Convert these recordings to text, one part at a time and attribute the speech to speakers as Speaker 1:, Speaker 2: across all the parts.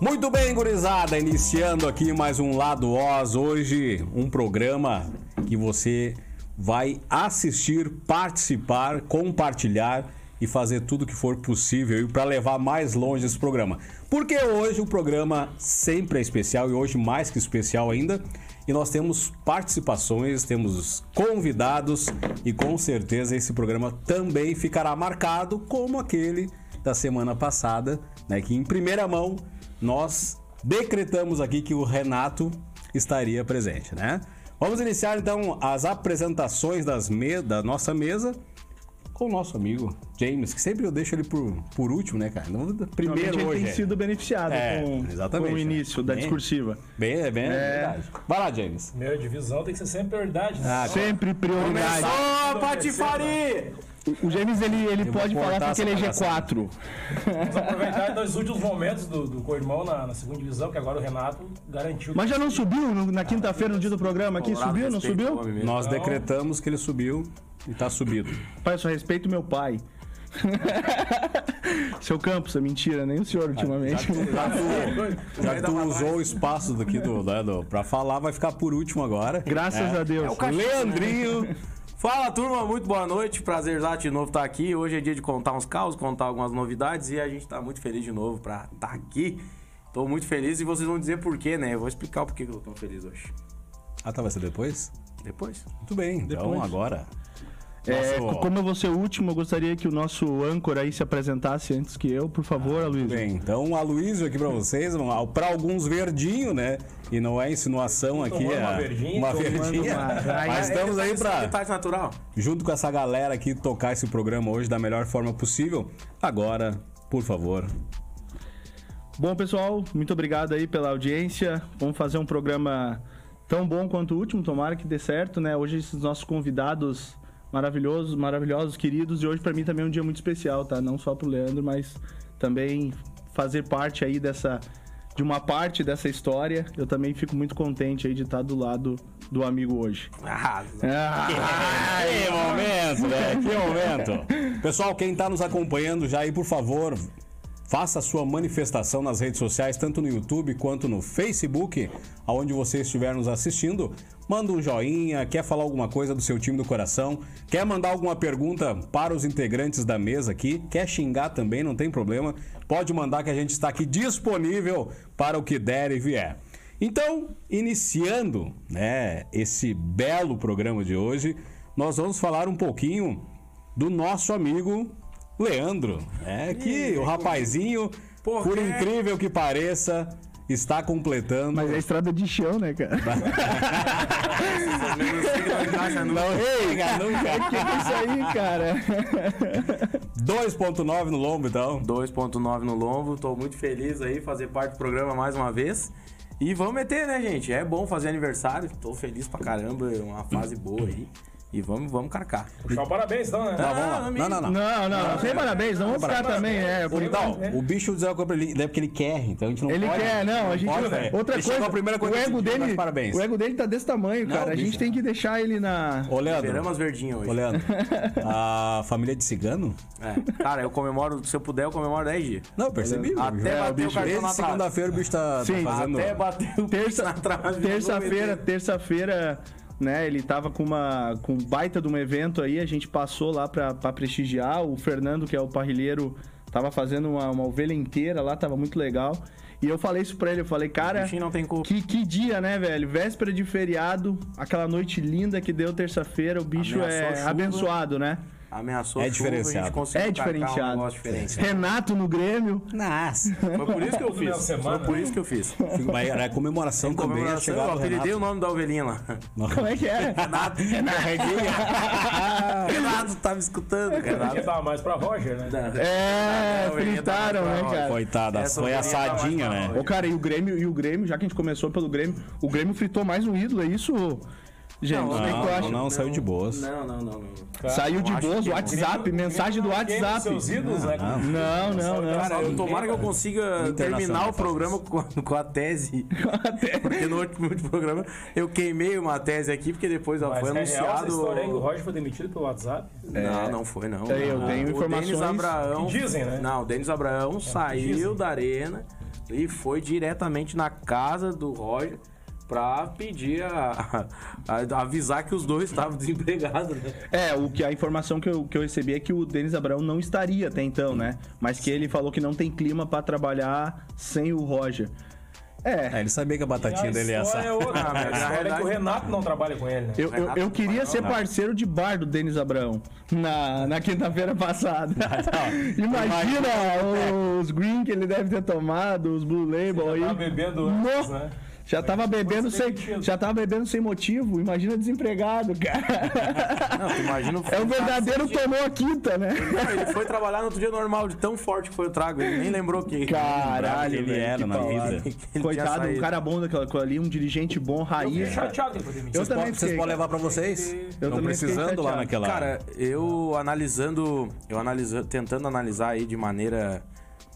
Speaker 1: Muito bem, gurizada, iniciando aqui mais um Lado Oz. Hoje, um programa que você vai assistir, participar, compartilhar e fazer tudo que for possível para levar mais longe esse programa. Porque hoje o programa sempre é especial e hoje mais que especial ainda. E nós temos participações, temos convidados e com certeza esse programa também ficará marcado como aquele da semana passada, né, que em primeira mão nós decretamos aqui que o Renato estaria presente, né? Vamos iniciar então as apresentações das me- da nossa mesa com o nosso amigo James, que sempre eu deixo ele por, por último, né, cara? Não-
Speaker 2: Realmente
Speaker 1: primeiro
Speaker 2: ele
Speaker 1: hoje.
Speaker 2: tem
Speaker 1: é.
Speaker 2: sido beneficiado
Speaker 1: É,
Speaker 2: com,
Speaker 1: exatamente,
Speaker 2: com o
Speaker 1: né?
Speaker 2: início da
Speaker 1: Bem-
Speaker 2: discursiva.
Speaker 1: Bem, é bem, é verdade. Vai lá, James.
Speaker 3: Meu, divisão tem que ser sempre prioridade. né?
Speaker 1: Ah,
Speaker 2: Sempre prioridade.
Speaker 1: Ô,
Speaker 3: patifaria!
Speaker 2: O James, ele, ele
Speaker 1: vou
Speaker 2: pode falar
Speaker 1: cortar
Speaker 2: porque ele é
Speaker 1: essa
Speaker 2: G4.
Speaker 3: Vamos aproveitar dos últimos momentos do, do co-irmão na, na segunda divisão, que agora o Renato garantiu.
Speaker 2: Mas já não subiu no- na quinta-feira, no dia do programa aqui? Subiu, não subiu?
Speaker 1: Nós decretamos que ele subiu e tá subido.
Speaker 2: Pai, eu só respeito meu pai. Seu Campos, é mentira, nem o senhor
Speaker 1: Ah,
Speaker 2: ultimamente.
Speaker 1: Já tu, já que tu usou o espaço daqui do, né, do, pra falar, vai ficar por último agora.
Speaker 2: Graças a
Speaker 1: é
Speaker 2: Deus.
Speaker 1: Leandrinho.
Speaker 2: né?
Speaker 4: Fala turma, muito boa noite. Prazer lá de novo estar aqui. Hoje é dia de contar uns caos, contar algumas novidades e a gente tá muito feliz de novo pra estar aqui. Tô muito feliz e vocês vão dizer por quê, né? Eu vou explicar o porquê que eu tô tão feliz hoje.
Speaker 1: Ah, tá, vai ser depois?
Speaker 4: Depois.
Speaker 1: Muito bem, então
Speaker 2: Depois.
Speaker 1: agora.
Speaker 2: É,
Speaker 1: Nosso-
Speaker 2: como eu vou ser o último, eu gostaria que o nosso âncora aí se apresentasse antes que eu, por favor, Luiz.
Speaker 1: Bem, então o Aloysio aqui pra vocês, pra alguns verdinho, né? E não é insinuação aqui,
Speaker 3: Tomando
Speaker 1: é
Speaker 3: uma verdinha,
Speaker 1: uma
Speaker 3: tomando é
Speaker 1: verdinha.
Speaker 2: uma-
Speaker 1: Mas estamos aí pra,
Speaker 4: é
Speaker 3: tá-
Speaker 4: Detalhe natural.
Speaker 1: junto com essa galera aqui, tocar esse programa hoje da melhor forma possível. Agora, por favor,
Speaker 2: Bom, pessoal, muito obrigado aí pela audiência. Vamos fazer um programa tão bom quanto o último, tomara que dê certo, né? Hoje esses nossos convidados maravilhosos, maravilhosos, queridos, e hoje pra mim também é um dia muito especial, tá? Não só pro Leandro, mas também fazer parte aí dessa de uma parte dessa história. Eu também fico muito contente aí de estar do lado do amigo hoje.
Speaker 4: Arrasa.
Speaker 2: Ah,
Speaker 1: Que momento, né? Que momento. Pessoal, quem está nos acompanhando já aí, por favor, faça a sua manifestação nas redes sociais, tanto no YouTube quanto no Facebook, aonde você estiver nos assistindo. Manda um joinha, quer falar alguma coisa do seu time do coração, quer mandar alguma pergunta para os integrantes da mesa aqui, quer xingar também, não tem problema. Pode mandar que a gente está aqui disponível para o que der e vier. Então, iniciando né, esse belo programa de hoje, nós vamos falar um pouquinho do nosso amigo Leandro, né, que é. o rapazinho,
Speaker 4: Por
Speaker 1: por
Speaker 4: quê?
Speaker 1: incrível que pareça, está completando.
Speaker 2: mas é estrada de chão, né, cara?
Speaker 1: Não chega nunca.
Speaker 2: que que é isso aí, cara?
Speaker 1: 2.9 no lombo, então.
Speaker 4: 2.9 no lombo. Tô muito feliz aí fazer parte do programa mais uma vez. E vamos meter, né, gente? É bom fazer aniversário. Tô feliz pra caramba, é uma fase boa aí. E vamos, vamos carcar.
Speaker 3: Puxar o parabéns, então,
Speaker 2: Tá.
Speaker 3: né?
Speaker 1: Não, vamos lá. Tá Não, não, não.
Speaker 2: Não, não, Tá. sem parabéns, não vamos ficar também, é, por
Speaker 1: Então, o bicho diz uma coisa pra ele, é porque ele quer, então a gente não
Speaker 2: Ele
Speaker 1: pode.
Speaker 2: quer, né? não, a gente.
Speaker 1: pode, velho.
Speaker 2: outra
Speaker 1: Ele
Speaker 2: coisa,
Speaker 1: chegou a primeira coisa
Speaker 2: o
Speaker 1: que
Speaker 2: ego
Speaker 1: ele disse,
Speaker 2: dele,
Speaker 1: mas parabéns.
Speaker 2: o ego dele tá desse tamanho, cara. a
Speaker 1: bicho.
Speaker 2: gente tem que deixar ele na
Speaker 1: Ô, Leandro,
Speaker 4: Veramos verdinho hoje.
Speaker 1: ô, Leandro, a família de cigano?
Speaker 4: É, cara, eu comemoro, se eu puder, eu comemoro 10 dias.
Speaker 1: Não, eu percebi. meu.
Speaker 4: Até
Speaker 1: É,
Speaker 4: bater
Speaker 1: o bicho,
Speaker 4: o cartão
Speaker 1: desde
Speaker 4: na trave.
Speaker 1: segunda-feira o bicho tá, tá
Speaker 2: Sim.
Speaker 1: fazendo.
Speaker 4: Até bater o
Speaker 2: Terça-
Speaker 4: terça na trave.
Speaker 1: um
Speaker 2: terça-feira, terça-feira, né? Ele tava com uma com um baita de um evento aí, a gente passou lá pra, pra prestigiar. O Fernando, que é o parrilheiro, tava fazendo uma, uma ovelha inteira lá, tava muito legal. E eu falei isso pra ele, eu falei, cara,
Speaker 4: Bichinho não tem culpa.
Speaker 2: que, que dia, né, velho? Véspera de feriado, aquela noite linda que deu terça-feira, o bicho
Speaker 4: Ameaçou
Speaker 2: é
Speaker 4: chuva.
Speaker 2: abençoado, né?
Speaker 4: Ameaçou
Speaker 1: É
Speaker 4: chuva, a
Speaker 1: diferenciado.
Speaker 4: gente conseguiu
Speaker 2: É
Speaker 4: tacar Um
Speaker 2: diferenciado.
Speaker 4: negócio diferente.
Speaker 2: Renato no Grêmio.
Speaker 1: Nossa.
Speaker 4: Foi por isso que eu
Speaker 3: Final de
Speaker 4: fiz.
Speaker 3: semana,
Speaker 4: Foi por
Speaker 3: né?
Speaker 4: isso que eu fiz.
Speaker 1: Fico- Mas era é comemoração também a
Speaker 4: Comemoração,
Speaker 1: chegada
Speaker 4: eu
Speaker 1: do Renato.
Speaker 4: apelidei o nome da ovelhinha lá.
Speaker 2: Como é que é?
Speaker 4: Renato, tá me escutando,
Speaker 3: Renato
Speaker 4: Renato.
Speaker 3: tava mais pra Roger,
Speaker 2: Tá.
Speaker 3: né?
Speaker 2: É,
Speaker 4: Não, ele tá ia dar
Speaker 2: fritaram,
Speaker 4: mais
Speaker 2: né,
Speaker 4: pra nós.
Speaker 2: cara?
Speaker 1: Coitada,
Speaker 4: Essa
Speaker 1: foi
Speaker 4: ovelhinha
Speaker 1: assadinha,
Speaker 4: tá mais
Speaker 1: né?
Speaker 4: pra
Speaker 2: Ô, cara, e o Grêmio, e o Grêmio, já que a gente começou pelo Grêmio, o Grêmio fritou mais um ídolo, é isso? gente. o
Speaker 4: Não,
Speaker 2: que que
Speaker 1: Não,
Speaker 2: tu acha?
Speaker 1: não, não, saiu de boas.
Speaker 4: Não, não, não, não.
Speaker 2: Saiu de
Speaker 4: Eu acho
Speaker 2: boas,
Speaker 4: que-
Speaker 2: WhatsApp, mensagem do
Speaker 4: é
Speaker 3: Game dos
Speaker 2: WhatsApp. Ah,
Speaker 3: Seus ídolos, né?
Speaker 1: Não,
Speaker 2: Não, não, não.
Speaker 4: Cara, eu tomara que eu consiga
Speaker 1: Internacional
Speaker 4: terminar o
Speaker 1: faz
Speaker 4: programa com a, com a tese. Porque no último último programa eu queimei uma tese aqui, porque depois ó,
Speaker 3: Mas
Speaker 4: foi
Speaker 3: é real essa
Speaker 4: anunciado.
Speaker 3: história aí que o Roger foi demitido pelo WhatsApp?
Speaker 4: Não, não foi, não.
Speaker 2: É, eu
Speaker 4: Não,
Speaker 2: tenho
Speaker 4: O
Speaker 2: informações
Speaker 4: Denis Abraão.
Speaker 3: que dizem, né?
Speaker 4: Não, o Denis Abraão saiu
Speaker 3: dizem.
Speaker 4: da arena e foi diretamente na casa do Roger pra pedir a, a- avisar que os dois estavam desempregados, né?
Speaker 2: É, o que a informação que eu, que eu recebi é que o Denis Abraão não estaria até então, né? Mas que ele falou que não tem clima pra trabalhar sem o Roger. É,
Speaker 1: É, ele sabia que a batatinha dele
Speaker 3: é
Speaker 1: ia
Speaker 3: essa.
Speaker 1: assar.
Speaker 3: É outra.
Speaker 4: Ah, mas
Speaker 3: a
Speaker 4: na
Speaker 3: história é que
Speaker 4: realidade-
Speaker 3: o Renato não trabalha com ele, né?
Speaker 2: eu, eu, eu queria ser parceiro de bar do Denis Abraão na, na quinta-feira passada. Imagina os green que ele deve ter tomado, os Blue Label
Speaker 3: Tá
Speaker 2: aí.
Speaker 3: bebendo
Speaker 2: No-
Speaker 3: antes, né?
Speaker 2: Já tava bebendo
Speaker 3: Você tem
Speaker 2: sem,
Speaker 3: que-
Speaker 2: já tava bebendo sem motivo. Imagina desempregado, cara.
Speaker 4: Não, tu imagina o
Speaker 2: É o verdadeiro tomou a quinta, né?
Speaker 4: Não, ele foi trabalhar no outro dia normal, de tão forte que foi o trago. Ele é né? nem lembrou que.
Speaker 2: Caralho,
Speaker 1: Ele
Speaker 2: velho,
Speaker 1: era
Speaker 2: que
Speaker 1: na
Speaker 2: paulada.
Speaker 1: vida.
Speaker 4: que ele tinha
Speaker 2: Coitado, um
Speaker 4: saído.
Speaker 2: cara bom daquela coisa ali, um dirigente bom,
Speaker 3: Eu fiquei
Speaker 2: raiz.
Speaker 3: é chateado que foi demitido.
Speaker 2: Eu também
Speaker 1: Vocês podem
Speaker 2: fiquei, cara.
Speaker 1: levar pra vocês?
Speaker 2: Eu
Speaker 1: Estão
Speaker 2: também fiquei
Speaker 1: precisando lá
Speaker 2: chateado.
Speaker 1: naquela.
Speaker 4: Cara, eu analisando, eu analisando, tentando analisar aí de maneira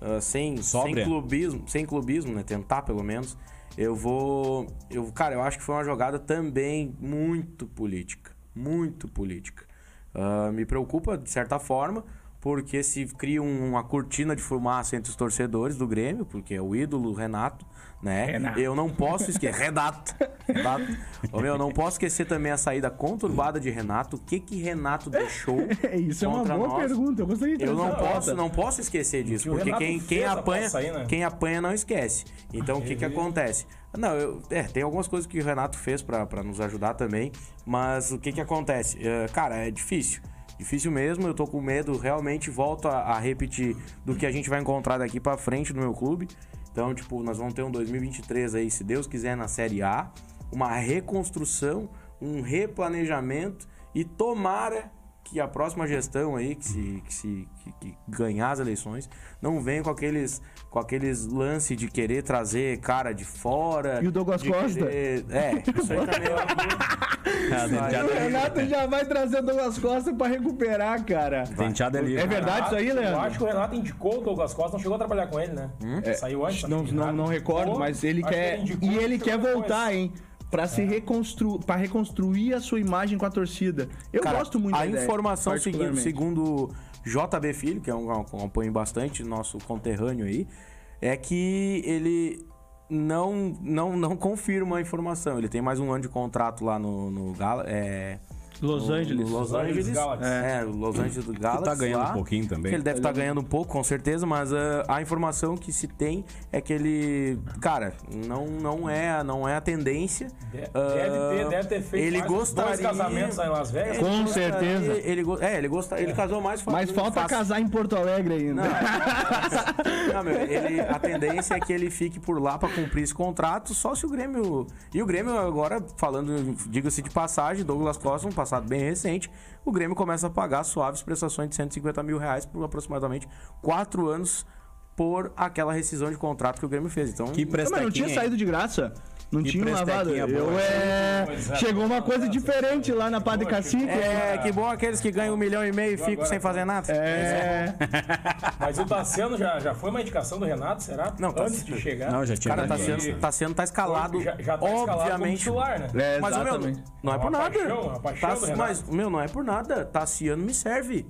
Speaker 4: ah, sem, sem
Speaker 1: Sóbria.
Speaker 4: clubismo, sem clubismo, né? Tentar pelo menos. Eu vou, eu, cara, eu acho que foi uma jogada também muito política, muito política. Ah, me preocupa de certa forma, porque se cria um- uma cortina de fumaça entre os torcedores do Grêmio, porque é o ídolo Renato, né? Eu não posso esquecer. Renato! Renato. Ô, meu, eu não posso esquecer também a saída conturbada de Renato. O que que Renato deixou?
Speaker 2: Isso é uma
Speaker 4: contra
Speaker 2: boa
Speaker 4: nós?
Speaker 2: pergunta. Eu gostaria de
Speaker 4: Eu não
Speaker 2: trazer essa
Speaker 4: posso,
Speaker 2: pauta.
Speaker 4: não posso esquecer disso,
Speaker 3: O que o
Speaker 4: porque
Speaker 3: Renato
Speaker 4: quem, quem
Speaker 3: fez após
Speaker 4: apanha,
Speaker 3: sair, né?
Speaker 4: quem apanha não esquece. Então o que que acontece? Não, eu- é, tem algumas coisas que o Renato fez pra pra nos ajudar também, mas o que que acontece? É, cara, é difícil. Difícil mesmo, eu tô com medo, realmente volto a, a repetir do que a gente vai encontrar daqui pra frente no meu clube. Então, tipo, nós vamos ter um 2023 aí, se Deus quiser, na Série A, uma reconstrução, um replanejamento e tomara que a próxima gestão aí, que se, que se que, que ganhar as eleições, não venha com aqueles, com aqueles lance de querer trazer cara de fora.
Speaker 2: E o Douglas
Speaker 4: de
Speaker 2: Costa? Tipo,
Speaker 4: querer- É, isso aí também é
Speaker 1: Ah,
Speaker 2: O
Speaker 1: denteada é linda.
Speaker 2: Renato já vai trazer o Douglas Costa pra recuperar, cara.
Speaker 1: Denteada é livre.
Speaker 2: É verdade isso aí,
Speaker 3: Eu
Speaker 2: Leandro?
Speaker 3: acho que o Renato indicou o Douglas Costa, não chegou a trabalhar com ele, né?
Speaker 4: Hum?
Speaker 3: Saiu antes.
Speaker 2: Não,
Speaker 3: acho que
Speaker 2: não,
Speaker 3: Renato
Speaker 2: não recordo,
Speaker 3: indicou,
Speaker 2: mas ele
Speaker 3: né? acho que
Speaker 2: quer.
Speaker 3: indicou
Speaker 2: E ele
Speaker 3: chegou
Speaker 2: quer
Speaker 3: depois.
Speaker 2: voltar, hein? Pra
Speaker 3: É.
Speaker 2: se reconstruir, para reconstruir a sua imagem com a torcida. Eu
Speaker 4: Cara,
Speaker 2: gosto muito
Speaker 4: A
Speaker 2: da ideia,
Speaker 4: informação seguinte,
Speaker 2: particularmente.
Speaker 4: segundo JB Filho, que é um que eu acompanho bastante, nosso conterrâneo aí, é que ele não, não, não confirma a informação. Ele tem mais um ano de contrato lá no, no Gala. é,
Speaker 2: Los
Speaker 4: no-
Speaker 2: Angeles.
Speaker 4: no Los Angeles.
Speaker 3: Galaxy.
Speaker 4: É, o Los Angeles do Galaxy.
Speaker 1: tá ganhando
Speaker 4: lá.
Speaker 1: um pouquinho também.
Speaker 4: Ele
Speaker 3: Tá
Speaker 4: deve estar ganhando um pouco, com certeza, mas ah, a informação que se tem é que ele, cara, não não é, não é a tendência.
Speaker 3: Deve
Speaker 4: Ah,
Speaker 3: ter, deve ter feito
Speaker 4: Ele
Speaker 3: mais uns
Speaker 4: gostaria
Speaker 3: dois casamentos lá em Las Vegas.
Speaker 4: Ele
Speaker 2: Com
Speaker 4: gostaria-
Speaker 2: certeza.
Speaker 4: Ele, go- é, ele gosta, ele casou mais
Speaker 2: Mas falta
Speaker 4: fácil-
Speaker 2: casar em Porto Alegre ainda.
Speaker 4: é não, meu, ele- a tendência é que ele fique por lá pra cumprir esse contrato, só se o Grêmio. E o Grêmio, agora, falando, diga-se de passagem, Douglas Costa, um passado bem recente, o Grêmio começa a pagar suaves prestações de 150 mil reais por aproximadamente quatro anos por aquela rescisão de contrato que o Grêmio fez. Então,
Speaker 1: Que
Speaker 2: Não, mas
Speaker 1: prestaquinha.
Speaker 2: não tinha
Speaker 1: hein?
Speaker 2: saído de graça. Não
Speaker 1: Que
Speaker 2: tinha lavado.
Speaker 1: prestequinha boa.
Speaker 2: Eu, é... Chegou uma coisa diferente lá na Padre Cacique.
Speaker 4: é que bom aqueles que ganham um milhão e meio e ficam sem fazer nada.
Speaker 2: É.
Speaker 3: Mas o Tassiano já, já foi uma indicação do Renato, será?
Speaker 4: Não, tá-
Speaker 3: Antes de chegar.
Speaker 1: Não, já tinha.
Speaker 4: Cara, tá
Speaker 1: ganho.
Speaker 4: sendo, tá sendo, tá escalado,
Speaker 3: Já, já tá
Speaker 4: obviamente,
Speaker 3: escalado como titular, né?
Speaker 2: É,
Speaker 4: Mas, ô, meu,
Speaker 2: exatamente.
Speaker 4: não é
Speaker 3: É
Speaker 4: por
Speaker 3: uma
Speaker 4: nada.
Speaker 3: paixão, é uma paixão
Speaker 4: Tassi-
Speaker 3: do Renato.
Speaker 4: mas, meu, não é por nada. Tassiano me serve.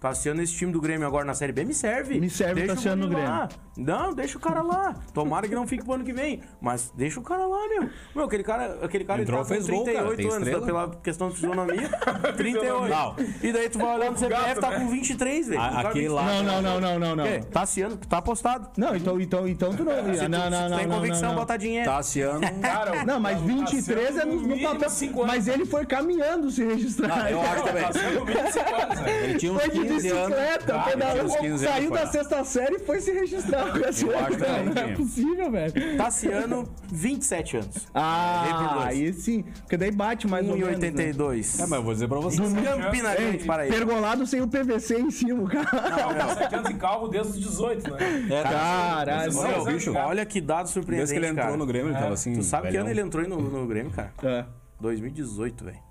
Speaker 4: Tassiano, esse time do Grêmio agora na Série B, me serve.
Speaker 2: Me serve o
Speaker 4: Deixa
Speaker 2: Tassiano
Speaker 4: guri
Speaker 2: no Grêmio.
Speaker 4: lá. Não, deixa o cara lá. Tomara que não fique pro ano que vem. Mas deixa o cara lá, meu. Meu, aquele cara, aquele cara
Speaker 1: Entrou,
Speaker 4: ele tá com
Speaker 1: fez gol, cara.
Speaker 4: 38
Speaker 1: Tem
Speaker 4: anos,
Speaker 1: estrela.
Speaker 4: pela questão de fisionomia. 38.
Speaker 1: Não.
Speaker 4: E daí tu vai olhar no CPF, tá
Speaker 3: gato, né?
Speaker 4: com 23, velho.
Speaker 1: A-
Speaker 4: O cara
Speaker 1: aquele
Speaker 4: vinte-
Speaker 1: lá-
Speaker 2: Não, não, não, não, não, não.
Speaker 4: Quê? Tassiano, tá apostado.
Speaker 2: Não, então, então, então tu não.
Speaker 4: Se tu-
Speaker 2: não,
Speaker 4: se
Speaker 2: não,
Speaker 4: tu
Speaker 2: não,
Speaker 4: tem
Speaker 2: não,
Speaker 4: convicção,
Speaker 2: não, não.
Speaker 4: botar dinheiro.
Speaker 1: Tassiano.
Speaker 4: É.
Speaker 3: Cara, o-
Speaker 2: Não, mas
Speaker 3: o
Speaker 2: 23
Speaker 3: Tassiano
Speaker 2: é no, no
Speaker 3: mínimo
Speaker 2: papel.
Speaker 3: cinco anos.
Speaker 2: Mas ele foi caminhando se registrar.
Speaker 1: Ah, eu acho
Speaker 3: Não, o
Speaker 1: também.
Speaker 3: Tassiano no mínimo cinco anos, né?
Speaker 1: Ele tinha uns
Speaker 2: Foi de
Speaker 1: 15 anos.
Speaker 2: bicicleta,
Speaker 1: Ah, ele tinha uns 15
Speaker 2: pedalou,
Speaker 1: anos,
Speaker 2: saiu
Speaker 1: foi
Speaker 2: da
Speaker 1: lá.
Speaker 2: sexta série e foi se registrar com essa.
Speaker 1: acho que
Speaker 2: Não, não
Speaker 1: também.
Speaker 2: é possível, velho.
Speaker 4: Tassiano, 27 anos. Um Errei por
Speaker 2: Ah,
Speaker 4: dois.
Speaker 2: aí sim. Porque daí bate mais ou menos. né?
Speaker 4: 1,82.
Speaker 1: É, mas eu vou dizer pra vocês.
Speaker 4: Campina Grande, Paraíba.
Speaker 2: Pergolado sem o PVC em cima, cara.
Speaker 3: Não, 17 anos e é calvo desde os 18, né?
Speaker 1: É,
Speaker 4: tá.
Speaker 2: Caralho.
Speaker 1: Olha o
Speaker 4: é Meu,
Speaker 1: bicho.
Speaker 4: Olha que dado surpreendente,
Speaker 1: Desde que ele entrou
Speaker 4: cara.
Speaker 1: no Grêmio, ele tava assim.
Speaker 4: Tu sabe que
Speaker 1: velhão.
Speaker 4: ano ele entrou no, no Grêmio, cara?
Speaker 2: É.
Speaker 4: 2018, velho.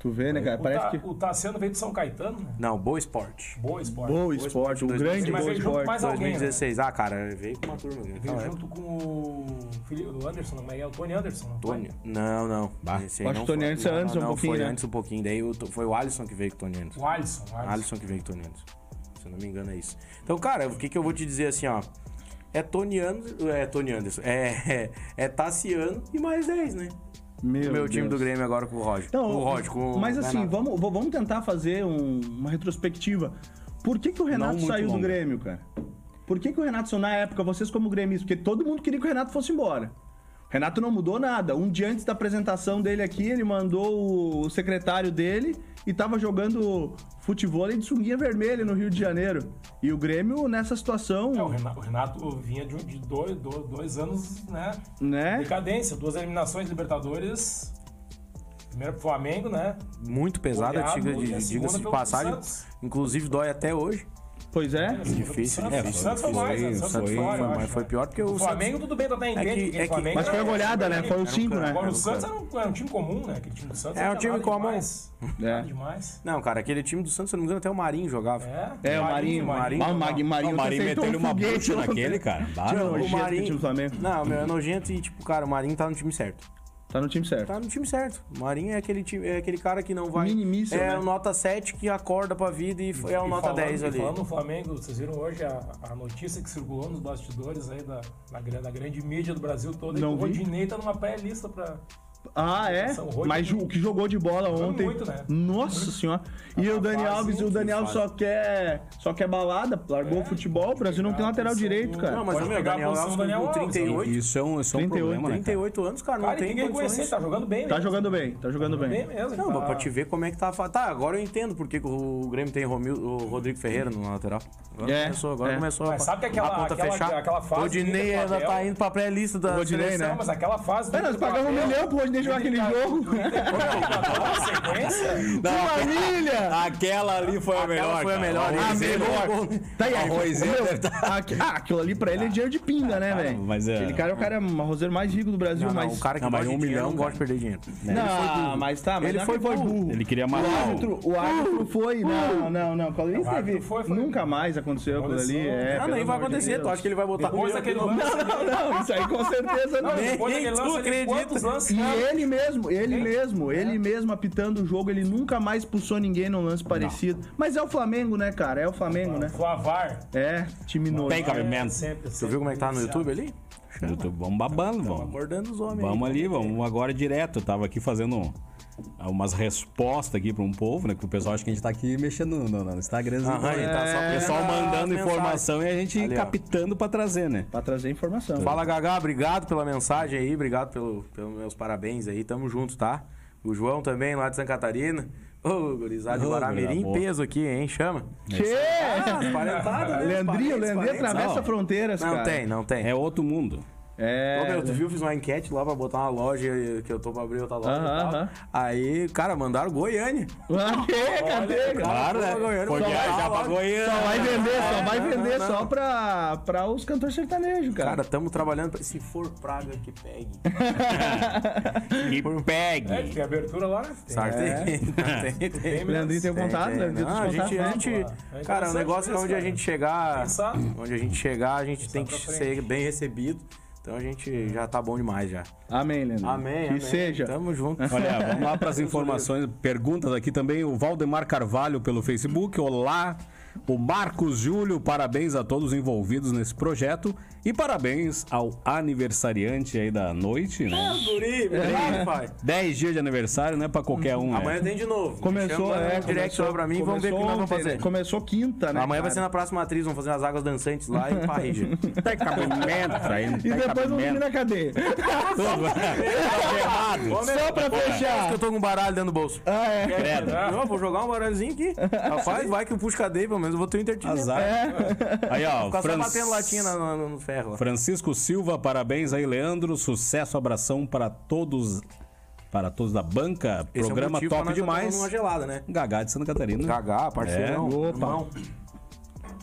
Speaker 2: Tu vê, né, cara?
Speaker 3: O
Speaker 2: Parece
Speaker 3: Ta-
Speaker 2: que.
Speaker 3: O Tassiano veio de São Caetano, né?
Speaker 4: Não, Boa Esporte.
Speaker 3: Boa esporte.
Speaker 2: Boa esporte, o
Speaker 4: Dois-
Speaker 2: grande
Speaker 3: Mas
Speaker 2: boa
Speaker 3: ele junto
Speaker 2: esporte.
Speaker 3: mais alguém, né?
Speaker 4: 2016. Ah, cara, veio com uma turma. né?
Speaker 3: Veio
Speaker 4: Aquela época.
Speaker 3: junto com o, Fili- o Anderson, como é que é? O Tony Anderson. não foi?
Speaker 4: Tony? Não, não.
Speaker 1: Bah.
Speaker 4: Esse aí
Speaker 2: Acho que o Tony
Speaker 4: foi.
Speaker 2: Anderson é antes um
Speaker 4: não,
Speaker 2: pouquinho,
Speaker 4: Foi
Speaker 2: né?
Speaker 4: antes um pouquinho. Daí o to- foi o Alisson que veio com o Tony Anderson.
Speaker 3: O Alisson. o Alisson.
Speaker 4: Alisson que veio com o Tony Anderson. Se eu não me engano, é isso. Então, cara, o que, que eu vou te dizer assim, ó? É Tony Anderson. É Tony Anderson. É, é, é Tassiano e mais 10, né? O meu time do
Speaker 2: Deus.
Speaker 4: Grêmio agora com o Roger.
Speaker 2: Então,
Speaker 4: o Roger, com o
Speaker 2: mas assim,
Speaker 4: Renato.
Speaker 2: vamos, v- vamos tentar fazer um- uma retrospectiva. Por que, que o Renato
Speaker 1: muito
Speaker 2: saiu do
Speaker 1: longa.
Speaker 2: Grêmio, cara? Por que, que o Renato saiu na época, vocês como gremistas? Porque todo mundo queria que o Renato fosse embora. O Renato não mudou nada. Um dia antes da apresentação dele aqui, ele mandou o secretário dele e tava jogando futebol de sunguinha vermelha no Rio de Janeiro. E o Grêmio, nessa situação,
Speaker 3: É, o, Renato, o Renato vinha de, um- de dois, do- dois anos, né?
Speaker 2: né?
Speaker 3: Decadência, duas eliminações Libertadores. Primeiro pro Flamengo, né?
Speaker 4: Muito pesada,
Speaker 3: Goleado,
Speaker 4: diga-
Speaker 3: e a
Speaker 4: de- diga-se de
Speaker 3: segunda pelo
Speaker 4: passagem.
Speaker 3: Santos.
Speaker 4: Inclusive, dói até hoje.
Speaker 2: Pois é.
Speaker 4: Difícil,
Speaker 3: Santos,
Speaker 1: é,
Speaker 3: o Santos foi
Speaker 1: foi-
Speaker 3: mais, né? O Santos
Speaker 1: foi-
Speaker 3: foi, fora, eu
Speaker 4: foi-
Speaker 3: acho,
Speaker 4: foi
Speaker 3: né?
Speaker 4: pior porque o
Speaker 3: o Flamengo tudo bem, tu até entende.
Speaker 4: que-
Speaker 3: porque
Speaker 4: é
Speaker 3: o
Speaker 4: que-
Speaker 3: Flamengo
Speaker 2: Mas foi
Speaker 3: era-
Speaker 2: uma goleada, né? Foi o
Speaker 4: Era um
Speaker 2: 5,
Speaker 4: cara.
Speaker 2: né?
Speaker 3: Agora o
Speaker 4: Era um
Speaker 3: Santos era um, era um time comum, né? Aquele time do Santos
Speaker 4: É, um
Speaker 3: era
Speaker 4: time
Speaker 3: nada
Speaker 4: comum.
Speaker 3: demais,
Speaker 2: É.
Speaker 3: Nada demais.
Speaker 4: Não, cara, aquele time do Santos, se eu não me engano, até o Marinho jogava.
Speaker 2: É, o Marinho.
Speaker 4: Marinho,
Speaker 2: Ah, o Mag-
Speaker 4: não.
Speaker 1: Ah,
Speaker 2: Marinho,
Speaker 1: o Marinho
Speaker 2: aceitou um
Speaker 1: meteu uma
Speaker 2: foguete
Speaker 1: bucha
Speaker 2: lá.
Speaker 1: naquele, cara. Dá,
Speaker 4: Ah,
Speaker 2: Tinha
Speaker 1: não.
Speaker 2: um- nojento que tinha o Flamengo.
Speaker 4: Não, meu, é nojento e, tipo, cara, o Marinho tá no time certo.
Speaker 2: Tá no time certo.
Speaker 4: Tá no time certo. O Marinho é aquele, time, é aquele cara que não vai.
Speaker 2: Minimíssimo,
Speaker 4: É
Speaker 2: né?
Speaker 4: o nota 7 que acorda pra vida e f- é o
Speaker 3: E
Speaker 4: nota
Speaker 3: falando-
Speaker 4: 10
Speaker 3: e
Speaker 4: ali.
Speaker 3: Falando no Flamengo, vocês viram hoje a, a notícia que circulou nos bastidores aí da, da, gra- da grande mídia do Brasil todo.
Speaker 2: Não
Speaker 3: e o
Speaker 2: vi.
Speaker 3: Rodinei tá numa pré-lista pra.
Speaker 2: Ah, é?
Speaker 3: São Rojo
Speaker 2: Mas o que jogou de bola
Speaker 3: Jogou
Speaker 2: ontem.
Speaker 3: muito, né?
Speaker 2: Nossa senhora. E o Dani
Speaker 3: fase
Speaker 2: Alves,
Speaker 3: que
Speaker 2: o Dani Alves
Speaker 4: faz.
Speaker 2: só quer, só quer balada, largou o futebol, o Brasil não tem
Speaker 3: pegar a
Speaker 2: lateral
Speaker 3: posição
Speaker 2: direito,
Speaker 3: do-
Speaker 2: cara.
Speaker 4: Não, mas
Speaker 3: Pode
Speaker 4: o meu
Speaker 3: pegar a
Speaker 4: Daniel
Speaker 3: posição
Speaker 4: Alves
Speaker 3: do Daniel
Speaker 4: com
Speaker 3: Alves,
Speaker 4: 38,
Speaker 1: Isso é um, isso é um
Speaker 2: 38,
Speaker 1: problema, né? cara?
Speaker 4: 38 anos, cara,
Speaker 3: Cara,
Speaker 4: não tem
Speaker 3: ninguém conhecer,
Speaker 4: condições.
Speaker 3: ele tá jogando bem.
Speaker 2: Tá
Speaker 3: né?
Speaker 2: jogando bem, tá jogando
Speaker 3: Tá
Speaker 2: bem.
Speaker 3: bem mesmo.
Speaker 4: Não,
Speaker 3: tá...
Speaker 4: mas pra te ver como é que tá. a fa- Tá, agora eu entendo por que que o Grêmio tem Romil, o Rodrigo Ferreira no lateral. Agora
Speaker 2: É,
Speaker 4: começou, agora
Speaker 2: é.
Speaker 4: começou a,
Speaker 3: Mas sabe que aquela-
Speaker 4: a conta
Speaker 3: aquela-
Speaker 4: fechar.
Speaker 3: aquela fase
Speaker 4: o Dinei
Speaker 3: do
Speaker 4: ainda
Speaker 3: Abel-
Speaker 4: tá indo pra pré-lista da
Speaker 2: Rodinei,
Speaker 4: seleção.
Speaker 2: né?
Speaker 3: Não, mas aquela fase
Speaker 4: Ah,
Speaker 3: do.
Speaker 2: É, nós
Speaker 3: do
Speaker 2: pagamos um
Speaker 3: Abel,
Speaker 2: milhão pro Rodinei jogar aquele jogo.
Speaker 3: Uma sequência.
Speaker 1: Não,
Speaker 2: Família!
Speaker 1: aquela ali foi a melhor.
Speaker 4: Aquela foi a
Speaker 1: cara.
Speaker 4: melhor.
Speaker 1: Arroz
Speaker 4: Esse
Speaker 1: e
Speaker 4: melhor.
Speaker 1: gol.
Speaker 2: Tá aí,
Speaker 1: Arroz
Speaker 2: meu,
Speaker 1: e deve tá-
Speaker 2: aqu- Ah, aquilo ali pra ele é dinheiro de pinga, né, velho?
Speaker 1: mas é-
Speaker 2: Aquele cara é o cara arrozeiro mais rico do Brasil,
Speaker 4: Não, não,
Speaker 2: mas.
Speaker 4: o cara que
Speaker 1: Não, mas
Speaker 4: gosta de
Speaker 1: um
Speaker 4: dinheiro
Speaker 1: milhão,
Speaker 4: não gosta de perder dinheiro.
Speaker 2: Né? Não, mas tá, mas
Speaker 4: Ele
Speaker 2: não
Speaker 4: foi
Speaker 2: que foi
Speaker 4: burro.
Speaker 2: burro.
Speaker 1: Ele queria
Speaker 2: O
Speaker 1: matar
Speaker 2: árbitro, o árbitro foi. Não, não, não. Claudinho
Speaker 3: O árbitro
Speaker 2: teve.
Speaker 3: foi, foi.
Speaker 2: Nunca mais aconteceu aquilo ali.
Speaker 3: Aconteceu.
Speaker 2: É,
Speaker 4: Ah,
Speaker 2: pelo
Speaker 4: nem vai
Speaker 2: amor de
Speaker 4: acontecer.
Speaker 2: Deus.
Speaker 4: Tu acha que ele vai botar
Speaker 3: Depois
Speaker 4: Meu
Speaker 3: daquele
Speaker 4: Deus.
Speaker 3: lance.
Speaker 2: Não, não, isso aí com certeza não.
Speaker 4: Nem
Speaker 3: Depois daquele
Speaker 4: tu
Speaker 3: lance, ele-
Speaker 4: acredita.
Speaker 3: quantos lances?
Speaker 2: E ele mesmo, ele mesmo,
Speaker 4: é.
Speaker 2: ele mesmo apitando o jogo, ele nunca mais expulsou ninguém num lance parecido. Mas é o Flamengo, né, cara? É o Flamengo, né?
Speaker 3: Flavar.
Speaker 2: É, time novo.
Speaker 1: Tem cabimento.
Speaker 3: Sempre,
Speaker 4: Tu viu como é que tá no YouTube ali?
Speaker 1: YouTube, Vamos babando, vamos.
Speaker 4: Acordando os homens.
Speaker 1: Vamos
Speaker 4: aí.
Speaker 1: ali, vamos agora direto. Eu tava aqui fazendo umas respostas aqui para um povo, né? Que o pessoal acha que a gente tá aqui mexendo no, no- no Instagramzinho.
Speaker 4: Aham, É,
Speaker 1: né?
Speaker 4: ele tá só
Speaker 1: O pessoal
Speaker 4: pegando as
Speaker 1: mandando
Speaker 4: mensagens.
Speaker 1: informação e a gente
Speaker 4: Ali, ó.
Speaker 1: captando para trazer, né?
Speaker 2: Pra trazer informação.
Speaker 4: Fala, Gagá, obrigado pela mensagem aí, obrigado pelo- pelos meus parabéns aí, tamo junto, tá? O João também, lá de Santa Catarina. Ô, gurizada de
Speaker 1: Ô, É.
Speaker 4: Guaramirim,
Speaker 1: meu amor.
Speaker 4: peso aqui, hein? Chama.
Speaker 2: Tchê!
Speaker 4: Ah, parentada, né?
Speaker 2: Leandrinho,
Speaker 4: Parentes,
Speaker 2: Leandrinho
Speaker 4: parentes.
Speaker 2: atravessa
Speaker 1: não.
Speaker 2: fronteiras,
Speaker 4: Não
Speaker 2: cara.
Speaker 4: tem, não tem.
Speaker 1: É outro mundo.
Speaker 2: É.
Speaker 4: Ô, meu, tu viu? Fiz uma enquete lá pra botar uma loja que eu tô pra abrir outra loja
Speaker 2: Aham,
Speaker 4: e tal.
Speaker 2: aham.
Speaker 4: Aí, cara, mandaram Goiânia.
Speaker 2: Ah, é, cadê, cara?
Speaker 1: Claro, né?
Speaker 4: foi pra Goiânia,
Speaker 1: Foi
Speaker 4: só
Speaker 1: viajar pra
Speaker 4: lá, lá.
Speaker 1: Goiânia.
Speaker 2: Só vai vender, só vai
Speaker 4: não,
Speaker 2: vender
Speaker 4: não,
Speaker 2: só
Speaker 4: não.
Speaker 2: pra, pra os cantores sertanejos, cara.
Speaker 4: Cara, tamo trabalhando. Pra... Se for praga, que pegue.
Speaker 1: E
Speaker 3: É,
Speaker 1: pegue.
Speaker 3: tem abertura lá. né? Tem.
Speaker 4: Sabe?
Speaker 1: É.
Speaker 4: Tem, tem, tem.
Speaker 2: Leandrinho tem o né? contato,
Speaker 4: tem.
Speaker 2: Leandrinho
Speaker 4: Não,
Speaker 2: tem
Speaker 4: a
Speaker 2: os
Speaker 4: gente, a
Speaker 2: contatos.
Speaker 4: gente,
Speaker 3: É
Speaker 4: cara, o
Speaker 3: interessante
Speaker 4: negócio é
Speaker 3: isso,
Speaker 4: onde a
Speaker 3: cara.
Speaker 4: gente chegar,
Speaker 3: Pensar.
Speaker 4: onde a gente chegar, a gente tem que
Speaker 3: pra
Speaker 4: ser bem recebido. Então a gente já tá bom demais já.
Speaker 2: Amém, Leandro.
Speaker 4: Amém,
Speaker 2: Que
Speaker 4: amém.
Speaker 2: seja.
Speaker 4: Tamo junto.
Speaker 1: Olha, vamos lá para as informações, perguntas aqui também. O Valdemar Carvalho pelo Facebook. Olá. O Marcos Júlio, parabéns a todos envolvidos nesse projeto e parabéns ao aniversariante aí da noite, né?
Speaker 4: Guri,
Speaker 2: É.
Speaker 4: obrigado, pai.
Speaker 1: 10 dias de aniversário, não é pra qualquer um,
Speaker 4: Amanhã
Speaker 1: né?
Speaker 4: tem de novo.
Speaker 2: Começou,
Speaker 4: Chama
Speaker 2: é,
Speaker 4: no direct
Speaker 2: começou,
Speaker 4: lá pra mim, vamos ver o que
Speaker 2: começou
Speaker 4: nós vamos
Speaker 2: ontem,
Speaker 4: fazer.
Speaker 2: né? Começou quinta, né?
Speaker 4: Amanhã vai
Speaker 2: cara?
Speaker 4: ser na próxima atriz, vamos fazer as águas dançantes lá em Parrija.
Speaker 1: Tem Tá cabimento tá isso aí, não tem
Speaker 2: E depois vamos
Speaker 1: cabimento.
Speaker 2: vir
Speaker 1: Tá
Speaker 2: na cadeia.
Speaker 1: Tudo.
Speaker 2: Só pra
Speaker 4: Acho que
Speaker 2: fechar.
Speaker 4: eu tô com um baralho dentro do bolso.
Speaker 2: Ah, é.
Speaker 1: Credo.
Speaker 4: Não, vou jogar um baralhozinho aqui. Rapaz, vai que eu puxo cadeia, pelo menos eu vou ter um entretenimento.
Speaker 1: Azar. Aí, ó,
Speaker 4: Ficar só
Speaker 1: Fran-
Speaker 4: batendo latinha na- na- no, ferro. lá.
Speaker 1: Francisco Silva, parabéns aí, Leandro. Sucesso, abração para todos, para todos da banca.
Speaker 4: Esse é o
Speaker 1: Programa
Speaker 4: motivo pra
Speaker 1: top
Speaker 4: nós tá tomando
Speaker 1: demais.
Speaker 4: Uma gelada, né?
Speaker 1: Gagá de Santa Catarina.
Speaker 4: Cagar,
Speaker 1: parceirão,
Speaker 4: parceirão.
Speaker 2: Opa.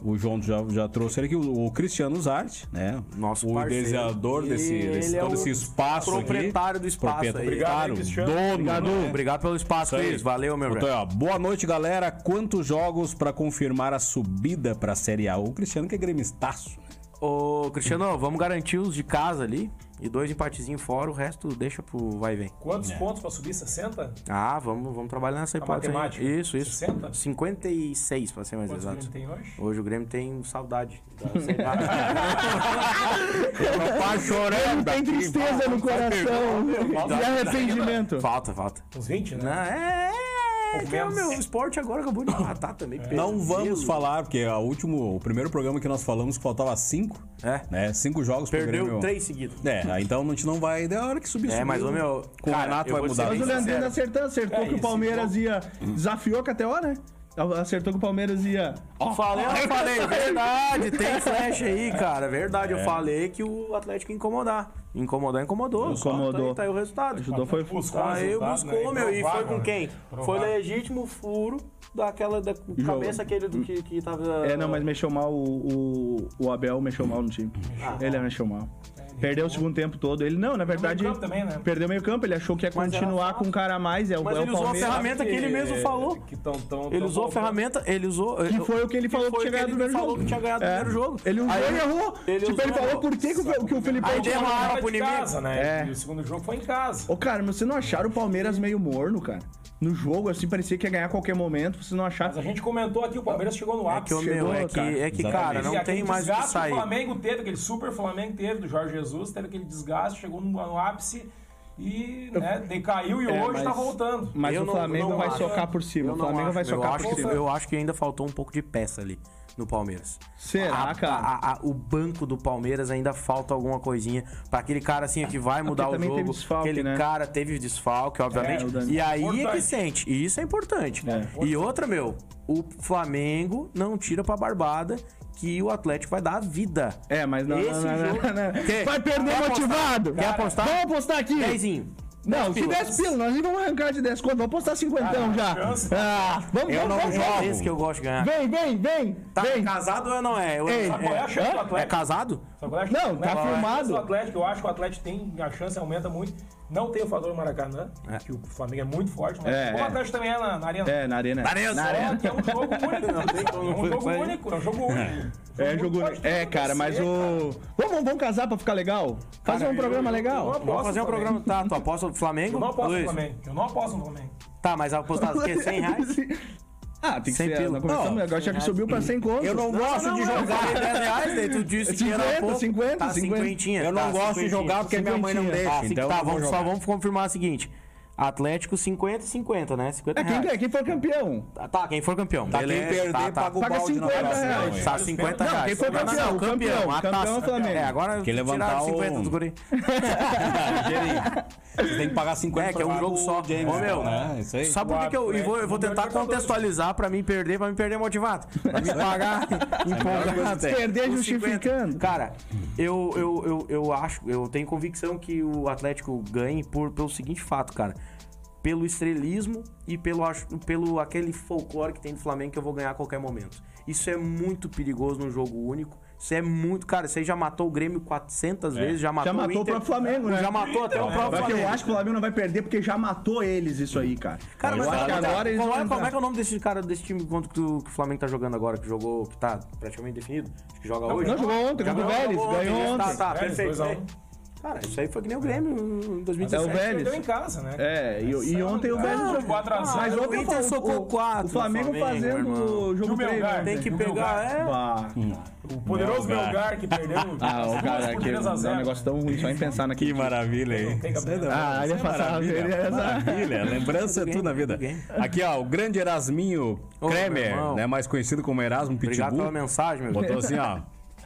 Speaker 1: O João já, já trouxe ele aqui, o, o Cristiano Zarte, né?
Speaker 4: Nosso
Speaker 1: o
Speaker 4: parceiro.
Speaker 1: idealizador desse,
Speaker 4: Ele
Speaker 1: desse-
Speaker 4: é
Speaker 1: todo
Speaker 4: o
Speaker 1: esse espaço aqui.
Speaker 4: proprietário do espaço aí.
Speaker 1: Proprietário,
Speaker 3: Obrigado, hein, Cristiano.
Speaker 1: dono.
Speaker 4: Obrigado, obrigado pelo espaço,
Speaker 1: Isso aí.
Speaker 4: Cris. Valeu, meu
Speaker 1: Então,
Speaker 4: velho.
Speaker 1: ó, boa noite, galera. Quantos jogos pra confirmar a subida pra Série A? O Cristiano que é gremistaço.
Speaker 4: Ô, Cristiano, vamos garantir os de casa ali. E dois empatezinhos fora, o resto deixa pro vai e vem.
Speaker 3: Quantos pontos pra subir? 60?
Speaker 4: Ah, vamos, vamos trabalhar nessa
Speaker 3: A
Speaker 4: hipótese. aí.
Speaker 3: matemática.
Speaker 4: Isso, isso.
Speaker 3: 60?
Speaker 4: 56, pra ser mais
Speaker 3: Quantos
Speaker 4: exato.
Speaker 3: Grêmio tem hoje?
Speaker 4: Hoje o Grêmio tem saudade. da Série A.
Speaker 1: Papai chorando.
Speaker 2: Tem tristeza no coração e arrependimento.
Speaker 4: falta, falta.
Speaker 3: Uns 20, né?
Speaker 4: Não, é, é, é,
Speaker 3: Ou
Speaker 4: que é o
Speaker 3: menos.
Speaker 4: meu esporte agora acabou de matar também. pelo
Speaker 1: Não vamos
Speaker 4: Deus.
Speaker 1: falar, porque a último, o primeiro programa que nós falamos que faltava cinco,
Speaker 4: É.
Speaker 1: né? Cinco jogos pro
Speaker 4: Perdeu
Speaker 1: Grêmio.
Speaker 4: três seguidos.
Speaker 1: É, aí então a gente não vai. Da hora que subir,
Speaker 4: É,
Speaker 1: subiu.
Speaker 4: mas o meu.
Speaker 1: Com o
Speaker 4: cara,
Speaker 1: Renato
Speaker 4: eu
Speaker 1: vai
Speaker 4: vou
Speaker 1: mudar.
Speaker 4: ser
Speaker 2: Mas o
Speaker 4: bem
Speaker 2: Leandrino
Speaker 4: sincero.
Speaker 2: acertou, acertou
Speaker 3: É
Speaker 2: que o
Speaker 3: isso,
Speaker 2: Palmeiras
Speaker 4: então.
Speaker 2: ia. Desafiou a KTO, né? Acertou que o Palmeiras ia.
Speaker 4: Falei, eu falei, verdade, tem flash aí, cara. Verdade,
Speaker 2: É.
Speaker 4: eu falei que o Atlético ia incomodar. Incomodar, incomodou. só
Speaker 2: Incomodou.
Speaker 4: Tá aí, tá aí o resultado. Tá
Speaker 2: Ajudou, foi
Speaker 3: Buscou o
Speaker 4: Aí
Speaker 3: resultado,
Speaker 4: buscou,
Speaker 3: né?
Speaker 4: meu, e foi
Speaker 3: Provável,
Speaker 4: com
Speaker 3: né?
Speaker 4: quem? Foi
Speaker 3: Provável.
Speaker 4: legítimo furo daquela da cabeça aquele do que, que tava.
Speaker 2: É, não, mas mexeu mal o, o, o Abel, mexeu mal no time.
Speaker 4: Ah,
Speaker 2: Ele
Speaker 4: tá.
Speaker 2: mexeu mal. Perdeu o segundo tempo todo. Ele não, na verdade.
Speaker 3: meio campo também, né?
Speaker 2: Perdeu meio campo, ele achou que ia
Speaker 4: Mas era
Speaker 2: continuar
Speaker 4: fácil.
Speaker 2: com um cara a mais. É o,
Speaker 4: Mas
Speaker 2: é o
Speaker 4: ele usou a
Speaker 2: Palmeiras. é,
Speaker 4: ferramenta que ele mesmo falou.
Speaker 3: Que tão, tão,
Speaker 4: Ele
Speaker 3: tão
Speaker 4: usou a
Speaker 3: voltando.
Speaker 4: ferramenta, ele usou.
Speaker 2: Que foi o que ele falou que
Speaker 4: foi
Speaker 2: tinha
Speaker 4: o
Speaker 2: ganhado no primeiro
Speaker 4: falou
Speaker 2: jogo.
Speaker 4: que tinha ganhado
Speaker 2: É.
Speaker 4: no primeiro jogo.
Speaker 2: Ele usou
Speaker 4: Aí
Speaker 2: e errou.
Speaker 4: ele
Speaker 2: tipo, ele
Speaker 4: usou-
Speaker 2: falou por que, que,
Speaker 3: né?
Speaker 2: o, que o Filipão
Speaker 4: Aí
Speaker 2: tinha.
Speaker 4: deu uma hora pro
Speaker 3: de
Speaker 4: inimigo.
Speaker 3: casa, né?
Speaker 2: É.
Speaker 3: E o segundo jogo foi em casa.
Speaker 2: Ô, cara, mas vocês não acharam o Palmeiras meio morno, cara? No jogo, assim, parecia que ia ganhar a qualquer momento. Vocês não acharam.
Speaker 3: Mas a gente comentou aqui, o Palmeiras chegou no
Speaker 4: É que,
Speaker 3: ápice.
Speaker 4: ô, meu,
Speaker 2: Chegou,
Speaker 4: é que,
Speaker 2: cara.
Speaker 4: é que, cara,
Speaker 1: Exatamente.
Speaker 4: não
Speaker 3: E aquele
Speaker 4: tem mais o que
Speaker 3: desgaste
Speaker 4: sair.
Speaker 3: o Flamengo teve, aquele super Flamengo teve do Jorge Jesus, teve aquele desgaste, chegou no, no ápice e né, decaiu e
Speaker 2: É,
Speaker 3: hoje tá
Speaker 2: mas-
Speaker 3: voltando.
Speaker 2: Mas
Speaker 4: Eu
Speaker 2: o
Speaker 4: não-
Speaker 2: Flamengo
Speaker 4: não
Speaker 2: vai
Speaker 4: acho.
Speaker 2: socar por cima.
Speaker 4: Eu
Speaker 2: O
Speaker 4: não
Speaker 2: Flamengo
Speaker 4: acho,
Speaker 2: vai
Speaker 4: meu.
Speaker 2: socar
Speaker 4: eu
Speaker 2: por
Speaker 4: acho, que,
Speaker 2: cima.
Speaker 4: eu acho que ainda faltou um pouco de peça ali no Palmeiras.
Speaker 2: Será,
Speaker 4: A-
Speaker 2: cara?
Speaker 4: a- a- o banco do Palmeiras ainda falta alguma coisinha pra aquele cara assim que vai mudar o
Speaker 2: É também
Speaker 4: jogo.
Speaker 2: teve desfalque,
Speaker 4: aquele
Speaker 2: né?
Speaker 4: cara teve desfalque, obviamente.
Speaker 2: É, o Dani-
Speaker 4: e aí é que
Speaker 3: Importante.
Speaker 4: sente. E isso é importante. E outra, meu, o Flamengo não tira pra barbada que o Atlético vai dar a vida.
Speaker 2: É, mas não,
Speaker 4: Esse
Speaker 2: não, não,
Speaker 4: jogo-
Speaker 2: não, não.
Speaker 4: Quer-
Speaker 2: Vai perder
Speaker 4: quer apostar?
Speaker 2: motivado.
Speaker 4: Quer apostar?
Speaker 2: Vamos apostar aqui.
Speaker 4: Dezinho.
Speaker 2: Não,
Speaker 4: Dez
Speaker 2: se
Speaker 4: pila.
Speaker 2: 10 pila, nós nem vamos arrancar de 10 conto. Vamos apostar 50 já.
Speaker 3: chance.
Speaker 2: Ah, vamos,
Speaker 1: Eu
Speaker 2: vamos,
Speaker 1: não
Speaker 2: vamos.
Speaker 1: jogo.
Speaker 4: É esse que eu gosto de ganhar.
Speaker 2: Vem, vem, vem.
Speaker 4: Tá
Speaker 2: vem.
Speaker 4: casado ou não é? Eu-
Speaker 2: Ei.
Speaker 4: é-
Speaker 3: Qual é a chance do
Speaker 4: é
Speaker 3: Atlético?
Speaker 4: casado?
Speaker 3: Sabe qual é a
Speaker 2: Não,
Speaker 3: chance?
Speaker 2: tá
Speaker 3: Qual é a chance
Speaker 2: filmado.
Speaker 3: do Atlético, eu acho que o Atlético tem, a chance aumenta muito. Não tem o fator Maracanã, que o Flamengo é muito forte, mas
Speaker 2: É,
Speaker 3: como o
Speaker 2: é.
Speaker 3: Atlético também é na, na Arena.
Speaker 2: É, na arena.
Speaker 3: Só que é um jogo único, não tem como. É um jogo único, é um jogo único.
Speaker 2: É, jogo... é, cara, mas o... Vamos, vamos casar pra ficar legal? Fazer um programa
Speaker 3: eu
Speaker 2: legal?
Speaker 3: amo.
Speaker 4: Vamos
Speaker 3: Aposto
Speaker 4: fazer um
Speaker 3: no Flamengo.
Speaker 4: programa. Tá, tu aposta no Flamengo?
Speaker 3: Eu não aposto no
Speaker 4: Luiz?
Speaker 3: Flamengo. Eu não aposto no Flamengo.
Speaker 4: Tá, mas apostar o quê? 100 reais?
Speaker 2: Ah, tem que
Speaker 4: Sem
Speaker 2: ser...
Speaker 4: pila.
Speaker 2: Nós começamos,
Speaker 1: Não,
Speaker 2: agora já que subiu pra 100 conto.
Speaker 1: Eu não, gosto de jogar.
Speaker 4: 10 reais, daí tu disse que era
Speaker 2: 50,
Speaker 4: pouco.
Speaker 2: 50,
Speaker 4: tá,
Speaker 2: 50.
Speaker 4: cinquentinha.
Speaker 1: Eu não
Speaker 4: tá,
Speaker 1: gosto de
Speaker 4: cinquentinha.
Speaker 1: jogar porque minha mãe não
Speaker 2: Cinquentinha.
Speaker 1: deixa.
Speaker 4: Tá,
Speaker 1: então
Speaker 4: então,
Speaker 1: eu
Speaker 4: tá
Speaker 1: não vou
Speaker 4: vamos, só
Speaker 1: jogar.
Speaker 4: vamos confirmar o seguinte. Atlético 50 e 50, né? 50
Speaker 2: É, quem,
Speaker 4: reais.
Speaker 2: ganha, quem for campeão.
Speaker 4: Tá, tá, quem for campeão.
Speaker 1: Tá,
Speaker 4: beleza,
Speaker 1: quem perder,
Speaker 4: tá, tá.
Speaker 1: paga o
Speaker 2: Paga
Speaker 1: balde na né,
Speaker 2: 50
Speaker 1: próxima,
Speaker 2: reais.
Speaker 1: hein?
Speaker 4: Tá, 50
Speaker 3: Não,
Speaker 4: reais.
Speaker 2: quem foi
Speaker 4: Não,
Speaker 2: campeão,
Speaker 4: não,
Speaker 2: campeão,
Speaker 4: a
Speaker 2: campeão
Speaker 4: taça.
Speaker 2: é o Flamengo.
Speaker 4: É, agora
Speaker 1: Quem levantar um-
Speaker 4: tiraram
Speaker 1: o-
Speaker 4: 50 dos guri.
Speaker 1: Você tem que pagar 50
Speaker 4: É, que é um
Speaker 1: pra
Speaker 4: jogo
Speaker 1: pagar o
Speaker 4: só.
Speaker 1: James,
Speaker 4: Ô, meu,
Speaker 1: né? Isso aí.
Speaker 4: Sabe por que que eu, e vou, eu vou
Speaker 3: Atlético
Speaker 4: tentar
Speaker 3: não deu
Speaker 4: contextualizar pra mim perder, pra me perder motivado? Pra me pagar empolgado.
Speaker 2: Se perder
Speaker 4: Os
Speaker 2: justificando.
Speaker 4: 50. Cara, eu, eu, eu, eu acho, eu tenho convicção que o Atlético ganhe por, pelo seguinte fato, cara. Pelo estrelismo e pelo, ach- pelo aquele folclore que tem do Flamengo que eu vou ganhar a qualquer momento. Isso é muito perigoso num jogo único. Isso é muito. Cara, você já matou o Grêmio 400
Speaker 1: É.
Speaker 4: vezes, já matou
Speaker 2: matou
Speaker 4: o
Speaker 2: o
Speaker 4: Inter,
Speaker 2: próprio Flamengo, né?
Speaker 4: Já matou até o
Speaker 2: Só
Speaker 4: próprio
Speaker 2: que
Speaker 4: Flamengo.
Speaker 2: eu acho que o Flamengo não vai perder porque já matou eles isso aí, cara.
Speaker 4: Cara, mas
Speaker 2: eu acho que
Speaker 4: olha,
Speaker 2: agora eles
Speaker 4: qual,
Speaker 2: vão
Speaker 4: é, como é
Speaker 2: entrar.
Speaker 4: que é o nome desse cara, desse time quanto que, o- que o Flamengo tá jogando agora, que jogou, que tá praticamente definido? Acho que joga hoje.
Speaker 2: Não, jogou ontem,
Speaker 4: Jogou
Speaker 2: contra o Vélez,
Speaker 4: jogou
Speaker 2: ganhou
Speaker 4: né?
Speaker 2: ontem.
Speaker 4: Tá, tá,
Speaker 3: Vélez,
Speaker 4: perfeito.
Speaker 3: 2x1.
Speaker 4: né? Cara, isso aí foi que nem o Grêmio em
Speaker 2: É o
Speaker 4: 2017.
Speaker 2: Vélez.
Speaker 3: Perdeu em casa, né?
Speaker 2: É, e, e
Speaker 3: Saiu
Speaker 2: ontem o
Speaker 3: no-
Speaker 2: Vélez
Speaker 3: Ah,
Speaker 2: jogou.
Speaker 3: 4x0.
Speaker 2: Mas ontem
Speaker 4: o Inter
Speaker 2: o-
Speaker 4: socou
Speaker 2: o-
Speaker 4: quatro
Speaker 2: O Flamengo
Speaker 4: no Flamengo,
Speaker 2: fazendo
Speaker 4: irmão.
Speaker 2: o
Speaker 3: E
Speaker 2: jogo
Speaker 3: o
Speaker 2: treino.
Speaker 3: Melgar,
Speaker 4: Tem
Speaker 3: né?
Speaker 4: que
Speaker 3: E o
Speaker 4: pegar,
Speaker 3: Melgar.
Speaker 4: é.
Speaker 2: Bah.
Speaker 3: O poderoso
Speaker 1: Melgar.
Speaker 3: Melgar que perdeu.
Speaker 2: Ah, o cara,
Speaker 3: por
Speaker 2: que é
Speaker 3: 3 a 0.
Speaker 2: um negócio tão ruim, só em pensar
Speaker 1: Que
Speaker 2: naquele.
Speaker 1: maravilha aí.
Speaker 3: tem cabelo.
Speaker 1: Isso é da-
Speaker 2: Ah, ele ia
Speaker 1: isso é
Speaker 2: passar
Speaker 1: maravilha.
Speaker 2: ele ia-
Speaker 1: Maravilha. Lembrança é tudo na vida. Aqui, ó, o grande Erasminho
Speaker 4: Ô, meu
Speaker 1: Kremer,
Speaker 4: irmão.
Speaker 1: né, mais conhecido como Erasmo Pitbull.
Speaker 4: Obrigado pela mensagem, meu.
Speaker 1: Botou assim, ó.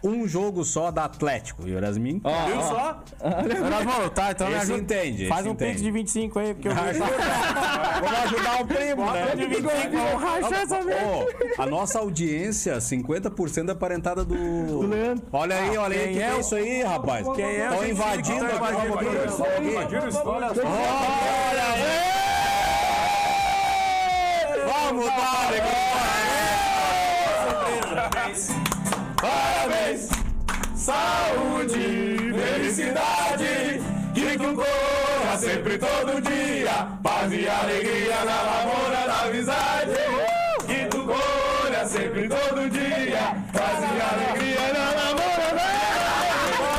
Speaker 1: Um jogo só da Atlético. E o Erasminho
Speaker 4: Viu só? Mas, mano, tá, então me
Speaker 1: Esse
Speaker 4: ajuda.
Speaker 1: entende,
Speaker 4: Faz
Speaker 1: esse
Speaker 4: um pix
Speaker 1: entende.
Speaker 4: de 25 aí, porque eu vou
Speaker 1: Vamos ajudar o primo, né?
Speaker 4: de 25, eu vou rachar essa merda.
Speaker 1: Ô, a nossa audiência, 50% é parentada do.
Speaker 2: Leandro.
Speaker 1: Olha aí, olha aí,
Speaker 4: quem
Speaker 1: que
Speaker 4: é
Speaker 1: é
Speaker 4: o-
Speaker 1: isso aí, rapaz?
Speaker 4: Quem é
Speaker 1: Estão
Speaker 4: o-
Speaker 1: invadindo
Speaker 4: Tão
Speaker 1: aqui o
Speaker 4: invadindo
Speaker 1: bagulho.
Speaker 4: aqui.
Speaker 1: Só aqui.
Speaker 3: Invadiram o estúdio.
Speaker 1: Vamos dar, negócio!
Speaker 3: Parabéns.
Speaker 5: saúde, felicidade, que tu corra sempre todo dia, paz e alegria na lavoura da amizade. Que tu corra sempre todo dia, paz e alegria na lavoura da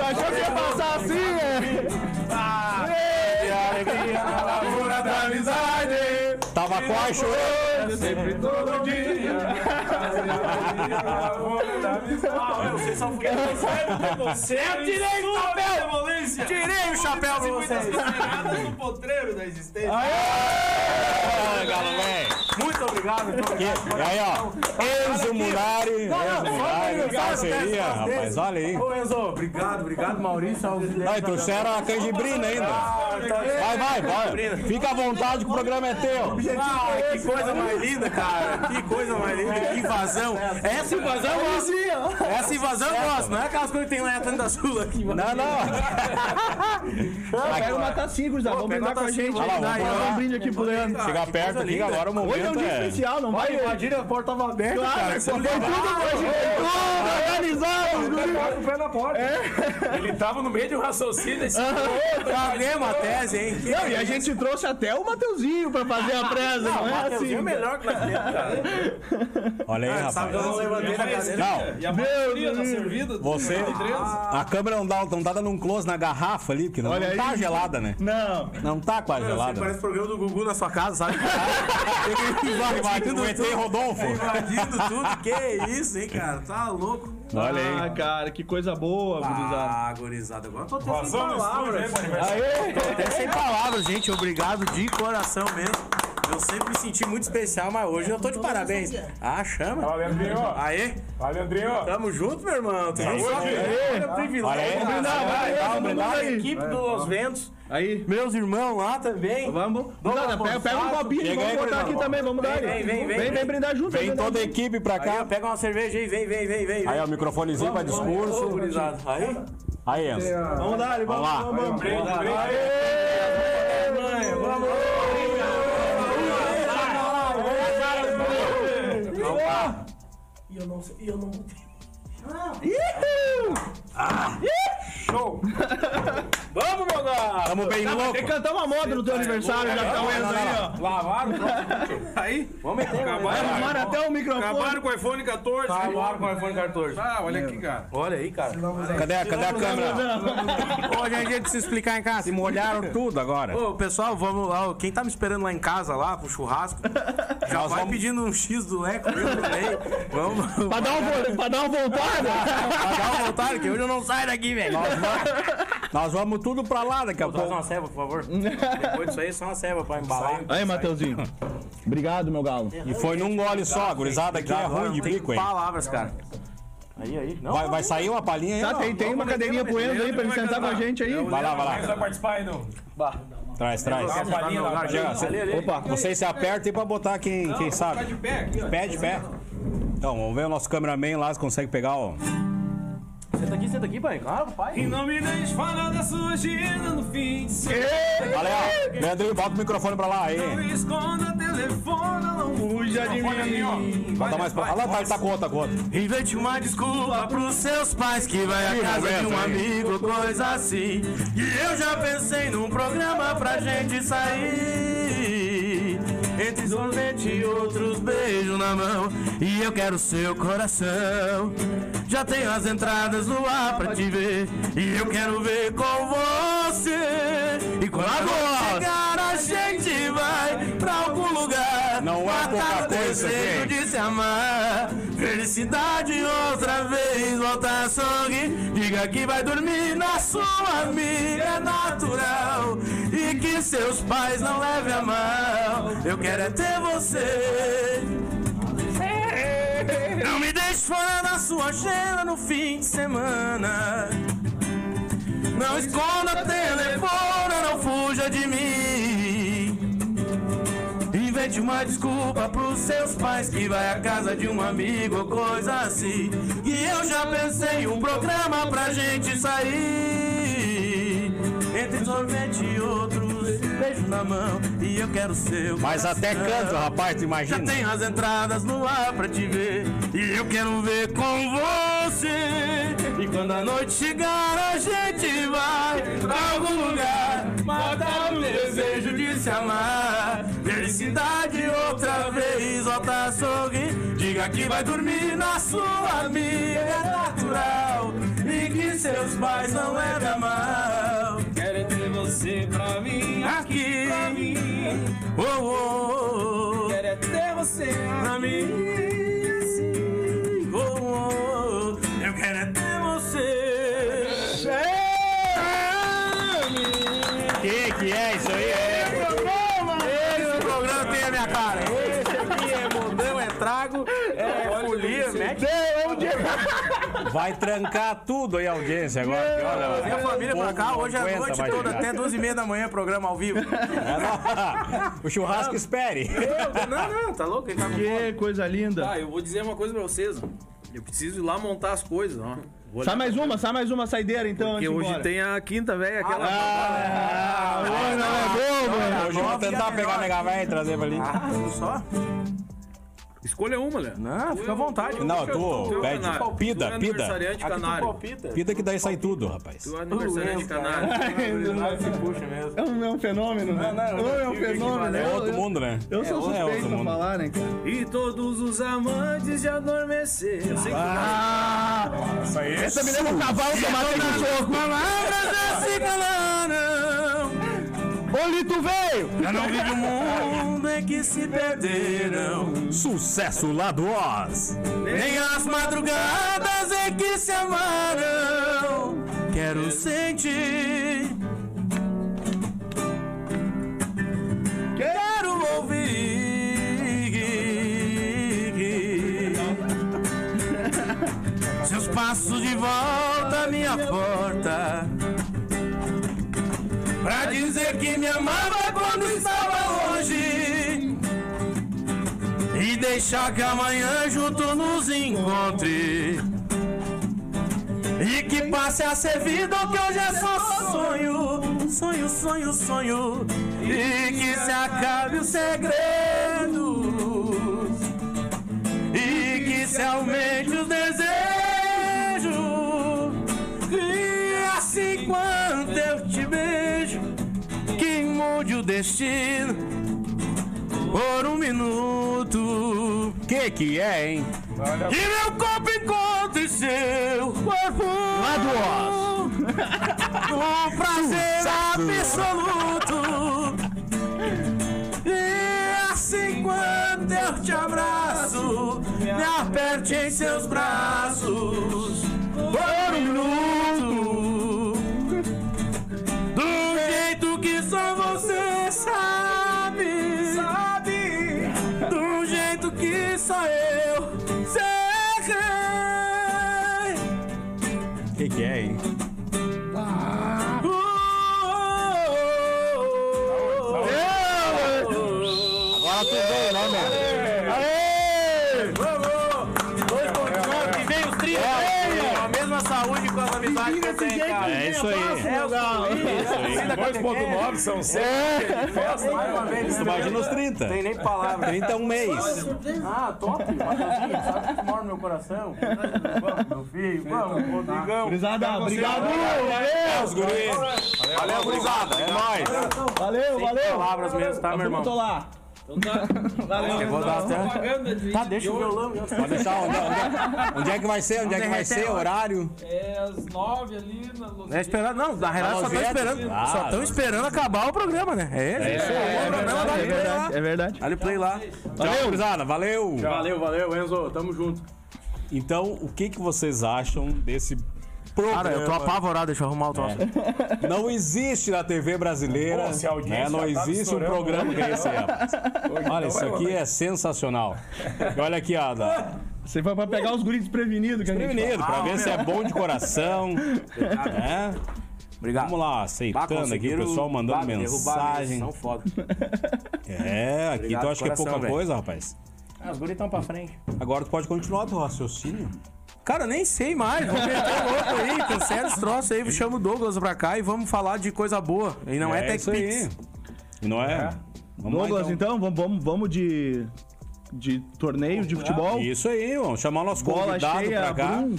Speaker 2: Achou que ia passar assim, é?
Speaker 5: alegria na lavoura da amizade.
Speaker 1: Tava com a show.
Speaker 5: Sempre todo dia.
Speaker 4: Ah, eu sei só porque eu
Speaker 5: Certo, direito, papel!
Speaker 4: tirei o chapéu pra vocês. Muito obrigado. Muito obrigado.
Speaker 1: E aí, ó. Enzo Munari. Enzo Munari. Parceria, rapaz. Olha aí.
Speaker 4: Ô, Enzo, obrigado, obrigado, Maurício. ao Guilherme.
Speaker 1: Aí, trouxeram a canjibrina
Speaker 4: Ah,
Speaker 1: ainda.
Speaker 4: tá
Speaker 1: Vai, vai, vai. Fica à vontade que o programa é teu.
Speaker 4: Ah, que coisa mais linda, cara. Que coisa mais linda. Que invasão. Essa invasão eu gosto. Essa invasão eu
Speaker 1: né?
Speaker 4: gosto. Não é aquelas coisas que tem lá em Atlântida Sul aqui. mano.
Speaker 1: Não, não.
Speaker 2: Pega uma tacinha, gurizada. Vamos
Speaker 4: pega
Speaker 2: brindar
Speaker 4: uma
Speaker 2: com a
Speaker 4: tacinha,
Speaker 2: gente.
Speaker 4: vamos
Speaker 2: Vamos
Speaker 4: brindar aí,
Speaker 2: dar
Speaker 4: ó.
Speaker 2: um brinde aqui pro Leandro.
Speaker 1: Chegar perto aqui agora o
Speaker 2: Hoje é um
Speaker 1: momento
Speaker 2: dia
Speaker 1: é...
Speaker 2: especial, não vai?
Speaker 4: a porta
Speaker 2: tá
Speaker 4: tava aberta,
Speaker 2: Claro, foi tudo hoje.
Speaker 4: né?
Speaker 2: Foi tudo organizado, os guris.
Speaker 3: Coloca o pé na porta.
Speaker 5: Ele tava no meio de um raciocínio esse
Speaker 2: Ah,
Speaker 4: Cadê uma tese, é, hein? Que
Speaker 2: Não, e a gente trouxe até o Mateuzinho pra fazer a presa, não é assim?
Speaker 4: é melhor que nós temos, cara.
Speaker 1: Olha aí,
Speaker 4: Ah, Sabe é? que eu não
Speaker 1: rapaz.
Speaker 4: levantei da cadeira.
Speaker 1: Não,
Speaker 3: E a maioria tá servida.
Speaker 1: você... A câmera não dá, não tá dando um close na garrafa ali, porque não,
Speaker 2: Olha aí.
Speaker 1: tá gelada, né?
Speaker 2: Não.
Speaker 1: Não tá quase gelada.
Speaker 4: Parece tá o programa do Gugu na sua casa, sabe?
Speaker 1: Vai, vai, do ET Rodolfo.
Speaker 4: Invadindo tudo. Que isso, hein, cara? Tá louco.
Speaker 1: Olha
Speaker 2: Ah,
Speaker 1: aí.
Speaker 2: cara, que coisa boa, gurizada.
Speaker 4: Ah, gurizada. Agora eu tô até sem
Speaker 3: Vazou no estúdio,
Speaker 4: palavras.
Speaker 3: hein,
Speaker 2: Ah.
Speaker 3: Boniver?
Speaker 4: Até sem palavras, gente. Obrigado de coração mesmo. Eu sempre me senti muito especial, mas hoje eu tô de parabéns. Ah, chama.
Speaker 3: Valeu, Leandrinho.
Speaker 4: Aê,
Speaker 3: Valeu, Tá Leandrinho.
Speaker 4: tamo junto, meu irmão. Tu viu só? Olha o
Speaker 1: Olha aí.
Speaker 4: é um privilégio.
Speaker 1: Vamos brindar,
Speaker 4: Vai,
Speaker 2: vai,
Speaker 4: vai,
Speaker 2: vamos
Speaker 4: vai,
Speaker 2: brindar
Speaker 4: vai,
Speaker 2: aí.
Speaker 4: Equipe do Los Ventos.
Speaker 2: Aí,
Speaker 4: Meus irmãos lá também.
Speaker 2: vamos. Gurizada, pega,
Speaker 4: Gonçalo.
Speaker 2: pega um copinho,
Speaker 1: Chega
Speaker 2: vamos
Speaker 1: aí,
Speaker 2: botar
Speaker 1: Brunão.
Speaker 2: aqui também, vamos dar.
Speaker 4: Vem,
Speaker 2: aí.
Speaker 4: vem, vem,
Speaker 2: vem,
Speaker 4: vem.
Speaker 2: brindar junto.
Speaker 1: Vem
Speaker 2: brindar
Speaker 1: toda a equipe pra
Speaker 4: Aí, ó,
Speaker 1: cá.
Speaker 4: pega uma cerveja aí, vem, vem, vem, vem.
Speaker 1: Aí, ó, microfonezinho pra
Speaker 4: Ô,
Speaker 1: discurso.
Speaker 4: gurizada. Aí,
Speaker 1: Aí, Enzo.
Speaker 2: Vamos dar, vamos,
Speaker 1: lá.
Speaker 2: vamos, vamos.
Speaker 5: E eu não sei, e eu não tenho.
Speaker 4: vamos, meu garoto.
Speaker 1: Tamo bem louco.
Speaker 2: Tem que cantar uma moda no teu aniversário, já que tá o Enzo aí, ó.
Speaker 3: Lavaram,
Speaker 5: Aí,
Speaker 4: Vamos meter. um
Speaker 5: acabaram,
Speaker 2: Arrumaram até o microfone.
Speaker 5: acabaram com o iPhone 14.
Speaker 4: Agora um com o iPhone 14.
Speaker 5: Ah, olha aqui, cara.
Speaker 4: Olha aí, cara.
Speaker 1: Cadê, a- cadê a câmera?
Speaker 4: Hoje é dia de se explicar em casa. Se
Speaker 1: Molharam tudo agora.
Speaker 4: Ô, pessoal, vamos lá. ó, Quem tá me esperando lá em casa, lá, pro churrasco, já
Speaker 1: Nós
Speaker 4: vai
Speaker 1: vamos-
Speaker 4: pedindo um X do Leco eu também. Vamos.
Speaker 2: Pra dar, um, vo- pra dar uma voltada.
Speaker 4: Vai dar uma vontade, um que hoje eu não saio daqui, velho.
Speaker 1: Nós vamos tudo pra lá daqui a
Speaker 4: Traz
Speaker 1: pouco.
Speaker 4: uma ceva, por favor. Depois disso aí, só uma ceva pra embalar.
Speaker 2: Aí, Mateuzinho. Obrigado, meu galo.
Speaker 1: E foi num gole só. A gurizada aqui é ruim de
Speaker 4: Tem
Speaker 1: bico, hein?
Speaker 4: palavras, cara. Aí, aí. Não,
Speaker 1: Vai, vai sair uma palhinha aí?
Speaker 2: Tá,
Speaker 1: ó?
Speaker 2: tem, tem uma cadeirinha pro Enzo aí pra ele sentar com a gente aí.
Speaker 1: Vai lá, vai
Speaker 3: Quem vai
Speaker 1: lá.
Speaker 3: participar aí, não?
Speaker 1: Traz, traz.
Speaker 4: Quer sentar no meu lugar?
Speaker 1: Chega,
Speaker 4: Chega, ali, ali.
Speaker 2: Opa.
Speaker 1: Você se aperta aí pra botar quem, quem sabe. Pé de pé. Então, vamos ver o nosso cameraman lá se consegue pegar, ó.
Speaker 4: Senta aqui, senta aqui, pai. Claro, pai.
Speaker 3: E não me deixe falar da sua agenda no fim de semana.
Speaker 1: Olha aí, ó. Leandrinho, bota o microfone pra lá aí.
Speaker 3: Esconda telefone, não
Speaker 2: Fuja de mim.
Speaker 1: Bota mais pra lá. Lá tá, tá com outra, com outra.
Speaker 4: Invente uma desculpa pros seus pais que vai à casa de um amigo, coisa assim. E eu já pensei num programa pra gente sair. Entre sorvete e outros beijos na mão. E eu quero seu coração. Já tenho as entradas no ar pra te ver. E eu quero ver com você. E quando chegar, a gente vai pra algum lugar.
Speaker 1: Não é
Speaker 4: Matar
Speaker 1: pouca
Speaker 4: o
Speaker 1: coisa,
Speaker 4: desejo
Speaker 1: gente.
Speaker 4: de se amar. Felicidade outra vez, volta a sangue. Diga que vai dormir na sua amiga é natural. E que seus pais não levem a mal. Eu quero é ter você. Não me deixe fora da sua agenda no fim de semana. Não esconda telefone, não fuja de mim. Invente uma desculpa pros seus pais que vai à casa de um amigo ou coisa assim. E eu já pensei em um programa pra gente sair. Entre sorvete e outros beijo na mão e eu quero seu.
Speaker 1: Mas até
Speaker 4: coração.
Speaker 1: canto, rapaz, tu
Speaker 4: Já
Speaker 1: imagina?
Speaker 4: tenho as entradas no ar pra te ver E eu quero ver com você E quando a noite chegar a gente vai Pra algum lugar Matar o desejo de se amar Felicidade outra vez Volta a sorrir Diga que vai dormir na sua amiga É natural E que seus pais não é levam mal
Speaker 6: Quero ter você pra mim,
Speaker 4: Aqui
Speaker 6: pra mim.
Speaker 4: Oh, oh, oh.
Speaker 6: Quero é ter você
Speaker 4: pra mim. Oh, oh, oh, eu quero é ter você.
Speaker 1: Que que é isso aí? É.
Speaker 4: Esse programa tem a minha cara. Esse aqui é mondão, é trago, é folia, mete.
Speaker 1: Vai trancar tudo aí a audiência agora. que olha,
Speaker 4: Vem a família
Speaker 1: o povo
Speaker 4: pra cá,
Speaker 1: não
Speaker 4: hoje é a
Speaker 1: aguenta
Speaker 4: noite
Speaker 1: mais
Speaker 4: toda,
Speaker 1: chegar.
Speaker 4: até duas e meia da manhã, programa ao vivo.
Speaker 1: O churrasco espere.
Speaker 4: Não, não, tá louco? Ele tá com fome.
Speaker 2: Que coisa linda.
Speaker 6: Tá, eu vou dizer uma coisa pra vocês. ó. Eu preciso ir lá montar as coisas, ó. Vou
Speaker 2: Sai
Speaker 6: olhar,
Speaker 2: mais uma, sai mais uma saideira então.
Speaker 6: Porque
Speaker 2: antes de ir
Speaker 6: hoje
Speaker 2: embora.
Speaker 6: tem a quinta, velho, aquela.
Speaker 2: Ah, hoje não é bom, mano.
Speaker 1: Hoje eu vou tentar pegar a nega velha e trazer pra ali.
Speaker 4: Ah, viu só?
Speaker 6: Escolha uma, Léo.
Speaker 4: Não, fica à vontade.
Speaker 1: Não,
Speaker 6: Deixa eu-
Speaker 1: tu
Speaker 4: um
Speaker 6: tu é
Speaker 1: pede.
Speaker 6: canário.
Speaker 1: Pida,
Speaker 6: Tu é
Speaker 1: pida.
Speaker 6: aniversariante
Speaker 4: Aqui tu
Speaker 6: canário.
Speaker 4: palpita.
Speaker 1: Pida que daí sai tudo, rapaz.
Speaker 6: Tu é aniversariante canário.
Speaker 4: Vai se puxa mesmo.
Speaker 2: É um, é um fenômeno, né?
Speaker 4: não, não,
Speaker 2: Ou é um
Speaker 4: que- que
Speaker 2: fenômeno.
Speaker 4: valeu.
Speaker 1: É
Speaker 2: eu-
Speaker 1: outro
Speaker 2: eu-
Speaker 1: mundo, né?
Speaker 2: Eu sou
Speaker 1: É outro
Speaker 2: suspeito pra
Speaker 1: mundo.
Speaker 2: falar, né, cara?
Speaker 6: E todos os amantes de adormecer. Eu sei que
Speaker 4: Ah.
Speaker 2: Essa me
Speaker 4: é
Speaker 2: lembra um cavalo que eu matei no soco.
Speaker 4: Palavras assim calaram.
Speaker 2: Ô, Lito veio!
Speaker 4: Já não vive o mundo em que se perderam.
Speaker 1: Sucesso lá do Oz.
Speaker 4: Nem as madrugadas em que se amaram. Quero sentir. Quero ouvir. Seus passos de volta à minha porta. Pra dizer que me amava quando estava longe. E deixar que amanhã junto nos encontre E que passe a ser vida o que hoje é só sonho Sonho, sonho, sonho E que se acabe o segredo E que se aumente o desejo E assim quando eu te beijo Que mude o destino por um minuto.
Speaker 1: Que que é, hein?
Speaker 4: E meu corpo encontre seu corpo. Lado Um prazer absoluto. E assim quando eu te abraço, me aperte em seus braços. Por um minuto. Do jeito que só Então você sabe. Sabe. Do jeito que só eu sei.
Speaker 1: Que que é, hein?
Speaker 4: Uh, uh, uh, uh.
Speaker 1: Agora tu veio, né, meu?
Speaker 4: Vamos! Dois pontos bons, que vem os trilhos. Com a mesma saúde e com as amizades que eu tenho, cara.
Speaker 1: É isso aí.
Speaker 4: É o Suíça,
Speaker 5: 2.9 são 7.
Speaker 4: Festa, mais uma vez.
Speaker 1: Tu É. imagina os 30.
Speaker 4: Tem nem palavra.
Speaker 1: 30 é um mês.
Speaker 4: Ah, top! Matheusinho, Sabe que tu mora no meu coração? Vamos, meu filho, vamos, Rodrigão.
Speaker 2: Brisada, obrigado!
Speaker 1: Os guris.
Speaker 4: Valeu, gurizada. É nóis.
Speaker 2: Valeu, valeu!
Speaker 4: Palavras mesmo, tá, meu irmão?
Speaker 2: Tô lá.
Speaker 4: Eu vou dar até.
Speaker 6: propaganda é de
Speaker 4: Tá, deixa o violão.
Speaker 1: Pode deixar. Onde, onde- onde é que vai ser? Onde é que vai ser? Horário?
Speaker 6: É às nove ali na Los
Speaker 4: É esperar, não, na realidade só estão
Speaker 1: Alvete.
Speaker 4: esperando,
Speaker 1: Ah,
Speaker 4: só estão esperando acabar o programa, né? É, isso aí. O programa dá
Speaker 2: É
Speaker 4: play lá.
Speaker 2: verdade, é verdade.
Speaker 4: Dá-lhe play lá.
Speaker 1: Valeu, gurizada. Valeu.
Speaker 4: Valeu, valeu, Enzo, tamo junto.
Speaker 1: Então, o que que vocês acham desse programa?
Speaker 4: Cara, eu tô apavorado, deixa eu arrumar o troço.
Speaker 1: Não existe na TV brasileira.
Speaker 5: Pô, se a audiência
Speaker 1: né? Não
Speaker 5: já tava
Speaker 1: existe um
Speaker 5: estourando,
Speaker 1: programa que é esse. rapaz. Olha, isso aqui é sensacional. E olha aqui, ó. da-
Speaker 2: Você foi pra pegar os guris desprevenidos que a gente
Speaker 1: Prevenido, pra ver se é bom de coração. né?
Speaker 4: Obrigado.
Speaker 1: Vamos lá,
Speaker 4: Bah,
Speaker 1: aceitando aqui o
Speaker 4: conseguiram-
Speaker 1: pessoal
Speaker 4: bah,
Speaker 1: mandando
Speaker 4: derrubar a
Speaker 1: mensagem.
Speaker 4: mesa, São foda.
Speaker 1: É, aqui
Speaker 4: Obrigado
Speaker 1: tu acha
Speaker 4: de coração,
Speaker 1: que é pouca
Speaker 4: velho.
Speaker 1: coisa, rapaz.
Speaker 4: Ah, os guris estão pra frente.
Speaker 1: Agora tu pode continuar teu raciocínio.
Speaker 4: Cara, eu nem sei mais. Vamos meter louco aí, cancela os troços aí, chama o Douglas pra cá e vamos falar de coisa boa. E não é,
Speaker 1: isso
Speaker 4: TechPix.
Speaker 1: aí. Não é? Vamos lá,
Speaker 2: Douglas, então, vamos, vamos, vamos de, de torneio de futebol.
Speaker 1: Isso aí, vamos chamar o nosso
Speaker 2: então. Bola
Speaker 1: convidado
Speaker 2: cheia,
Speaker 1: pra cá.
Speaker 2: Brum.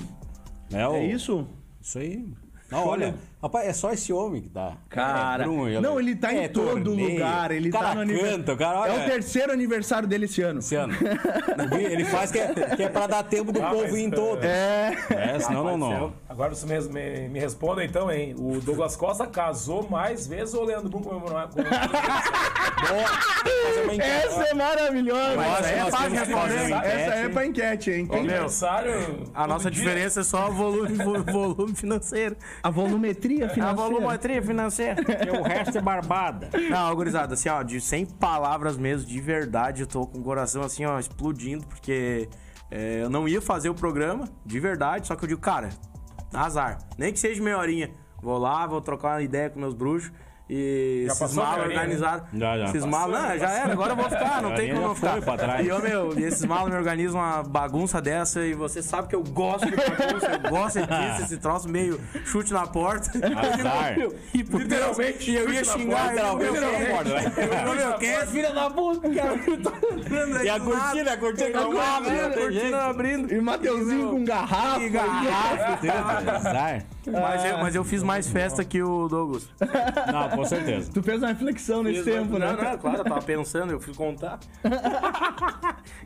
Speaker 1: É, o-
Speaker 2: É isso?
Speaker 1: Isso aí. Não, olha, rapaz, é só esse homem que dá.
Speaker 2: Cara,
Speaker 1: É Brum,
Speaker 2: não, ele tá
Speaker 1: é
Speaker 2: em todo
Speaker 1: torneio,
Speaker 2: lugar. Ele
Speaker 1: o cara
Speaker 2: tá no aniver-
Speaker 1: canta, o cara, olha,
Speaker 2: É o terceiro aniversário dele esse ano.
Speaker 1: esse ano. Ele faz que é, que é pra dar tempo
Speaker 4: Ah,
Speaker 1: do povo ir em todos.
Speaker 2: É.
Speaker 1: É, senão não, não.
Speaker 3: Agora você mesmo me, me responda então, hein? O Douglas Costa casou mais vezes ou o Leandro Bum comemorar?
Speaker 2: Essa é maravilhosa.
Speaker 1: Mas essa
Speaker 2: Essa é
Speaker 1: nós
Speaker 2: pra
Speaker 1: temos que
Speaker 2: responder.
Speaker 1: fazer uma
Speaker 2: Essa
Speaker 1: enquete,
Speaker 2: é
Speaker 1: hein?
Speaker 2: pra enquete, hein? Quem-
Speaker 3: Aniversário.
Speaker 4: A nossa diferença é só o volume, vo- volume financeiro.
Speaker 2: A volumetria
Speaker 4: A
Speaker 2: financeira.
Speaker 4: volumetria financeira.
Speaker 1: O resto é barbada.
Speaker 4: Não, gurizada, assim, ó, de 100 palavras mesmo, de verdade, eu tô com o coração assim, ó, explodindo, porque é, eu não ia fazer o programa, de verdade, só que eu digo, cara, azar. Nem que seja meia horinha. Vou lá, vou trocar uma ideia com meus bruxos. E
Speaker 3: Já
Speaker 4: esses
Speaker 3: passou
Speaker 4: malas
Speaker 3: meia horinha,
Speaker 4: organizaram.
Speaker 1: Já, já.
Speaker 4: Esses malas, não, já era, agora eu vou ficar, não
Speaker 1: Meia
Speaker 4: tem
Speaker 1: horinha
Speaker 4: como
Speaker 1: já
Speaker 4: eu ficar.
Speaker 1: foi pra trás.
Speaker 4: E eu, meu, e esses malas me organizam uma bagunça dessa e você sabe que eu gosto de bagunça, eu gosto disso, esse troço meio chute na porta.
Speaker 1: um Azar.
Speaker 4: E por
Speaker 3: Literalmente,
Speaker 4: Deus, eu ia xingar
Speaker 1: Literalmente,
Speaker 4: eu
Speaker 1: chute na porta, né?
Speaker 4: filha da puta, cara.
Speaker 1: E a cortina, a cortina que não abre, não tem jeito.
Speaker 4: né? cortina é abrindo.
Speaker 2: E Mateuzinho com um garrafa.
Speaker 4: E garrafa.
Speaker 1: Azar.
Speaker 4: Mas eu, mas eu fiz mais festa que o Douglas.
Speaker 1: Não, com certeza.
Speaker 2: Tu fez uma reflexão nesse tempo, né?
Speaker 4: Não,
Speaker 6: é
Speaker 4: não, claro, tá eu tava pensando, eu fui contar.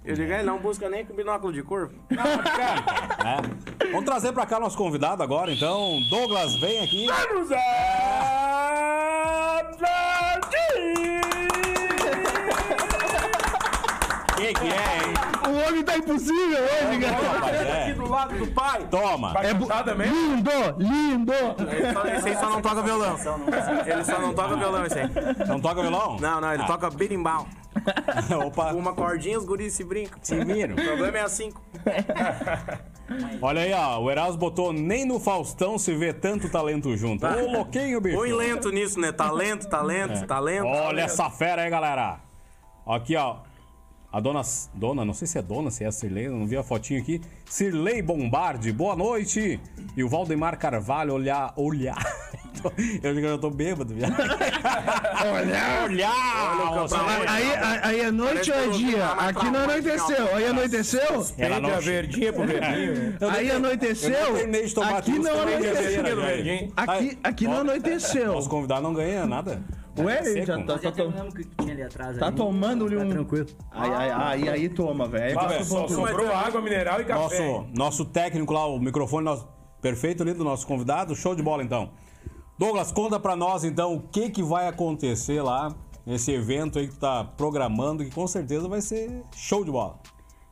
Speaker 4: Eu digo, ele não busca nem com binóculo de cor.
Speaker 1: É. Vamos trazer pra cá nosso convidado agora, então. Douglas, vem aqui. Vamos Que que é, hein?
Speaker 2: O homem tá impossível hoje, cara.
Speaker 1: Rapaz,
Speaker 4: Aqui
Speaker 1: é.
Speaker 4: do lado do pai.
Speaker 1: Toma.
Speaker 3: É cantar também?
Speaker 2: Lindo, lindo.
Speaker 4: Ele só, esse aí só não toca violão. Ele só não toca violão, esse aí.
Speaker 1: Não toca violão?
Speaker 4: Não, não, ele
Speaker 1: Ah,
Speaker 4: toca berimbau.
Speaker 1: Opa,
Speaker 4: Com
Speaker 2: Um
Speaker 4: uma cordinha, os guris se brincam.
Speaker 1: se viram.
Speaker 4: O problema é a 5.
Speaker 1: Olha aí, ó. O Erasmo botou nem no Faustão se vê tanto talento junto.
Speaker 2: Ah.
Speaker 1: Ô, louquinho, bicho.
Speaker 4: Põe lento tá nisso, né? Talento,
Speaker 3: É.
Speaker 4: talento, talento.
Speaker 1: Olha essa fera aí, galera. Aqui, ó. A dona. Dona, não sei se é dona, se é a Cirlei, não vi a fotinho aqui. Cirlei Bombardi, boa noite. E o Valdemar Carvalho, olhar, olhar. Eu digo, eu tô bêbado, viado. olhar, olhar. ô, senhor.
Speaker 2: Aí, aí- aí é noite ou é
Speaker 4: Parece que eu
Speaker 2: dia?
Speaker 4: vou tomar
Speaker 2: Aqui não
Speaker 4: pra lá,
Speaker 2: anoiteceu. Aí anoiteceu?
Speaker 1: Ela não.
Speaker 3: a verdinha pro verdinho.
Speaker 1: Eu
Speaker 2: Aí
Speaker 1: não- eu
Speaker 2: anoiteceu?
Speaker 1: não terminei de tomar
Speaker 2: Aqui
Speaker 1: tudo,
Speaker 2: não
Speaker 1: tomei minha
Speaker 2: anoiteceu.
Speaker 1: cerveja, velho.
Speaker 3: verdinho.
Speaker 2: Aqui, aqui não anoiteceu.
Speaker 1: Os convidados não ganham nada.
Speaker 2: Ué,
Speaker 1: Tá
Speaker 2: ele já
Speaker 1: seco.
Speaker 2: tá,
Speaker 7: Nós já
Speaker 2: tá, tá,
Speaker 7: terminamos o é que tinha ali atrás.
Speaker 2: tá
Speaker 7: ali.
Speaker 2: tomando-lhe
Speaker 7: Tá
Speaker 2: um.
Speaker 7: tranquilo.
Speaker 2: Aí, aí, aí, aí toma, velho.
Speaker 3: Ah,
Speaker 2: Aí
Speaker 3: velho,
Speaker 2: passa
Speaker 3: Só
Speaker 2: o ponto.
Speaker 3: sobrou água mineral e café.
Speaker 1: Nosso, nosso técnico lá, o microfone nosso- perfeito ali do nosso convidado. Show de bola, então. Douglas, conta pra nós, então, o que, que vai acontecer lá nesse evento aí que tu tá programando, que com certeza vai ser show de bola.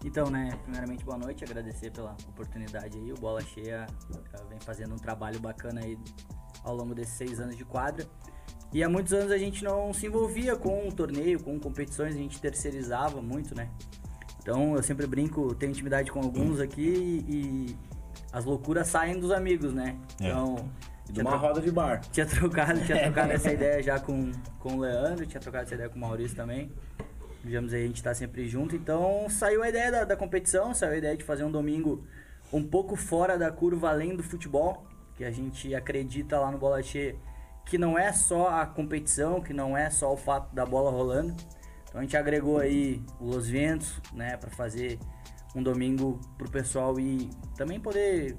Speaker 7: Então, né, primeiramente, boa noite, agradecer pela oportunidade aí. O Bola Cheia eh, vem fazendo um trabalho bacana aí ao longo desses seis anos de quadra. E há muitos anos a gente não se envolvia com o torneio, com competições, a gente terceirizava muito, né? Então eu sempre brinco, tenho intimidade com alguns aqui e, e as loucuras saem dos amigos, né?
Speaker 1: É.
Speaker 7: Então.
Speaker 4: De uma roda de bar.
Speaker 7: Tinha trocado, tinha trocado essa ideia já com, com o Leandro, tinha trocado essa ideia com o Maurício também. Digamos aí, a gente tá sempre junto. Então saiu a ideia da, da competição, saiu a ideia de fazer um domingo um pouco fora da curva, além do futebol, que a gente acredita lá no Bola Cheia, que não é só a competição, que não é só o fato da bola rolando. Então a gente agregou aí os ventos, né, para fazer um domingo pro pessoal e também poder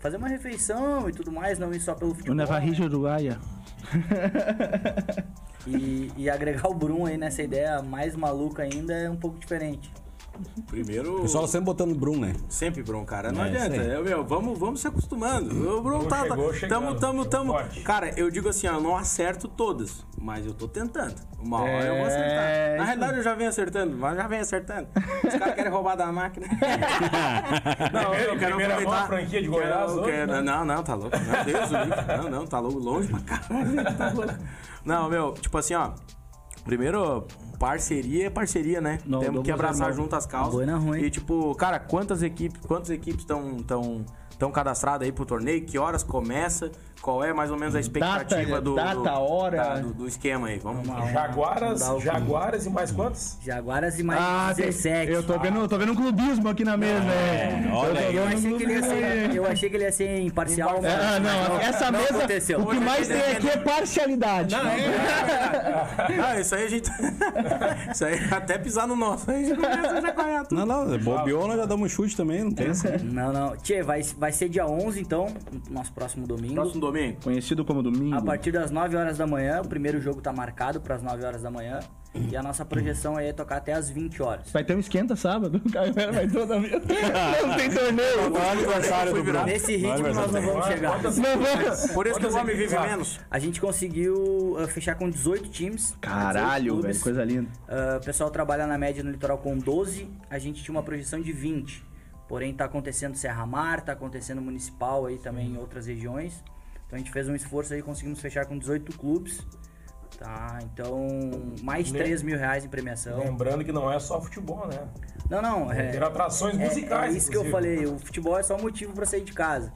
Speaker 7: fazer uma refeição e tudo mais, não ir só pelo futebol.
Speaker 2: Uruguaia.
Speaker 7: E, e agregar o Brum aí nessa ideia mais maluca ainda é um pouco diferente.
Speaker 4: Primeiro.
Speaker 1: O pessoal sempre botando Bruno, né?
Speaker 4: Sempre, Bron, cara. Não
Speaker 1: É, isso
Speaker 4: adianta.
Speaker 1: aí.
Speaker 4: Eu, meu, vamos, vamos se acostumando. O Bron
Speaker 3: Bron
Speaker 4: tá.
Speaker 3: chegou
Speaker 4: tamo,
Speaker 3: chegando.
Speaker 4: tamo, tamo.
Speaker 3: Forte.
Speaker 4: Cara, eu digo assim, ó, eu não acerto todas, mas eu tô tentando. Uma hora eu vou
Speaker 2: É,
Speaker 4: acertar.
Speaker 2: isso
Speaker 4: Na realidade, eu já venho acertando, mas já venho acertando. Os caras querem roubar da máquina. não,
Speaker 3: Primeiro- primeira mão, a franquia de Goiás
Speaker 4: Quero-
Speaker 3: hoje,
Speaker 4: quero-
Speaker 2: né?
Speaker 4: Não, não, tá louco. Meu Deus, o livro. Não, não, tá louco, longe pra caralho. Tá louco. Não, meu, tipo assim, ó. Primeiro, parceria é parceria, né?
Speaker 2: Não,
Speaker 4: Temos que
Speaker 2: Douglas
Speaker 4: abraçar
Speaker 2: Arnaldo.
Speaker 4: junto as causas.
Speaker 7: Boa na ruim.
Speaker 4: E, tipo, cara, quantas equipes, quantas equipes estão tão estão cadastrados aí pro torneio? Que horas começa? Qual é mais ou menos a
Speaker 2: Data,
Speaker 4: expectativa do,
Speaker 2: data,
Speaker 4: do-
Speaker 2: hora.
Speaker 4: da- do, do esquema aí? Vamos lá.
Speaker 3: Jaguaras,
Speaker 7: Dá o-
Speaker 3: Jaguaras e mais quantos?
Speaker 7: Jaguaras e mais 17.
Speaker 2: Ah, Eu tô vendo, tô vendo um clubismo aqui na mesa, né?
Speaker 1: olha aí.
Speaker 2: tô vendo um
Speaker 7: Eu achei, que ele ia
Speaker 2: clubismo
Speaker 7: ser,
Speaker 2: aí.
Speaker 7: eu achei que ele ia ser imparcial. mas-
Speaker 2: Ah, não, essa
Speaker 7: não
Speaker 2: mesa,
Speaker 7: aconteceu.
Speaker 2: o que mais tem aqui é parcialidade.
Speaker 4: Ah, isso aí a gente. isso aí é até pisar no nosso. Aí a gente começa a
Speaker 1: é
Speaker 4: chacoalhar tudo.
Speaker 1: Não, não, bobeou, nós já damos um chute também, não tem essa.
Speaker 7: Não, não. Tchê, vai, vai ser dia 11, então, nosso próximo domingo.
Speaker 4: Próximo domingo.
Speaker 2: Conhecido como domingo.
Speaker 7: A partir das 9 horas da manhã, o primeiro jogo tá marcado para as 9 horas da manhã. E a nossa projeção aí é tocar até as 20 horas.
Speaker 2: Vai ter um esquenta sábado, o Caio Vera vai toda mesa. Não tem torneio.
Speaker 1: Olha o aniversário do Bruno.
Speaker 7: Nesse ritmo nós não vamos chegar.
Speaker 2: Não vai.
Speaker 4: Por isso que o homem vive menos.
Speaker 7: A gente conseguiu uh, fechar com 18 times. 18
Speaker 2: Caralho,
Speaker 7: clubes.
Speaker 2: velho, coisa linda.
Speaker 7: Uh, o pessoal trabalha na média no litoral com 12, a gente tinha uma projeção de 20. Porém, tá acontecendo Serra Mar, tá acontecendo Municipal aí também em outras regiões. Então a gente fez um esforço aí, conseguimos fechar com 18 clubes. Tá, então mais 3 mil reais em premiação.
Speaker 3: Lembrando que não é só futebol, né?
Speaker 7: Não, não, é,
Speaker 3: Ter atrações
Speaker 7: é-
Speaker 3: musicais.
Speaker 7: é isso que eu
Speaker 3: inclusive.
Speaker 7: falei, o futebol é só motivo pra sair de casa.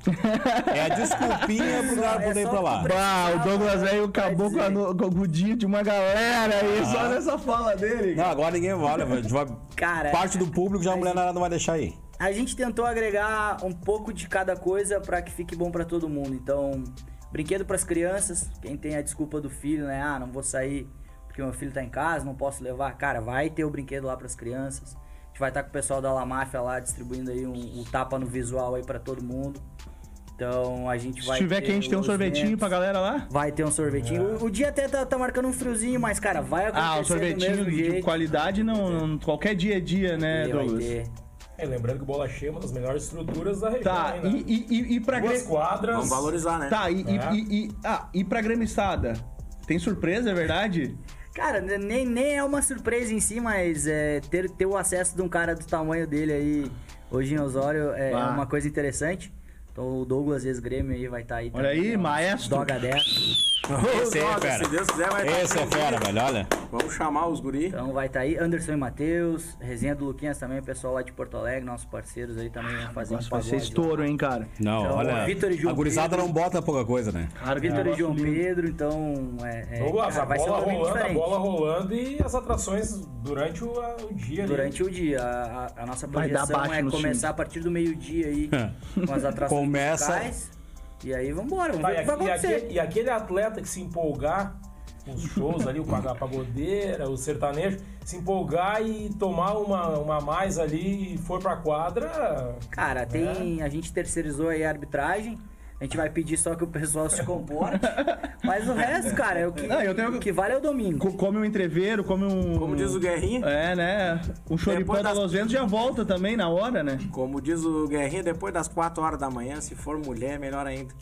Speaker 1: É a desculpinha pro cara
Speaker 7: É
Speaker 1: poder ir
Speaker 7: só
Speaker 1: pra lá.
Speaker 7: tu pre-
Speaker 2: Bah, o Douglas velho acabou com, a no- com o gudinho de uma galera aí, só nessa fala dele.
Speaker 1: Não, agora ninguém olha, vai- vai-
Speaker 7: Cara,
Speaker 1: parte do público já a mulher não vai deixar aí.
Speaker 7: A gente tentou agregar um pouco de cada coisa pra que fique bom pra todo mundo. Então, brinquedo pras crianças, quem tem a desculpa do filho, né? Ah, não vou sair porque meu filho tá em casa, não posso levar. Cara, vai ter o brinquedo lá pras crianças. A gente vai estar com o pessoal da La Máfia lá distribuindo aí um, um tapa no visual aí pra todo mundo. Então, a gente
Speaker 2: Se
Speaker 7: vai
Speaker 2: tiver
Speaker 7: ter
Speaker 2: quente, tem um
Speaker 7: os
Speaker 2: sorvetinho
Speaker 7: eventos.
Speaker 2: pra galera lá?
Speaker 7: Vai ter um sorvetinho. O, o dia até tá, tá marcando um friozinho, mas, cara, vai acontecer
Speaker 2: Ah, o sorvetinho
Speaker 7: do mesmo
Speaker 2: de
Speaker 7: jeito.
Speaker 2: qualidade não, não- Qualquer dia é dia, né,
Speaker 7: E vai
Speaker 2: Douglas?
Speaker 7: ter.
Speaker 3: É, lembrando que o Bola Cheia é uma das melhores estruturas da região.
Speaker 2: Tá,
Speaker 3: aí, né?
Speaker 2: e, e, e, e pra
Speaker 3: Duas
Speaker 2: Grêmio.
Speaker 3: quadras.
Speaker 4: Vamos valorizar, né?
Speaker 2: Tá, e, e-
Speaker 3: É.
Speaker 2: e, e- ah, e pra gremissada? Tem surpresa, é verdade?
Speaker 7: Cara, ne- nem, nem é uma surpresa em si, mas é, ter, ter o acesso de um cara do tamanho dele aí hoje em Osório é, é
Speaker 2: Ah.
Speaker 7: uma coisa interessante. Então o Douglas ex-grêmio aí vai estar aí.
Speaker 2: Olha aí, maestro.
Speaker 7: Doga 10.
Speaker 1: Esse é fera.
Speaker 4: Se Deus quiser, vai tá
Speaker 1: Esse é
Speaker 4: aqui.
Speaker 1: fera, velho, olha.
Speaker 4: Vamos chamar os guri.
Speaker 7: Então vai estar aí Anderson e Matheus, resenha do Luquinhas também, o pessoal lá de Porto Alegre, nossos parceiros aí também vão fazer um
Speaker 2: Nossa, Ah, vai ser
Speaker 7: pagode lá.
Speaker 2: estouro, hein, cara?
Speaker 1: Não,
Speaker 7: Então,
Speaker 1: olha.
Speaker 7: Vitor e João
Speaker 1: A gurizada
Speaker 7: Pedro.
Speaker 1: não bota pouca coisa, né?
Speaker 2: Cara,
Speaker 7: Vitor e João Pedro, então é, é,
Speaker 3: Douglas,
Speaker 7: cara,
Speaker 3: a
Speaker 7: vai ser um
Speaker 3: bola
Speaker 7: domingo
Speaker 3: rolando, a
Speaker 7: diferente.
Speaker 3: bola rolando e as atrações durante o, a- o dia. ali.
Speaker 7: Durante o dia, a, a- a nossa
Speaker 2: Vai dar
Speaker 7: projeção
Speaker 2: baixo
Speaker 7: é
Speaker 2: nos times.
Speaker 7: começar a partir do meio-dia aí com as atrações
Speaker 1: Começa-
Speaker 7: musicais. E aí vambora, vamos
Speaker 3: Tá,
Speaker 7: ver
Speaker 3: e,
Speaker 7: o que vai
Speaker 3: aque- e
Speaker 7: acontecer.
Speaker 3: aquele, e aquele atleta que se empolgar com os shows ali, o Paga- pagodeira, o sertanejo, se empolgar e tomar uma, uma a mais ali e for pra quadra.
Speaker 7: Cara,
Speaker 2: É.
Speaker 7: tem. A gente terceirizou aí a arbitragem. A gente vai pedir só que o pessoal se comporte. mas o resto, cara, é o que,
Speaker 2: Não, eu tenho-
Speaker 7: o que vale é o domingo.
Speaker 2: Co- Come um entreveiro, come um.
Speaker 4: Como diz o Guerrinha,
Speaker 2: É, né? O choripã
Speaker 4: Depois
Speaker 2: da
Speaker 4: das-
Speaker 2: Los Ventos já volta também na hora, né?
Speaker 4: como diz o Guerrinha, depois das 4 horas da manhã, se for mulher, é melhor ainda.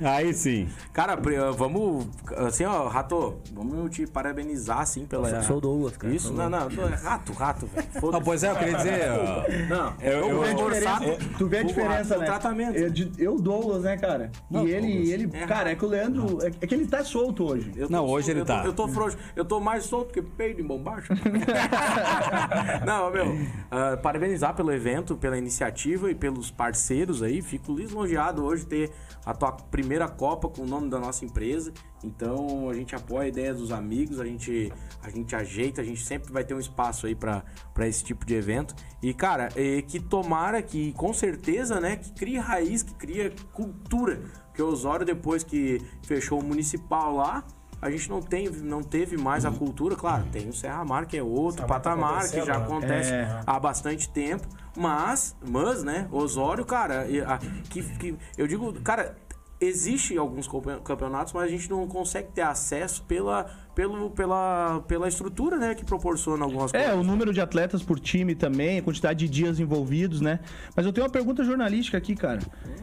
Speaker 1: Aí sim.
Speaker 4: Cara, pri- ah, vamos. Assim, ó, Rato, vamos te parabenizar, assim, pela.
Speaker 7: Nossa, eu sou o Douglas, cara,
Speaker 4: Isso,
Speaker 7: sou
Speaker 4: não, não, tô- é rato, rato, velho.
Speaker 1: Não,
Speaker 4: Foda-se. É
Speaker 1: pois é, eu queria dizer. ó,
Speaker 4: Não,
Speaker 1: Eu- eu-
Speaker 4: vou
Speaker 1: Tu vê a
Speaker 4: forçar-
Speaker 2: Diferença- É, tu vê a
Speaker 4: vou-
Speaker 2: diferença,
Speaker 4: o
Speaker 2: né?
Speaker 4: tratamento.
Speaker 2: Eu, de- eu, Douglas, né, cara? e ele,
Speaker 1: Douglas.
Speaker 2: ele.
Speaker 4: É.
Speaker 2: Cara, é que o Leandro. É, é que ele tá solto hoje.
Speaker 4: Eu tô
Speaker 1: Não, hoje
Speaker 4: solto,
Speaker 1: ele
Speaker 4: eu tô-
Speaker 1: tá.
Speaker 4: eu tô frouxo. Eu tô mais solto que peido em bombacha. não, meu. ah, parabenizar pelo evento, pela iniciativa e pelos parceiros aí. Fico lisonjeado hoje ter a tua primeira Copa com o nome da nossa empresa. Então a gente apoia a ideia dos amigos, a gente, a gente ajeita, a gente sempre vai ter um espaço aí pra pra esse tipo de evento. E, cara, eh, que tomara que, com certeza, né, que crie raiz, que cria cultura. Porque o Osório, depois que fechou o municipal lá, a gente não, tem, não teve mais a cultura, claro, tem o Serra Mar, que é outro
Speaker 3: Serra Mar tá
Speaker 4: patamar, que já
Speaker 3: acontecendo,
Speaker 4: acontece
Speaker 2: É.
Speaker 4: há bastante tempo. Mas, mas, né, Osório, cara, e a- que, que- eu digo, cara, existe alguns campe- campeonatos, mas a gente não consegue ter acesso pela, pelo, pela, pela estrutura, né, que proporciona algumas
Speaker 2: É,
Speaker 4: coisas.
Speaker 2: o número de atletas por time também, a quantidade de dias envolvidos, né? Mas eu tenho uma pergunta jornalística aqui, cara.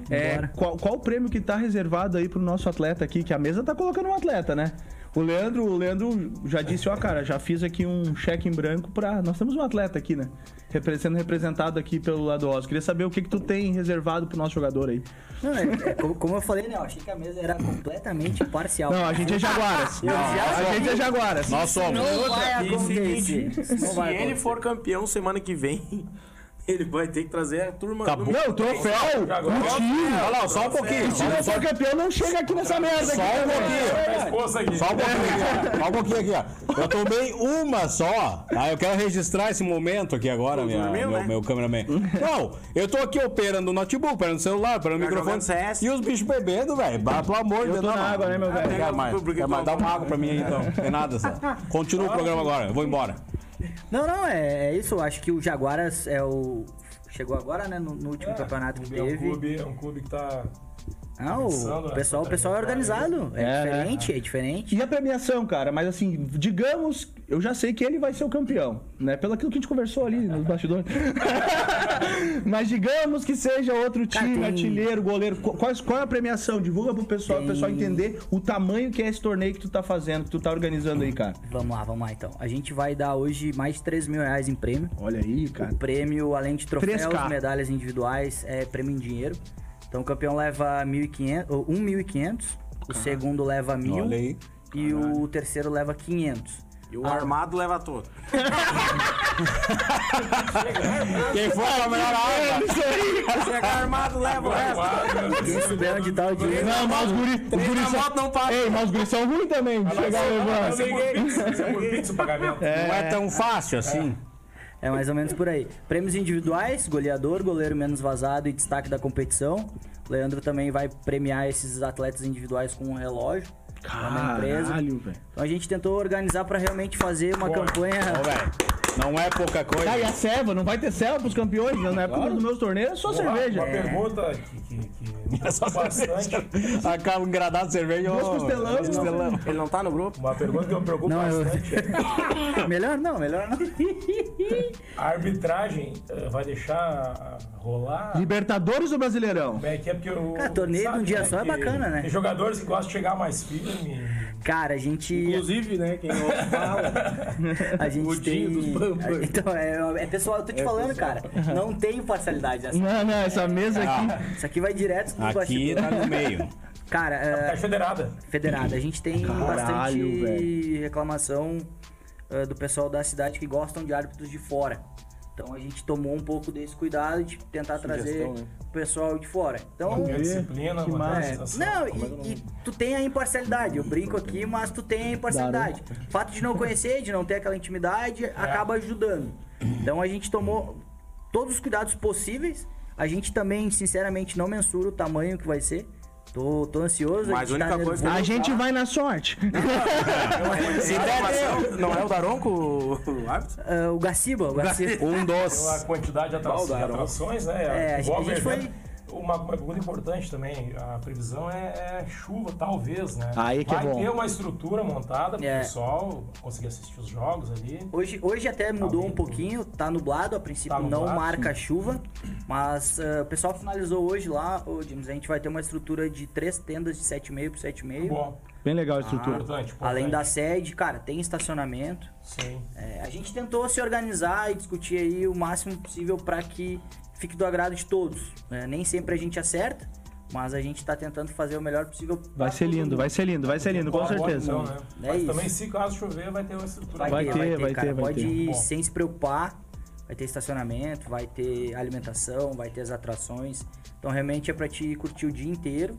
Speaker 2: É, qual, qual o prêmio que tá reservado aí pro nosso atleta aqui? Que a mesa tá colocando um atleta, né? O Leandro, o Leandro já disse, ó, cara, já fiz aqui um cheque em branco pra. Nós temos um atleta aqui, né? Repre- Sendo representado aqui pelo lado ósseo. Queria saber o que, que tu tem reservado pro nosso jogador aí.
Speaker 7: Não, é- é como, como eu falei, né? Eu achei que a mesa era completamente parcial.
Speaker 2: Não, a gente é Jaguaras. a gente é Jaguaras.
Speaker 1: Nós somos.
Speaker 7: Não vai
Speaker 4: E seguinte,
Speaker 7: acontecer. Não
Speaker 4: se
Speaker 7: vai
Speaker 4: ele
Speaker 7: acontecer.
Speaker 4: for campeão semana que vem, Ele vai ter que trazer a turma.
Speaker 1: Acabou.
Speaker 4: do-
Speaker 2: Não, o troféu, o time.
Speaker 1: Olha lá, só um pouquinho.
Speaker 2: Se não for campeão, não chega aqui nessa merda.
Speaker 1: Só
Speaker 2: aqui,
Speaker 1: um
Speaker 2: né?
Speaker 1: pouquinho.
Speaker 3: A esposa aqui.
Speaker 1: Só um pouquinho aqui, ó. Só um pouquinho aqui, ó. Eu tomei uma só. Ah, eu quero registrar esse momento aqui agora, minha,
Speaker 4: dormiu,
Speaker 1: meu,
Speaker 4: né?
Speaker 1: meu cameraman. Não, eu tô aqui operando o notebook, operando o celular, operando o
Speaker 4: Tá
Speaker 1: microfone.
Speaker 4: jogando CS.
Speaker 1: E os bichos bebendo, velho. Bah, Pelo amor de Deus.
Speaker 2: Eu tô
Speaker 1: não,
Speaker 2: na
Speaker 1: mano.
Speaker 2: água, né, meu
Speaker 1: Ah,
Speaker 2: velho?
Speaker 1: Quer mais, quer mais. Dá uma água pra mim aí, então. Não é nada, só. Continua o programa agora. Eu vou embora.
Speaker 7: Não, não, é, é isso. Eu acho que o Jaguaras é o. Chegou agora, né? No, no último campeonato que
Speaker 3: É um
Speaker 7: teve.
Speaker 3: clube, é um clube que tá.
Speaker 7: Ah, o
Speaker 3: Começando, né,
Speaker 7: pessoal, o
Speaker 3: essa
Speaker 7: pessoal
Speaker 3: trajetória
Speaker 7: é
Speaker 3: aí.
Speaker 7: organizado. É,
Speaker 2: É, né?
Speaker 7: diferente, é diferente.
Speaker 2: E a premiação, cara, mas assim, digamos, eu já sei que ele vai ser o campeão, né? Pelo aquilo que a gente conversou ali nos bastidores. mas digamos que seja outro
Speaker 7: Cara,
Speaker 2: time,
Speaker 7: tem-
Speaker 2: artilheiro, goleiro. Qu- Quais, qual é a premiação? Divulga pro pessoal, pro pessoal entender o tamanho que é esse torneio que tu tá fazendo, que tu tá organizando aí, cara.
Speaker 7: Vamos lá, vamos lá então. A gente vai dar hoje mais de 3 mil reais em prêmio.
Speaker 2: Olha aí, cara.
Speaker 7: O prêmio, além de troféus,
Speaker 2: 3K.
Speaker 7: medalhas individuais, é prêmio em dinheiro. Então o campeão leva 1.500, ou 1.500, o segundo leva 1.000
Speaker 1: Olha aí.
Speaker 7: e o terceiro leva 500.
Speaker 4: E o armado leva todo.
Speaker 1: Quem foi a melhor arma?
Speaker 4: Chegar armado leva o resto.
Speaker 7: Quem souber onde tá o dinheiro.
Speaker 2: Não, mas os guri, os
Speaker 4: Três
Speaker 2: guris
Speaker 4: na
Speaker 2: são...
Speaker 4: moto não passa.
Speaker 2: Ei, mas os guris são ruins também. de Chegar levando.
Speaker 3: Isso é por Pix, isso é por Pix o pagamento.
Speaker 1: Não é tão fácil assim.
Speaker 7: É mais ou menos por aí. Prêmios individuais, goleador, goleiro menos vazado e destaque da competição. Leandro também vai premiar esses atletas individuais com um relógio. lá na empresa.
Speaker 2: Caralho, velho.
Speaker 7: Então a gente tentou organizar pra realmente fazer uma campanha.
Speaker 1: É. Ô, velho. Não é pouca coisa.
Speaker 2: Tá, e a ceva? Não vai ter ceva pros campeões? né? Na época dos meus torneios é só
Speaker 3: Uma-
Speaker 2: cerveja.
Speaker 3: Uma pergunta que, que, que me
Speaker 1: Só
Speaker 3: preocupa bastante.
Speaker 1: Acaba um gradado de cerveja.
Speaker 2: Dois
Speaker 1: ô,
Speaker 2: costelão,
Speaker 1: dois
Speaker 2: não.
Speaker 1: costelão.
Speaker 4: Ele não tá no grupo?
Speaker 3: Uma pergunta que eu me preocupo
Speaker 7: Não, eu-
Speaker 3: bastante é.
Speaker 7: melhor não, melhor não.
Speaker 3: A arbitragem eh, vai deixar rolar?
Speaker 2: Libertadores ou Brasileirão?
Speaker 3: Como é que é? Porque eu,
Speaker 7: Cara, torneio
Speaker 3: sabe,
Speaker 7: num dia
Speaker 3: né,
Speaker 7: só é
Speaker 3: que
Speaker 7: bacana, né?
Speaker 3: Tem jogadores que gostam de chegar mais firme.
Speaker 7: Cara, a gente.
Speaker 4: Inclusive, né? Quem ouve fala.
Speaker 7: A gente tem.
Speaker 4: dos Pampers.
Speaker 7: Então, é, é pessoal, eu tô te falando, cara. Não tem parcialidade nessa.
Speaker 2: Não, não, essa mesa aqui.
Speaker 7: Isso aqui vai direto dos
Speaker 1: Aqui
Speaker 7: bastidores.
Speaker 1: tá no meio.
Speaker 7: Cara, é,
Speaker 3: É federada.
Speaker 7: federada, a gente tem bastante
Speaker 2: velho.
Speaker 7: reclamação é, do pessoal da cidade que gostam de árbitros de fora. Então a gente tomou um pouco desse cuidado de tentar trazer o pessoal de fora. Então,
Speaker 3: Tem a disciplina,
Speaker 2: Que
Speaker 3: mano,
Speaker 2: massa.
Speaker 3: a
Speaker 7: É,
Speaker 3: situação.
Speaker 7: não, e, e tu tem a imparcialidade. Eu brinco aqui, mas tu tem a imparcialidade. O fato de não conhecer, de não ter aquela intimidade, acaba ajudando. Então a gente tomou todos os cuidados possíveis. A gente também, sinceramente, não mensura o tamanho que vai ser. Tô, tô ansioso.
Speaker 4: Mas a
Speaker 7: gente tá
Speaker 4: única coisa que
Speaker 2: A
Speaker 7: nervoso.
Speaker 2: gente vai na sorte.
Speaker 4: Se der, não é o Daronco o árbitro?
Speaker 7: Ah, o Gaciba, o Gaciba.
Speaker 1: Um
Speaker 3: Pela
Speaker 1: dos.
Speaker 3: quantidade de atra- de
Speaker 4: Baldaram.
Speaker 3: atrações, né?
Speaker 7: É, a gente- a
Speaker 3: envolve
Speaker 7: gente foi-
Speaker 3: evento. Uma uma pergunta importante também, a previsão é, é chuva, talvez, né?
Speaker 2: Aí que é
Speaker 3: Vai
Speaker 2: bom.
Speaker 3: ter uma estrutura montada pro
Speaker 7: É.
Speaker 3: pessoal conseguir assistir os jogos ali.
Speaker 7: Hoje, hoje até mudou um pouquinho, tá nublado, a princípio
Speaker 3: Tá nublado,
Speaker 7: não marca chuva, mas eh, o pessoal finalizou hoje lá, ô, James, a gente vai ter uma estrutura de três tendas de 7,5 por 7,5.
Speaker 3: Bom,
Speaker 2: Bem legal a estrutura.
Speaker 3: importante, importante.
Speaker 7: Ah, Além da sede, cara, tem estacionamento.
Speaker 3: Sim.
Speaker 7: É, a gente tentou se organizar e discutir aí o máximo possível para que fique do agrado de todos. né? Nem sempre a gente acerta, mas a gente tá tentando fazer o melhor possível. pra
Speaker 2: Vai ser
Speaker 7: todo
Speaker 2: lindo,
Speaker 7: mundo.
Speaker 2: vai ser lindo, vai ser lindo, com
Speaker 3: Colabora,
Speaker 2: certeza.
Speaker 3: então, né?
Speaker 7: É
Speaker 3: Mas
Speaker 7: isso.
Speaker 3: também, se caso chover, vai ter uma estrutura.
Speaker 2: Vai ter, vai ter,
Speaker 7: cara.
Speaker 2: vai
Speaker 7: Pode
Speaker 2: ter.
Speaker 7: ir
Speaker 3: Bom.
Speaker 7: sem se preocupar. Vai ter estacionamento, vai ter alimentação, vai ter as atrações. Então realmente é pra te curtir o dia inteiro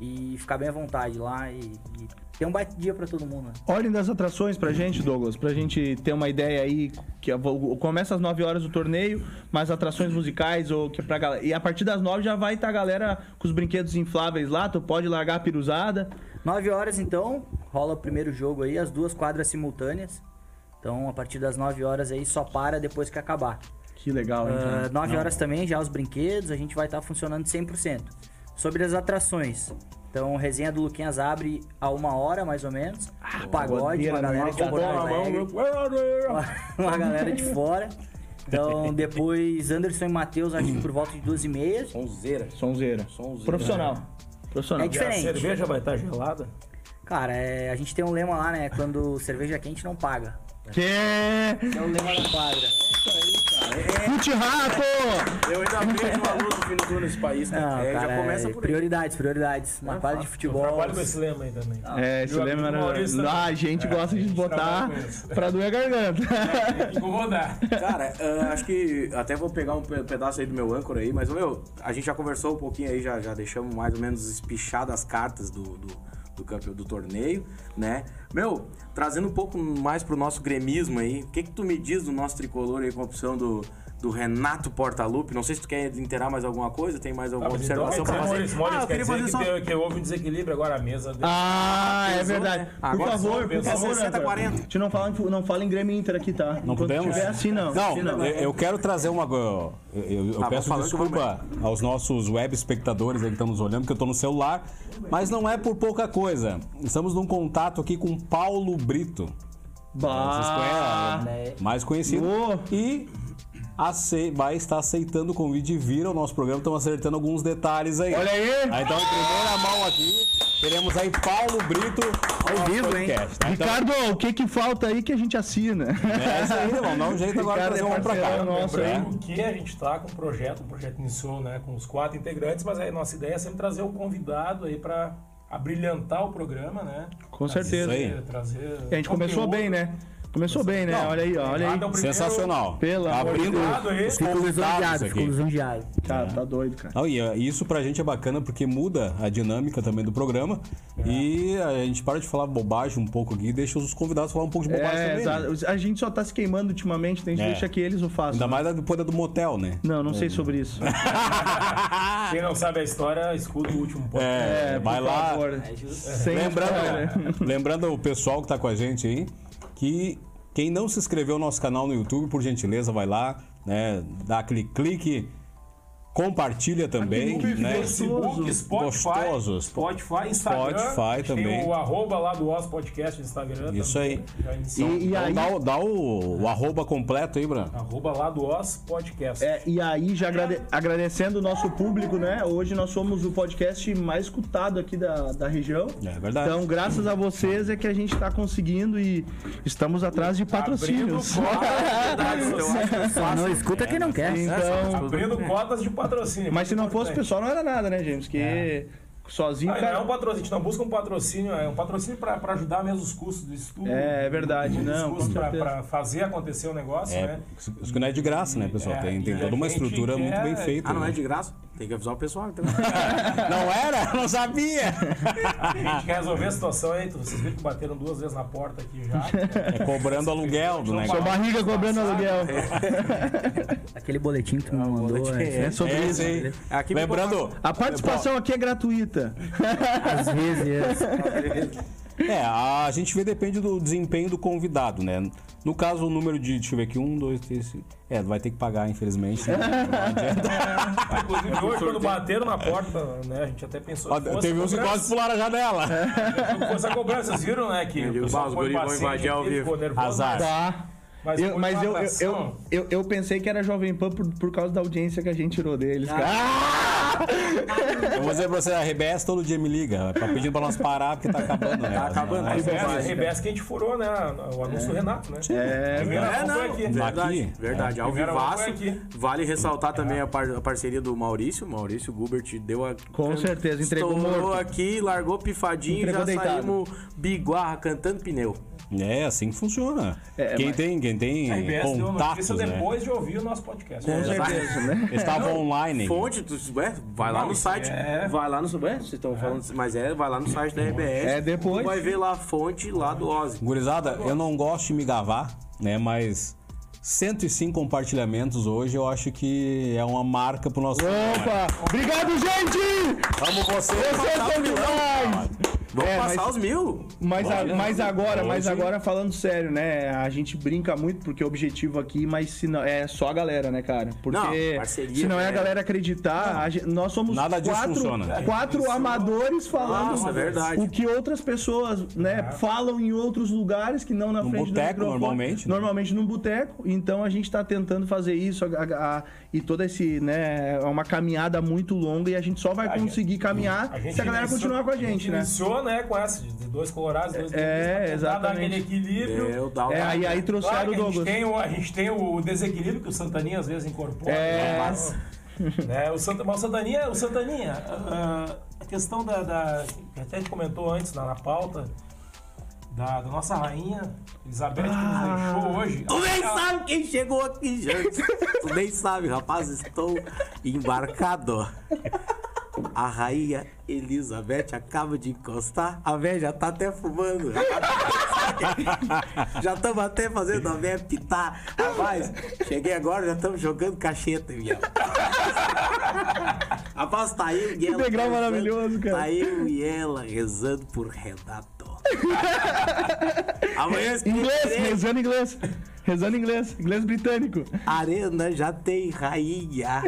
Speaker 7: e ficar bem à vontade lá e, e ter um baita dia pra todo mundo. né?
Speaker 2: Ordem das atrações pra gente, Douglas, pra gente ter uma ideia aí. Que eu vou- começa às 9 horas o torneio, mas atrações musicais ou que pra galera. E a partir das 9 já vai estar a galera com os brinquedos infláveis lá, tu pode largar a piruzada.
Speaker 7: 9 horas então, rola o primeiro jogo aí, as duas quadras simultâneas. Então a partir das 9 horas aí só para depois que acabar.
Speaker 2: Que legal, hein? cara?
Speaker 3: É.
Speaker 7: 9 Ah, horas também, já os brinquedos, a gente vai estar funcionando 100%. Sobre as atrações. Então, resenha do Luquinhas abre a uma hora, mais ou menos. o pagode,
Speaker 2: bandeira
Speaker 7: uma galera
Speaker 2: no
Speaker 7: de Porto Alegre. Uma galera de fora. Então, depois, Anderson e Matheus, acho que por volta de duas e meia.
Speaker 4: Sonzeira.
Speaker 2: Sonzeira. Profissional. Profissional.
Speaker 7: É
Speaker 3: E a
Speaker 7: diferente.
Speaker 3: cerveja vai estar gelada?
Speaker 7: Cara, é, a gente tem um lema lá, né?
Speaker 3: É
Speaker 7: Quando cerveja quente não paga.
Speaker 2: Que...
Speaker 7: É o lema da quadra.
Speaker 2: Chute rato!
Speaker 6: Eu ainda vejo uma luz no fim do túnel nesse país,
Speaker 4: né?
Speaker 6: cara.
Speaker 7: Não,
Speaker 6: É,
Speaker 7: cara,
Speaker 6: já começa
Speaker 7: é
Speaker 6: por aí.
Speaker 7: prioridades, prioridades. Uma quadra de
Speaker 3: Eu
Speaker 7: futebol.
Speaker 3: trabalho com esse lema aí também.
Speaker 2: É, esse
Speaker 3: Meu
Speaker 2: lema
Speaker 3: amigo Maurício
Speaker 2: era.
Speaker 3: também. É,
Speaker 2: Ah, a gente gosta de botar
Speaker 3: trabalha com isso.
Speaker 2: pra doer a garganta.
Speaker 4: Tipo,
Speaker 3: Incomodar.
Speaker 4: Cara, ah, acho que até vou pegar um pe- pedaço aí do meu âncora aí, mas, meu, a gente já conversou um pouquinho aí, já, já deixamos mais ou menos espichadas as cartas do, do, do campeão do torneio, né? Meu, trazendo um pouco mais pro nosso gremismo aí, o que que tu me diz do nosso tricolor aí com a opção do, do Renato Portaluppi? Não sei se tu quer interar mais alguma coisa, tem mais alguma
Speaker 3: Ah, mas então,
Speaker 4: observação
Speaker 3: quer
Speaker 4: pra
Speaker 3: dizer,
Speaker 4: fazer?
Speaker 3: Maurício, Maurício, quer
Speaker 4: ah, eu queria
Speaker 3: dizer
Speaker 4: fazer
Speaker 3: que,
Speaker 4: só...
Speaker 3: tem- que houve um desequilíbrio agora à mesa. dele.
Speaker 2: Ah, é
Speaker 4: Pesou,
Speaker 2: verdade.
Speaker 4: né?
Speaker 2: Por
Speaker 4: Agora
Speaker 2: favor, por
Speaker 3: pesou.
Speaker 2: favor,
Speaker 4: 60 a
Speaker 2: André.
Speaker 4: 40.
Speaker 2: A gente não fala, em- não fala em Grêmio e Inter aqui, tá?
Speaker 1: Não
Speaker 2: Enquanto
Speaker 1: podemos?
Speaker 2: tiver assim, não.
Speaker 1: Não, é,
Speaker 2: Assim,
Speaker 1: eu, eu quero trazer uma. Eu, eu- eu
Speaker 4: Tá,
Speaker 1: peço
Speaker 4: vou falando que eu vou
Speaker 1: desculpa aos nossos web espectadores aí que estão nos olhando, que eu estou no celular, mas não é por pouca coisa. Estamos num contato aqui com Paulo Brito. Vocês
Speaker 2: Bah.
Speaker 1: conhecem, né? mais conhecido.
Speaker 2: Boa.
Speaker 1: E ace- vai estar aceitando o convite de vir ao nosso programa. Estão acertando alguns detalhes aí.
Speaker 2: Olha aí.
Speaker 1: Ah, Então, em primeira mão aqui, teremos aí Paulo Brito ao nosso
Speaker 7: vivo, hein?
Speaker 1: podcast, tá? Então,
Speaker 2: Ricardo, o que que falta aí que a gente assina?
Speaker 1: é isso aí, irmão. Dá um jeito agora de
Speaker 2: Ricardo
Speaker 1: trazer
Speaker 2: é
Speaker 1: um pra cá.
Speaker 2: parceirão nosso
Speaker 1: né?
Speaker 2: aí.
Speaker 3: Porque a gente está com um projeto, um projeto iniciou né, com os quatro integrantes, mas aí a nossa ideia é sempre trazer um convidado aí para abrilhantar o programa, né?
Speaker 2: Com certeza.
Speaker 1: Isso aí.
Speaker 3: Trazer, trazer
Speaker 2: A gente começou bem, né? Começou bem, né?
Speaker 1: Não.
Speaker 2: Olha aí, ó, olha aí.
Speaker 3: Nada é o primeiro-
Speaker 1: Sensacional. Tá
Speaker 2: Pelo amor de
Speaker 1: Abrindo
Speaker 3: Deus.
Speaker 1: os
Speaker 7: Fico
Speaker 1: convidados
Speaker 7: lisonjeado, fico
Speaker 1: aqui.
Speaker 7: lisonjeado.
Speaker 1: um-
Speaker 2: Cara, tá doido, cara.
Speaker 1: Não, e é, isso pra gente é bacana porque muda a dinâmica também do programa
Speaker 2: É.
Speaker 1: e a gente para de falar bobagem um pouco aqui e deixa os convidados falar um pouco de bobagem
Speaker 2: É,
Speaker 1: também. né?
Speaker 2: exato. a gente só tá se queimando ultimamente, tem gente
Speaker 1: É.
Speaker 2: deixa que eles o façam.
Speaker 1: Ainda mais depois da do motel, né?
Speaker 2: Não, não sei sobre isso.
Speaker 3: Quem não sabe a história, escuta o último ponto.
Speaker 1: É,
Speaker 2: É, por
Speaker 1: vai lá.
Speaker 2: favor. Sem spoiler.
Speaker 1: Lembrando, né? lembrando o pessoal que tá com a gente aí, que quem não se inscreveu no nosso canal no YouTube, por gentileza, vai lá, né? Dá aquele clique, compartilha também, né?
Speaker 3: Facebook, Spotify,
Speaker 1: Gostoso.
Speaker 3: Spotify, Instagram.
Speaker 1: Spotify
Speaker 3: A gente
Speaker 1: também.
Speaker 3: Tem o arroba lá do Oz Podcast no Instagram.
Speaker 1: Isso
Speaker 3: também.
Speaker 1: aí.
Speaker 3: Já iniciou.
Speaker 2: E, e
Speaker 1: Então
Speaker 2: aí,
Speaker 1: dá, o- dá o, o arroba completo aí, Bran.
Speaker 3: Arroba lá do Oz Podcast.
Speaker 2: é, e aí já agrade- agradecendo o nosso público, né? Hoje nós somos o podcast mais escutado aqui da, da região.
Speaker 1: É verdade.
Speaker 2: Então, graças a vocês é que a gente tá conseguindo e estamos atrás de patrocínios.
Speaker 7: Não escuta quem não quer. né?
Speaker 2: Então,
Speaker 3: Abrindo cotas de patrocínio.
Speaker 2: mas se não fosse o
Speaker 3: Importante.
Speaker 2: pessoal não era nada, né, James? Que sozinho,
Speaker 3: Ah, não é um
Speaker 2: cara.
Speaker 3: patrocínio, a gente não busca um patrocínio, é um patrocínio para ajudar mesmo os custos do estudo. né?
Speaker 2: É, é verdade,
Speaker 3: os
Speaker 2: não, com
Speaker 3: custos
Speaker 2: certeza.
Speaker 3: para fazer acontecer o negócio,
Speaker 1: É,
Speaker 3: né?
Speaker 1: isso que não é de graça, né, pessoal?
Speaker 3: É,
Speaker 1: Tem, tem
Speaker 3: e a
Speaker 1: toda uma
Speaker 3: gente
Speaker 1: estrutura
Speaker 3: quer-
Speaker 1: muito bem feita.
Speaker 4: Ah, não
Speaker 1: né?
Speaker 4: é de graça? Tem que avisar o pessoal, então.
Speaker 1: Não era? Não sabia!
Speaker 3: A gente quer resolver a situação aí, vocês viram que bateram duas vezes na porta aqui já.
Speaker 1: É cobrando aluguel do
Speaker 2: Sua
Speaker 1: negócio.
Speaker 2: barriga cobrando aluguel.
Speaker 7: Aquele boletim que tu me mandou. é,
Speaker 2: É sobre
Speaker 1: É,
Speaker 2: isso.
Speaker 1: sim.
Speaker 4: Aqui me
Speaker 1: Lembrando,
Speaker 2: A participação aqui é gratuita.
Speaker 7: Às vezes.
Speaker 4: Tá
Speaker 1: é, a gente vê depende do desempenho do convidado, né? No caso, o número de. Deixa eu ver aqui, um, dois, três. cinco. É, vai ter que pagar, infelizmente. né? Não adianta.
Speaker 3: Inclusive, hoje, quando bateram na porta, né? A gente até pensou.
Speaker 1: Ó,
Speaker 3: fosse
Speaker 1: Teve
Speaker 3: a
Speaker 4: um
Speaker 1: uns que quase
Speaker 3: cobrança,
Speaker 1: pularam a janela.
Speaker 3: fosse a cobrança, vocês viram, né? Que
Speaker 4: Eu digo,
Speaker 3: o pessoal
Speaker 4: "Bah, os
Speaker 3: foi
Speaker 4: guri vão
Speaker 3: paciente,
Speaker 4: invadir ao
Speaker 3: ele
Speaker 4: vivo."
Speaker 3: ficou nervoso,
Speaker 1: Azar.
Speaker 2: Tá.
Speaker 3: Mas,
Speaker 2: Eu-
Speaker 3: foi
Speaker 2: mas eu,
Speaker 3: uma
Speaker 2: eu, eu,
Speaker 3: atração.
Speaker 2: eu, eu pensei que era Jovem Pan por, por causa da audiência que a gente tirou
Speaker 7: Ah,
Speaker 2: deles, cara.
Speaker 1: Ah! Eu vou dizer pra você, a RBS todo dia me liga. Tá pedindo pra nós parar, porque tá acabando,
Speaker 3: É,
Speaker 1: né?
Speaker 4: Tá acabando.
Speaker 1: Mas-
Speaker 4: Aí,
Speaker 3: Rebessa, rebessa que a gente furou, né? O anúncio do Renato, né?
Speaker 2: É,
Speaker 3: Primeira mão foi aqui.
Speaker 1: Aqui?
Speaker 4: Verdade, verdade. Ao
Speaker 3: Primeira
Speaker 4: vivaço.
Speaker 3: mão foi aqui.
Speaker 4: Vale ressaltar também a, par- a parceria do Maurício. Maurício Gubert deu a.
Speaker 2: Com certeza, entregou
Speaker 4: Estourou
Speaker 2: morto.
Speaker 4: aqui, largou pifadinho e
Speaker 2: Entregou
Speaker 4: já
Speaker 2: deitado.
Speaker 4: saímos biguarra cantando pneu.
Speaker 1: É, assim que funciona.
Speaker 2: É,
Speaker 1: quem
Speaker 2: mas-
Speaker 1: tem, quem tem
Speaker 3: A RBS deu
Speaker 1: contatos,
Speaker 3: notícia
Speaker 1: né?
Speaker 3: depois de ouvir o nosso podcast.
Speaker 2: É.
Speaker 4: certeza, né?
Speaker 1: Estava online.
Speaker 4: Fonte, tu, é, vai lá
Speaker 3: Não,
Speaker 4: no
Speaker 3: isso
Speaker 4: site.
Speaker 3: é-
Speaker 4: Vai lá no site. Vocês estão falando. Mas é, vai lá no site da RBS.
Speaker 2: É, depois.
Speaker 4: tu Vai ver lá a fonte lá do Ozzy.
Speaker 1: Gurizada, eu não gosto de me gavar, né? Mas 105 compartilhamentos hoje eu acho que é uma marca pro nosso.
Speaker 2: Opa! Obrigado, gente!
Speaker 1: Vamos você!
Speaker 2: Vocês são demais!
Speaker 4: Vamos
Speaker 2: É,
Speaker 4: passar os mil.
Speaker 2: Mas, a- mas agora, mas
Speaker 1: hoje-
Speaker 2: agora falando sério, né? A gente brinca muito porque o objetivo aqui, mas se não, é só a galera, né, cara? Porque
Speaker 4: Não, parceria,
Speaker 2: se não é a
Speaker 4: né?
Speaker 2: galera acreditar, a gen- nós somos
Speaker 1: Nada disso
Speaker 2: quatro,
Speaker 1: funciona.
Speaker 2: quatro amadores falando
Speaker 4: Nossa, é verdade.
Speaker 2: o que outras pessoas, né, falam em outros lugares que não na
Speaker 1: Num
Speaker 2: frente do
Speaker 1: boteco,
Speaker 2: microfone.
Speaker 1: normalmente, né?
Speaker 2: Normalmente num boteco. Então a gente tá tentando fazer isso a- a- a- e toda esse, né, é uma caminhada muito longa e a gente só vai conseguir caminhar se a galera
Speaker 3: inicia-
Speaker 2: continuar com a gente, né?
Speaker 3: Iniciou, né? Com essa, de de dois colorados, dois
Speaker 2: É,
Speaker 3: gremistas, pra tentar dar
Speaker 2: exatamente.
Speaker 3: aquele equilíbrio.
Speaker 4: Deu, dá um o-
Speaker 2: É, aí, aí
Speaker 3: Claro
Speaker 2: trouxeram o
Speaker 3: que a, gente
Speaker 2: Douglas.
Speaker 3: tem o, a gente tem o desequilíbrio que o Santaninha às vezes incorpora.
Speaker 2: É.
Speaker 3: Né? Né, O, Santa, mas o Santaninha, o Santaninha ah, a questão da, da- que Até a gente comentou antes na, na pauta da, da nossa rainha, Elizabeth,
Speaker 2: Ah.
Speaker 3: que nos deixou hoje.
Speaker 4: Tu nem sabe quem chegou aqui, gente. tu nem sabe, rapaz, estou embarcado. A rainha Elizabeth acaba de encostar, a véia já tá até fumando. já estamos até fazendo a véia pitar. Rapaz, cheguei agora, já estamos jogando cacheta, minha. Rapaz, tá aí e ela.
Speaker 2: degrau
Speaker 4: rezando-
Speaker 2: maravilhoso, cara.
Speaker 4: Tá eu e ela rezando por Renato. Amanhã
Speaker 2: Inglês,
Speaker 4: esperei.
Speaker 2: rezando inglês. Rezando inglês, inglês britânico.
Speaker 4: Arena já tem rainha.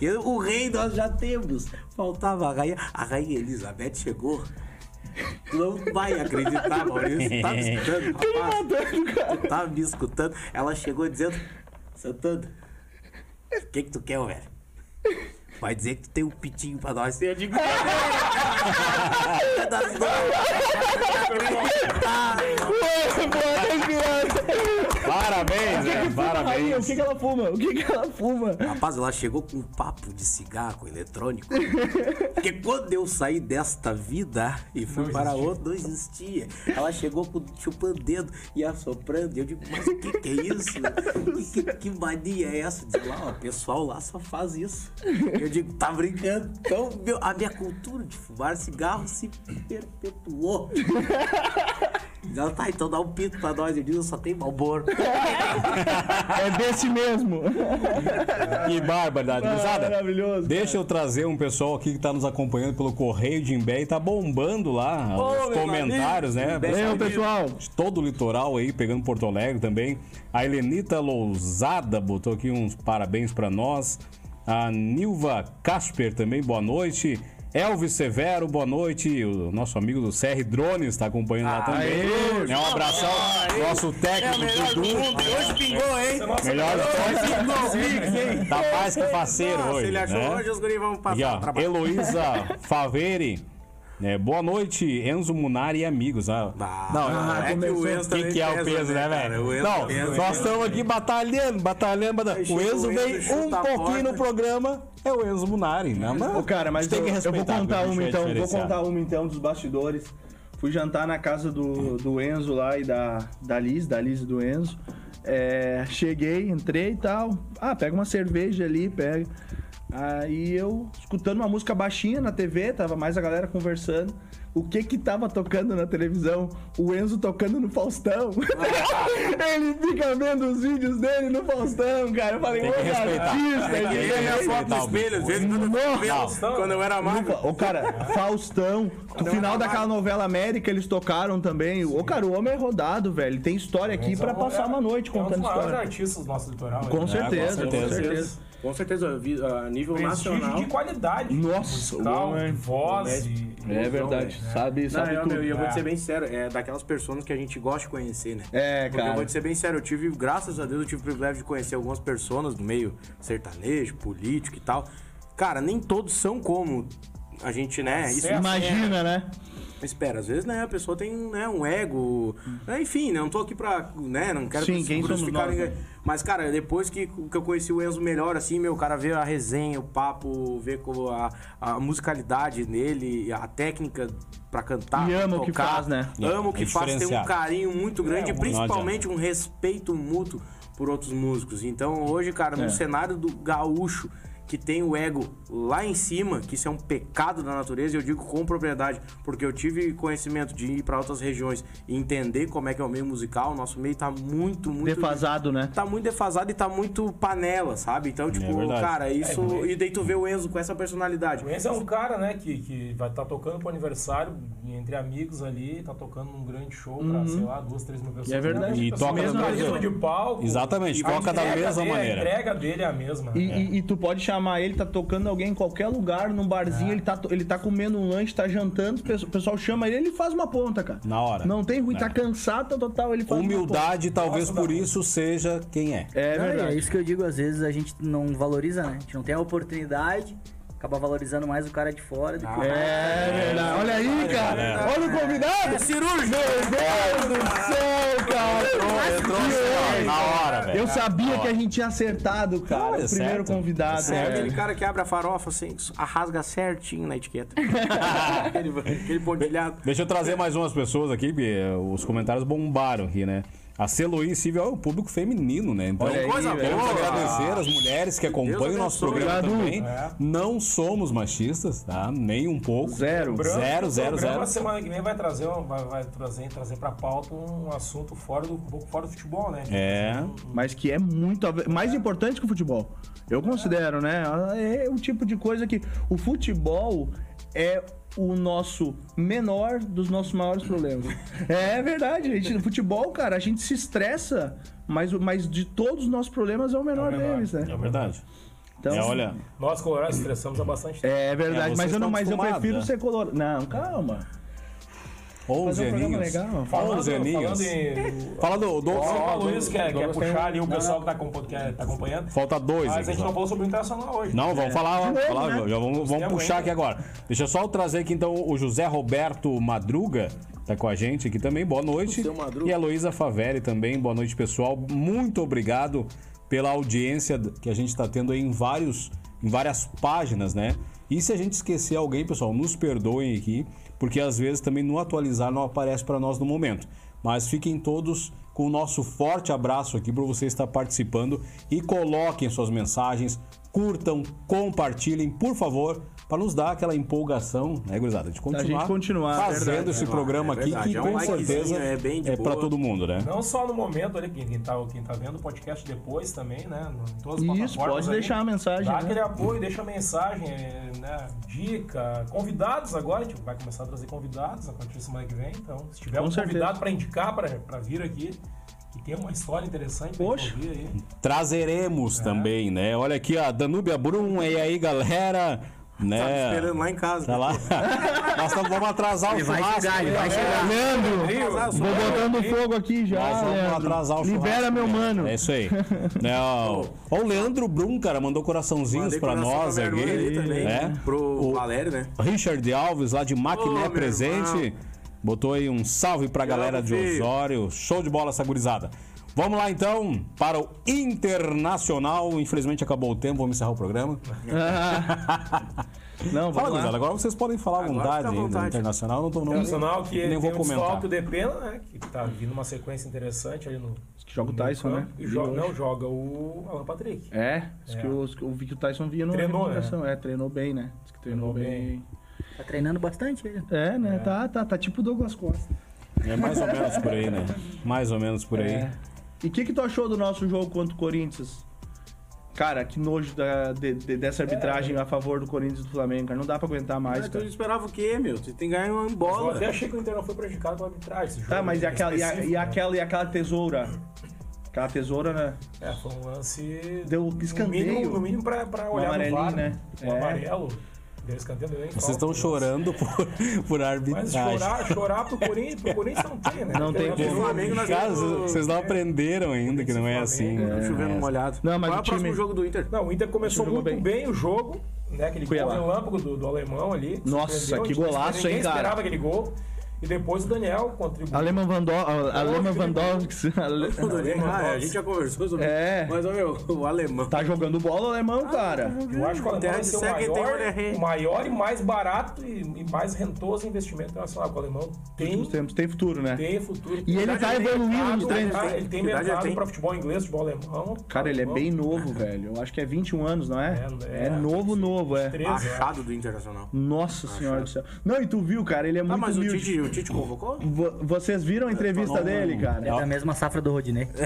Speaker 4: Eu- o rei nós já temos. Faltava a rainha. A rainha Elizabeth chegou. Tu Não vai acreditar, Maurício. Tu tá me escutando, rapaz. Tu tá me escutando. Ela chegou dizendo: Santana, o que que tu quer, velho? Vai dizer que tu tem um pitinho pra nós. Eu digo: "É das duas."
Speaker 1: Parabéns,
Speaker 3: É,
Speaker 1: né?
Speaker 2: Aí, o
Speaker 1: Parabéns.
Speaker 2: é que, que ela fuma? O que, que ela fuma?
Speaker 4: Rapaz, ela chegou com um papo de cigarro eletrônico. Porque quando eu saí desta vida e fui para outra, não existia. Ela chegou com, chupando o dedo e assoprando. E eu digo, mas o que, que é isso? Que, que, que mania é essa? Diz lá, ó, o pessoal lá só faz isso. Eu digo, tá brincando? Então, meu- a minha cultura de fumar cigarro se perpetuou. Diz Ela tá, então dá um pito pra nós. Eu digo, só tem malboro.
Speaker 2: É desse mesmo.
Speaker 1: Que barbaridade. Gurizada,
Speaker 2: maravilhoso,
Speaker 1: Deixa eu trazer um pessoal aqui que tá nos acompanhando pelo Correio de Imbé e tá bombando lá os comentários, né?
Speaker 2: Valeu, pessoal.
Speaker 1: de todo o litoral aí, pegando Porto Alegre também. A Helenita Lousada botou aqui uns parabéns pra nós. A Nilva Casper também, boa noite. Elvis Severo, boa noite. O nosso amigo do CR Drones está acompanhando lá também. É um abração. Nosso
Speaker 4: É
Speaker 1: técnico Dudu.
Speaker 4: Hoje pingou, hein?
Speaker 1: Melhor Tá mais que faceiro
Speaker 4: Nossa,
Speaker 1: hoje.
Speaker 4: ele achou
Speaker 1: né?
Speaker 4: hoje, os guris vão
Speaker 1: Aqui,
Speaker 4: passar o
Speaker 1: ó,
Speaker 4: trabalho.
Speaker 1: Heloísa Faveri. né? boa noite, Enzo Munari e amigos. Ah,
Speaker 4: Ah,
Speaker 1: não, é que o
Speaker 4: Enzo
Speaker 1: que,
Speaker 4: também
Speaker 1: que é o peso, né,
Speaker 4: cara? O
Speaker 1: velho?
Speaker 4: Enzo
Speaker 1: Não,
Speaker 4: pesa,
Speaker 1: nós
Speaker 4: né?
Speaker 1: estamos aqui batalhando, batalhando, batalhando.
Speaker 4: Aí
Speaker 1: O
Speaker 4: chega
Speaker 1: Enzo
Speaker 4: o Enzo,
Speaker 1: vem
Speaker 4: chuta
Speaker 1: um
Speaker 4: a
Speaker 1: pouquinho
Speaker 4: porta.
Speaker 1: no programa, é o Enzo Munari, né? Mas
Speaker 2: Ô, cara, mas
Speaker 1: tem
Speaker 2: eu,
Speaker 1: que
Speaker 2: eu vou
Speaker 1: respeitar,
Speaker 2: contar
Speaker 1: porque o bicho
Speaker 2: uma
Speaker 1: é
Speaker 2: então, vou
Speaker 1: diferenciado.
Speaker 2: contar uma então dos bastidores. Fui jantar na casa do, do Enzo lá e da, da Liz, da Liz e do Enzo. É, cheguei, entrei e tal. Ah, pega uma cerveja ali, pega. Aí eu, escutando uma música baixinha na TV, tava mais a galera conversando. O que que tava tocando na televisão? O Enzo tocando no Faustão. ele fica vendo os vídeos dele no Faustão, cara. Eu falei, ô,
Speaker 1: Tem que respeitar.
Speaker 2: artista,
Speaker 1: Tem que
Speaker 2: ele
Speaker 4: Ele
Speaker 1: respeitar.
Speaker 2: é
Speaker 4: é foto no espelho, às vezes, quando eu vi
Speaker 2: Não.
Speaker 4: o Faustão, quando eu era magro.
Speaker 2: Nunca. Ô, cara, Faustão. No final daquela novela América, eles tocaram também. Ô, cara, o homem é rodado, velho. Tem história aqui pra passar uma noite
Speaker 3: É um
Speaker 2: contando
Speaker 3: dos maiores
Speaker 2: história.
Speaker 3: artistas do nosso litoral.
Speaker 2: Com
Speaker 3: né?
Speaker 1: com
Speaker 2: certeza, com
Speaker 1: certeza.
Speaker 2: certeza.
Speaker 4: Com certeza, eu vi, a nível
Speaker 3: Prestígio de qualidade.
Speaker 2: Nossa,
Speaker 3: musical,
Speaker 2: o homem-
Speaker 3: de voz. e- então,
Speaker 2: É verdade. Sabe,
Speaker 4: Não,
Speaker 2: sabe
Speaker 4: eu,
Speaker 2: tudo.
Speaker 4: meu, e eu vou te
Speaker 3: É.
Speaker 4: ser bem sério, é daquelas pessoas que a gente gosta de conhecer, né?
Speaker 2: É,
Speaker 4: Porque eu vou
Speaker 2: cara.
Speaker 4: te ser bem sério, eu tive, graças a Deus, eu tive o privilégio de conhecer algumas pessoas do meio sertanejo, político e tal. Cara, nem todos são como a gente, né? Isso
Speaker 3: Certo.
Speaker 2: Imagina, né?
Speaker 4: Espera, às vezes, né, a pessoa tem né, um ego. né, enfim, né, não tô aqui pra. né, não quero
Speaker 2: Hum. Sim, quem somos
Speaker 4: crucificar
Speaker 2: nós,
Speaker 4: ninguém.
Speaker 2: né?
Speaker 4: Mas, cara, depois que, que eu conheci o Enzo melhor, assim, meu, o cara vê a resenha, o papo, vê como a, a musicalidade nele, a técnica pra cantar.
Speaker 2: E ama
Speaker 4: pra
Speaker 2: o que
Speaker 4: tocar,
Speaker 2: faz, né?
Speaker 4: Ama o que
Speaker 1: É
Speaker 4: faz, tem um
Speaker 1: diferenciado. É,
Speaker 4: carinho muito grande e principalmente um respeito mútuo por outros músicos. Então, hoje, cara,
Speaker 2: É.
Speaker 4: no cenário do gaúcho que tem o ego lá em cima, que isso é um pecado da natureza, e eu digo com propriedade, porque eu tive conhecimento de ir pra outras regiões e entender como é que é o meio musical, o nosso meio tá muito, muito
Speaker 2: Defasado, né?
Speaker 4: tá muito defasado e tá muito panela, sabe? Então, tipo,
Speaker 1: É verdade.
Speaker 4: cara,
Speaker 6: É,
Speaker 4: isso e daí tu vê o Enzo com essa personalidade.
Speaker 3: O Enzo é um cara, né, que, que vai estar tocando pro aniversário, entre amigos ali, tá tocando num grande show pra, sei lá, duas, três mil pessoas.
Speaker 2: Uhum. E é verdade.
Speaker 1: E
Speaker 3: Pessoal,
Speaker 1: toca
Speaker 3: mesmo
Speaker 1: da
Speaker 3: carisma
Speaker 1: mesma-
Speaker 3: de palco.
Speaker 1: Exatamente,
Speaker 3: E a
Speaker 1: toca da
Speaker 3: entrega
Speaker 1: mesma
Speaker 3: dele,
Speaker 1: maneira.
Speaker 3: A entrega dele é a mesma.
Speaker 2: E,
Speaker 3: né?
Speaker 2: e- e tu pode chamar ele, tá tocando alguém em qualquer lugar, num barzinho, ele, tá, ele tá comendo um lanche, tá jantando, o pessoal- o pessoal chama ele, ele faz uma ponta, cara.
Speaker 1: Na hora.
Speaker 2: Não tem ruim, tá cansado, tá total, ele faz uma ponta.
Speaker 1: Humildade, talvez por isso seja quem é.
Speaker 2: É
Speaker 7: Não,
Speaker 2: verdade.
Speaker 7: É isso que eu digo, às vezes a gente não valoriza, né? A gente não tem a oportunidade. O acabar valorizando mais o cara de fora do que o
Speaker 2: É verdade. Olha aí, cara. Olha o convidado. cirúrgico. Meu Deus do céu, cara.
Speaker 4: Entrou assim, ó, na hora, velho.
Speaker 2: Eu sabia que a gente tinha acertado, cara.
Speaker 1: Olha,
Speaker 2: o primeiro
Speaker 1: é certo.
Speaker 2: convidado.
Speaker 4: É
Speaker 2: cara.
Speaker 4: aquele cara que abre a farofa assim, rasga certinho na etiqueta. aquele, aquele pontilhado.
Speaker 1: Deixa eu trazer mais umas pessoas aqui, porque eh, os comentários bombaram aqui, né? A Celoí Civil é o público feminino, né? Então,
Speaker 2: Olha aí,
Speaker 4: Coisa
Speaker 2: velho.
Speaker 1: Queremos
Speaker 4: boa.
Speaker 1: agradecer as mulheres que acompanham o nosso
Speaker 4: abençoe.
Speaker 1: programa
Speaker 2: Obrigado.
Speaker 1: também. Não somos machistas, tá? Nem um pouco.
Speaker 2: Zero.
Speaker 1: Zero, zero,
Speaker 3: O programa
Speaker 1: zero.
Speaker 3: então, semana que vem vai trazer, um- vai, vai trazer, trazer pra pauta um assunto fora do, um pouco fora do futebol, né?
Speaker 1: É.
Speaker 2: Mas que é muito. a ver- Mais importante que o futebol. Eu considero, né? É o tipo de coisa que. O futebol é o nosso menor dos nossos maiores problemas. É verdade. A gente, no futebol, cara, a gente se estressa, mas, o- mas de todos os nossos problemas é o menor, deles, né?
Speaker 1: É verdade.
Speaker 2: Então,
Speaker 1: É, olha,
Speaker 3: Nós, colorados, estressamos há bastante tempo.
Speaker 2: É verdade,
Speaker 1: É,
Speaker 2: mas,
Speaker 1: vocês
Speaker 2: eu, não,
Speaker 1: estão
Speaker 2: mas eu
Speaker 1: acostumados,
Speaker 2: prefiro
Speaker 1: né?
Speaker 2: ser colorado. Não, calma.
Speaker 1: ou os
Speaker 2: Fazer um programa
Speaker 1: Zeninhos.
Speaker 2: legal.
Speaker 1: Ou os Zeninhos.
Speaker 3: falando em-
Speaker 1: Fala do. do-
Speaker 3: Você falou isso, quer, quer
Speaker 2: Douglas tem-
Speaker 3: é puxar ali o pessoal que tá, compo- que é- tá acompanhando.
Speaker 1: Falta dois.
Speaker 3: Mas a gente
Speaker 1: Zeninhos.
Speaker 3: não falou sobre o Internacional hoje.
Speaker 1: Não, vamos falar, vamos,
Speaker 2: novo,
Speaker 1: falar,
Speaker 2: né?
Speaker 1: já vamos, vamos
Speaker 3: Temos
Speaker 1: puxar
Speaker 3: ainda.
Speaker 1: aqui agora. Deixa eu só trazer aqui então o José Roberto Madruga, tá com a gente aqui também. Boa noite.
Speaker 6: seu Madruga.
Speaker 1: E a Luísa Favelli também. Boa noite, pessoal. Muito obrigado pela audiência que a gente está tendo aí em vários em várias páginas, né? E se a gente esquecer alguém, pessoal, nos perdoem aqui, porque às vezes também no atualizar não aparece para nós no momento. Mas fiquem todos com o nosso forte abraço aqui para você estar participando e coloquem suas mensagens, curtam, compartilhem, por favor, para nos dar aquela empolgação, né, gurizada, de continuar,
Speaker 2: continuar,
Speaker 1: fazendo
Speaker 2: verdade.
Speaker 1: esse programa
Speaker 4: é
Speaker 1: aqui,
Speaker 4: verdade,
Speaker 1: que
Speaker 4: é um
Speaker 1: com
Speaker 4: likezinho,
Speaker 1: certeza
Speaker 4: é bem de
Speaker 1: é para
Speaker 4: boa.
Speaker 1: todo mundo, né?
Speaker 3: Não só no momento ali, quem, quem, tá, quem tá vendo o podcast depois também, né? no- Em todas as
Speaker 2: Isso,
Speaker 3: plataformas
Speaker 2: pode
Speaker 3: ali.
Speaker 2: deixar a mensagem,
Speaker 3: Dá
Speaker 2: né?
Speaker 3: aquele apoio, deixa a mensagem, é, né? Dica, convidados agora, tipo, vai começar a trazer convidados a partir da semana que vem. Então, se tiver
Speaker 2: Com
Speaker 3: um
Speaker 2: certeza.
Speaker 3: convidado pra indicar, pra, pra vir aqui, que tem uma história interessante pra
Speaker 2: Poxa.
Speaker 3: gente ouvir aí.
Speaker 1: Trazeremos também, né? Olha aqui, a Danúbia Brum, e aí, galera? Né?
Speaker 4: Tá me esperando lá em casa.
Speaker 1: Tá lá. Nós tamo- vamos atrasar o
Speaker 7: Ele vai
Speaker 1: churrasco. né?
Speaker 7: chegar, ele vai chegar.
Speaker 2: Leandro!
Speaker 4: Atrasar o
Speaker 2: Vou
Speaker 4: som.
Speaker 2: botando fogo aqui já.
Speaker 1: Nós vamos
Speaker 2: Leandro.
Speaker 1: atrasar o churrasco.
Speaker 2: Libera meu
Speaker 1: né?
Speaker 2: mano.
Speaker 1: É isso aí. Não. Ó, o Leandro Brum, cara, mandou coraçãozinhos
Speaker 4: Mandei
Speaker 1: pra
Speaker 4: coração
Speaker 1: nós
Speaker 4: pra minha irmã ali
Speaker 1: aqui.
Speaker 4: também,
Speaker 1: né?
Speaker 4: Pro
Speaker 1: O-
Speaker 4: Valério, né?
Speaker 1: Richard Alves, lá de
Speaker 4: Ô,
Speaker 1: Maquiné
Speaker 4: meu
Speaker 1: presente.
Speaker 4: irmão.
Speaker 1: Botou aí um salve pra
Speaker 4: Obrigado,
Speaker 1: galera de
Speaker 4: filho.
Speaker 1: Osório. Show de bola essa gurizada. Vamos lá então para o Internacional. Infelizmente acabou o tempo, vamos encerrar o programa. Fala,
Speaker 2: Não, vamos lá.
Speaker 1: gurizada, agora vocês podem falar à
Speaker 4: Agora
Speaker 1: vontade,
Speaker 4: fica à
Speaker 1: aí, né?
Speaker 4: vontade.
Speaker 1: Internacional. eu Não tô, não,
Speaker 3: Internacional que
Speaker 1: nem
Speaker 3: tem
Speaker 1: vou
Speaker 3: um
Speaker 1: comentar.
Speaker 3: desfalque de pena, né? Que tá vindo uma sequência interessante ali no.
Speaker 2: Joga o
Speaker 3: no
Speaker 2: Tyson, né?
Speaker 3: campo. E joga, não, joga o Alan Patrick.
Speaker 2: É, diz que eu, eu vi que o Tyson vinha no
Speaker 3: Treinou, né?
Speaker 2: É, treinou bem, né? Diz que treinou,
Speaker 3: Treinou
Speaker 2: bem.
Speaker 7: Tá treinando bastante ele.
Speaker 2: É, né? Tá, tá, tá tipo o Douglas Costa.
Speaker 1: É mais ou menos por aí, né? Mais ou menos por aí.
Speaker 2: É. E o que, que tu achou do nosso jogo contra o Corinthians? Cara, que nojo da, de- de- dessa arbitragem a favor do Corinthians e do Flamengo, cara. Não dá pra aguentar mais,
Speaker 4: Mas tu
Speaker 2: cara.
Speaker 4: esperava o quê, meu? Tu tem que ganhar uma
Speaker 3: Eu
Speaker 4: bola.
Speaker 3: até achei que o Inter não foi prejudicado pela arbitragem. esse
Speaker 2: Tá,
Speaker 3: jogo
Speaker 2: mas e aquela, e, a-
Speaker 3: específico,
Speaker 2: e
Speaker 3: né?
Speaker 2: aquela, e aquela tesoura? Aquela tesoura, né?
Speaker 3: É, foi um lance.
Speaker 2: Deu
Speaker 3: No
Speaker 2: escanteio.
Speaker 3: mínimo, no mínimo pra, pra olhar no
Speaker 2: amarelinho,
Speaker 3: VAR,
Speaker 2: né?
Speaker 3: O
Speaker 2: É.
Speaker 3: amarelo. Deu escanteio deu nem
Speaker 1: Vocês
Speaker 3: falta,
Speaker 1: estão
Speaker 3: né?
Speaker 1: chorando por, por
Speaker 3: Mas
Speaker 1: arbitragem.
Speaker 3: chorar, é chorar pro Corinthians, pro Corinthians não tem, né?
Speaker 2: Não tem
Speaker 3: Porque
Speaker 2: como.
Speaker 3: o
Speaker 4: Flamengo, nós
Speaker 1: Cara,
Speaker 4: temos-
Speaker 1: vocês não aprenderam ainda que não é assim.
Speaker 3: Flamengo,
Speaker 1: né?
Speaker 4: Tô chovendo
Speaker 1: É.
Speaker 4: molhado.
Speaker 2: Não, mas
Speaker 4: Qual é
Speaker 2: o
Speaker 4: o próximo
Speaker 2: time-
Speaker 4: jogo do Inter?
Speaker 3: Não, o Inter começou
Speaker 2: Jogou
Speaker 3: muito bem.
Speaker 2: bem.
Speaker 3: o jogo, né? Aquele gol
Speaker 2: Cuiabá.
Speaker 3: relâmpago do, do alemão ali.
Speaker 2: Nossa,
Speaker 3: Surpreendeu,
Speaker 2: que
Speaker 3: ninguém-
Speaker 2: golaço,
Speaker 3: ninguém
Speaker 2: hein, cara?
Speaker 3: esperava aquele gol. E depois o Daniel contribuiu.
Speaker 2: Aleman Vandó.
Speaker 4: é
Speaker 2: Aleman
Speaker 3: Felipe.
Speaker 2: Vandovs.
Speaker 4: Tudo bem,
Speaker 3: alemão,
Speaker 4: cara,
Speaker 3: nossa.
Speaker 4: a gente já conversou sobre
Speaker 2: É.
Speaker 4: isso. Mas, ó, meu, o alemão. Ah, tá
Speaker 2: Tá jogando bola, alemão, cara.
Speaker 3: Eu acho que o alemão
Speaker 4: Terra
Speaker 3: vai
Speaker 4: de
Speaker 3: ser o
Speaker 4: seca e Hum, tem
Speaker 3: maior,
Speaker 4: olho errei.
Speaker 3: o maior e mais barato e, e mais rentoso investimento internacional. que O alemão tem,
Speaker 2: Nos tempos tem futuro, né?
Speaker 3: tem futuro.
Speaker 2: E
Speaker 3: tem
Speaker 2: ele
Speaker 4: é
Speaker 2: tá evoluindo nos
Speaker 3: mercado,
Speaker 2: treinos.
Speaker 4: né?
Speaker 3: tá- Ele tem
Speaker 4: Idade ele
Speaker 3: mercado
Speaker 4: tem.
Speaker 3: pra futebol inglês, futebol alemão.
Speaker 2: Cara, ele é bem novo, velho. Eu acho que é 21 anos, não é?
Speaker 3: É,
Speaker 2: É,
Speaker 3: é.
Speaker 2: novo, novo, é.
Speaker 3: 13, é.
Speaker 4: Achado do Internacional.
Speaker 2: Nossa senhora do céu. Não, e tu viu, cara, ele é
Speaker 4: é. Ah,
Speaker 2: muito
Speaker 4: mas o
Speaker 2: humilde.
Speaker 4: Tite, o Tite convocou?
Speaker 2: Vo- Vocês viram a entrevista dele,
Speaker 7: É
Speaker 2: cara?
Speaker 7: da mesma safra do Rodinei.
Speaker 2: É.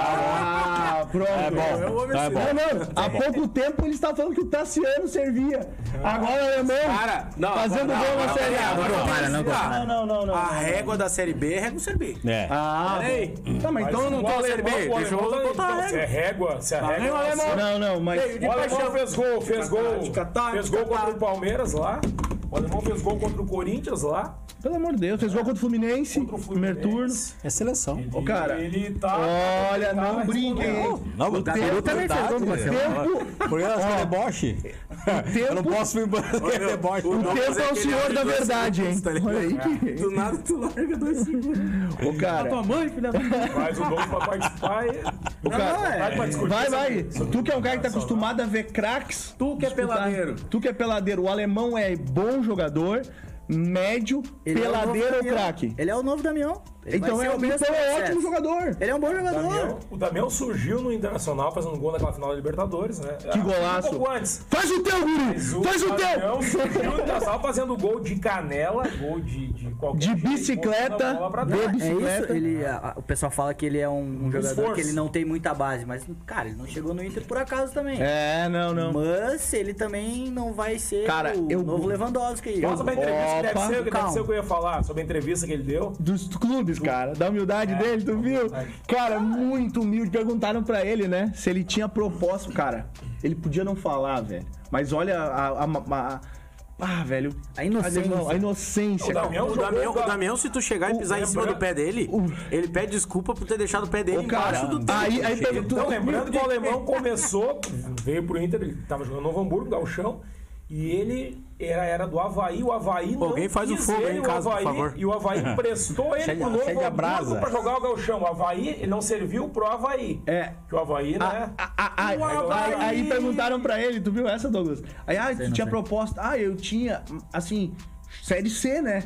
Speaker 2: Ah, pronto.
Speaker 1: É bom,
Speaker 4: homem
Speaker 1: tá
Speaker 4: assim,
Speaker 1: bom.
Speaker 2: Não, não, há pouco tempo ele estava falando que o Tassiano servia. Agora o alemão
Speaker 4: Cara, não,
Speaker 2: fazendo
Speaker 4: agora-
Speaker 2: gol
Speaker 4: não,
Speaker 2: na
Speaker 4: agora-
Speaker 2: Série
Speaker 4: agora- Ah,
Speaker 2: A.
Speaker 7: Para, não
Speaker 2: Não,
Speaker 7: compara.
Speaker 2: não, não, não.
Speaker 4: A régua da Série B é régua do Série B.
Speaker 1: É.
Speaker 2: Ah,
Speaker 4: Peraí.
Speaker 2: tá, mas então eu não
Speaker 4: Qual a
Speaker 2: tô...
Speaker 4: Série B?
Speaker 3: Alemão,
Speaker 4: Deixa eu
Speaker 3: alemão tá-
Speaker 4: botar a
Speaker 3: então, Se é
Speaker 4: régua.
Speaker 3: régua,
Speaker 2: Tá
Speaker 3: se é régua.
Speaker 4: Não, alemão.
Speaker 2: Não, não, mas...
Speaker 3: O alemão fez gol, fez gol.
Speaker 4: de catar,
Speaker 3: Fez
Speaker 4: de
Speaker 3: gol
Speaker 4: catar.
Speaker 3: contra o Palmeiras lá. O alemão fez gol contra o Corinthians lá.
Speaker 2: Pelo amor de Deus, fez gol contra o Fluminense,
Speaker 3: Contra o
Speaker 2: primeiro turno.
Speaker 3: Fluminense.
Speaker 1: É seleção.
Speaker 2: Ô, cara,
Speaker 3: E ele tá.
Speaker 2: Olha,
Speaker 3: ele tá
Speaker 2: não brinquem.
Speaker 3: respondendo.
Speaker 1: Não, o
Speaker 7: Gabiru também fez gol do
Speaker 1: Porque elas são deboche. Eu não posso me bancar
Speaker 4: meu,
Speaker 1: deboche.
Speaker 4: o
Speaker 2: O
Speaker 4: Não, mas
Speaker 2: tempo
Speaker 4: é
Speaker 2: é o
Speaker 4: aquele
Speaker 2: senhor
Speaker 4: áudio
Speaker 2: da
Speaker 4: de dois
Speaker 2: verdade, hein?
Speaker 4: segundos, tá ligado?
Speaker 2: Olha aí que.
Speaker 4: Do nada tu larga dois segundos. Tá
Speaker 2: Ô, cara.
Speaker 4: mãe, filha da
Speaker 3: Mas o Douglas pra participar e.
Speaker 2: Ô, cara,
Speaker 3: Vai pra discutir
Speaker 2: Vai, vai.
Speaker 3: sobre- sobre
Speaker 2: Tu que é um cara que tá
Speaker 3: educação,
Speaker 2: acostumado a ver craques.
Speaker 4: Tu que é
Speaker 2: disputar.
Speaker 4: peladeiro.
Speaker 2: Tu que é peladeiro. O alemão é bom jogador, médio,
Speaker 7: Ele é o novo
Speaker 2: peladeiro ou
Speaker 7: Damião.
Speaker 2: craque?
Speaker 7: Ele é o novo Damião. Ele
Speaker 2: Então
Speaker 7: vai
Speaker 2: é,
Speaker 7: ser
Speaker 2: o então é
Speaker 7: processo.
Speaker 2: ótimo jogador.
Speaker 7: Ele é um bom jogador.
Speaker 3: Damião- o Damião surgiu no Internacional fazendo um gol naquela final da Libertadores, né?
Speaker 2: Que golaço.
Speaker 3: Um pouco antes.
Speaker 2: Faz o teu, guri!
Speaker 3: Mas o
Speaker 2: Faz o
Speaker 3: Damião surgiu no
Speaker 2: teu!
Speaker 3: Internacional fazendo gol de canela, gol de, de qualquer
Speaker 2: De
Speaker 3: jeito, botando
Speaker 2: bicicleta,
Speaker 3: a bola pra
Speaker 2: de
Speaker 3: dentro.
Speaker 7: É isso,
Speaker 2: bicicleta.
Speaker 7: ele, a- a- o pessoal fala que ele é um, um jogador
Speaker 3: esforço.
Speaker 7: que ele não tem muita base, mas, cara, ele não chegou no Inter por acaso também.
Speaker 2: É, não, não.
Speaker 7: Mas ele também não vai ser
Speaker 2: Cara,
Speaker 7: o
Speaker 2: eu-
Speaker 7: novo Lewandowski aí.
Speaker 3: Fala sobre a entrevista que deve
Speaker 2: Opa,
Speaker 3: ser, que deve
Speaker 7: calma.
Speaker 3: ser o que eu ia falar, sobre a entrevista que ele deu.
Speaker 2: Dos clubes, cara. Da humildade dele, tu viu? Cara, muito humilde. Perguntaram pra ele, né? Se ele tinha propósito. Cara, ele podia não falar, velho. Mas olha a. a- a- a- ah, velho.
Speaker 7: A inocência.
Speaker 2: Alemão, A inocência.
Speaker 3: O
Speaker 2: cara.
Speaker 3: Damião
Speaker 4: O
Speaker 3: jogou
Speaker 4: Damião,
Speaker 3: com
Speaker 4: o
Speaker 3: a-
Speaker 4: Damião, se tu chegar e pisar em cima do pé dele, ele pede desculpa por ter deixado o pé dele
Speaker 2: Ô, cara,
Speaker 4: embaixo do teu.
Speaker 2: aí, aí perguntou.
Speaker 3: Então, lembrando que o alemão começou, veio pro Inter, ele tava jogando no Novo Hamburgo, Galchão, e ele era, era do Havaí, o Havaí não
Speaker 4: Alguém faz o
Speaker 3: quis
Speaker 4: fogo aí
Speaker 3: ele,
Speaker 4: em
Speaker 3: o
Speaker 4: casa, por
Speaker 3: Havaí-
Speaker 4: favor.
Speaker 3: E o Havaí emprestou ele
Speaker 1: Acende-
Speaker 3: pro Novo
Speaker 1: acende a brasa.
Speaker 3: Hamburgo pra jogar o Galchão. O Havaí, ele não serviu pro Havaí.
Speaker 2: É.
Speaker 3: Que o Havaí, né?
Speaker 2: Ah, ah, ah, aí, aí perguntaram pra ele, tu viu essa, Douglas? Aí, ah, tu tinha proposta. Ah, eu tinha, assim, Série C, né?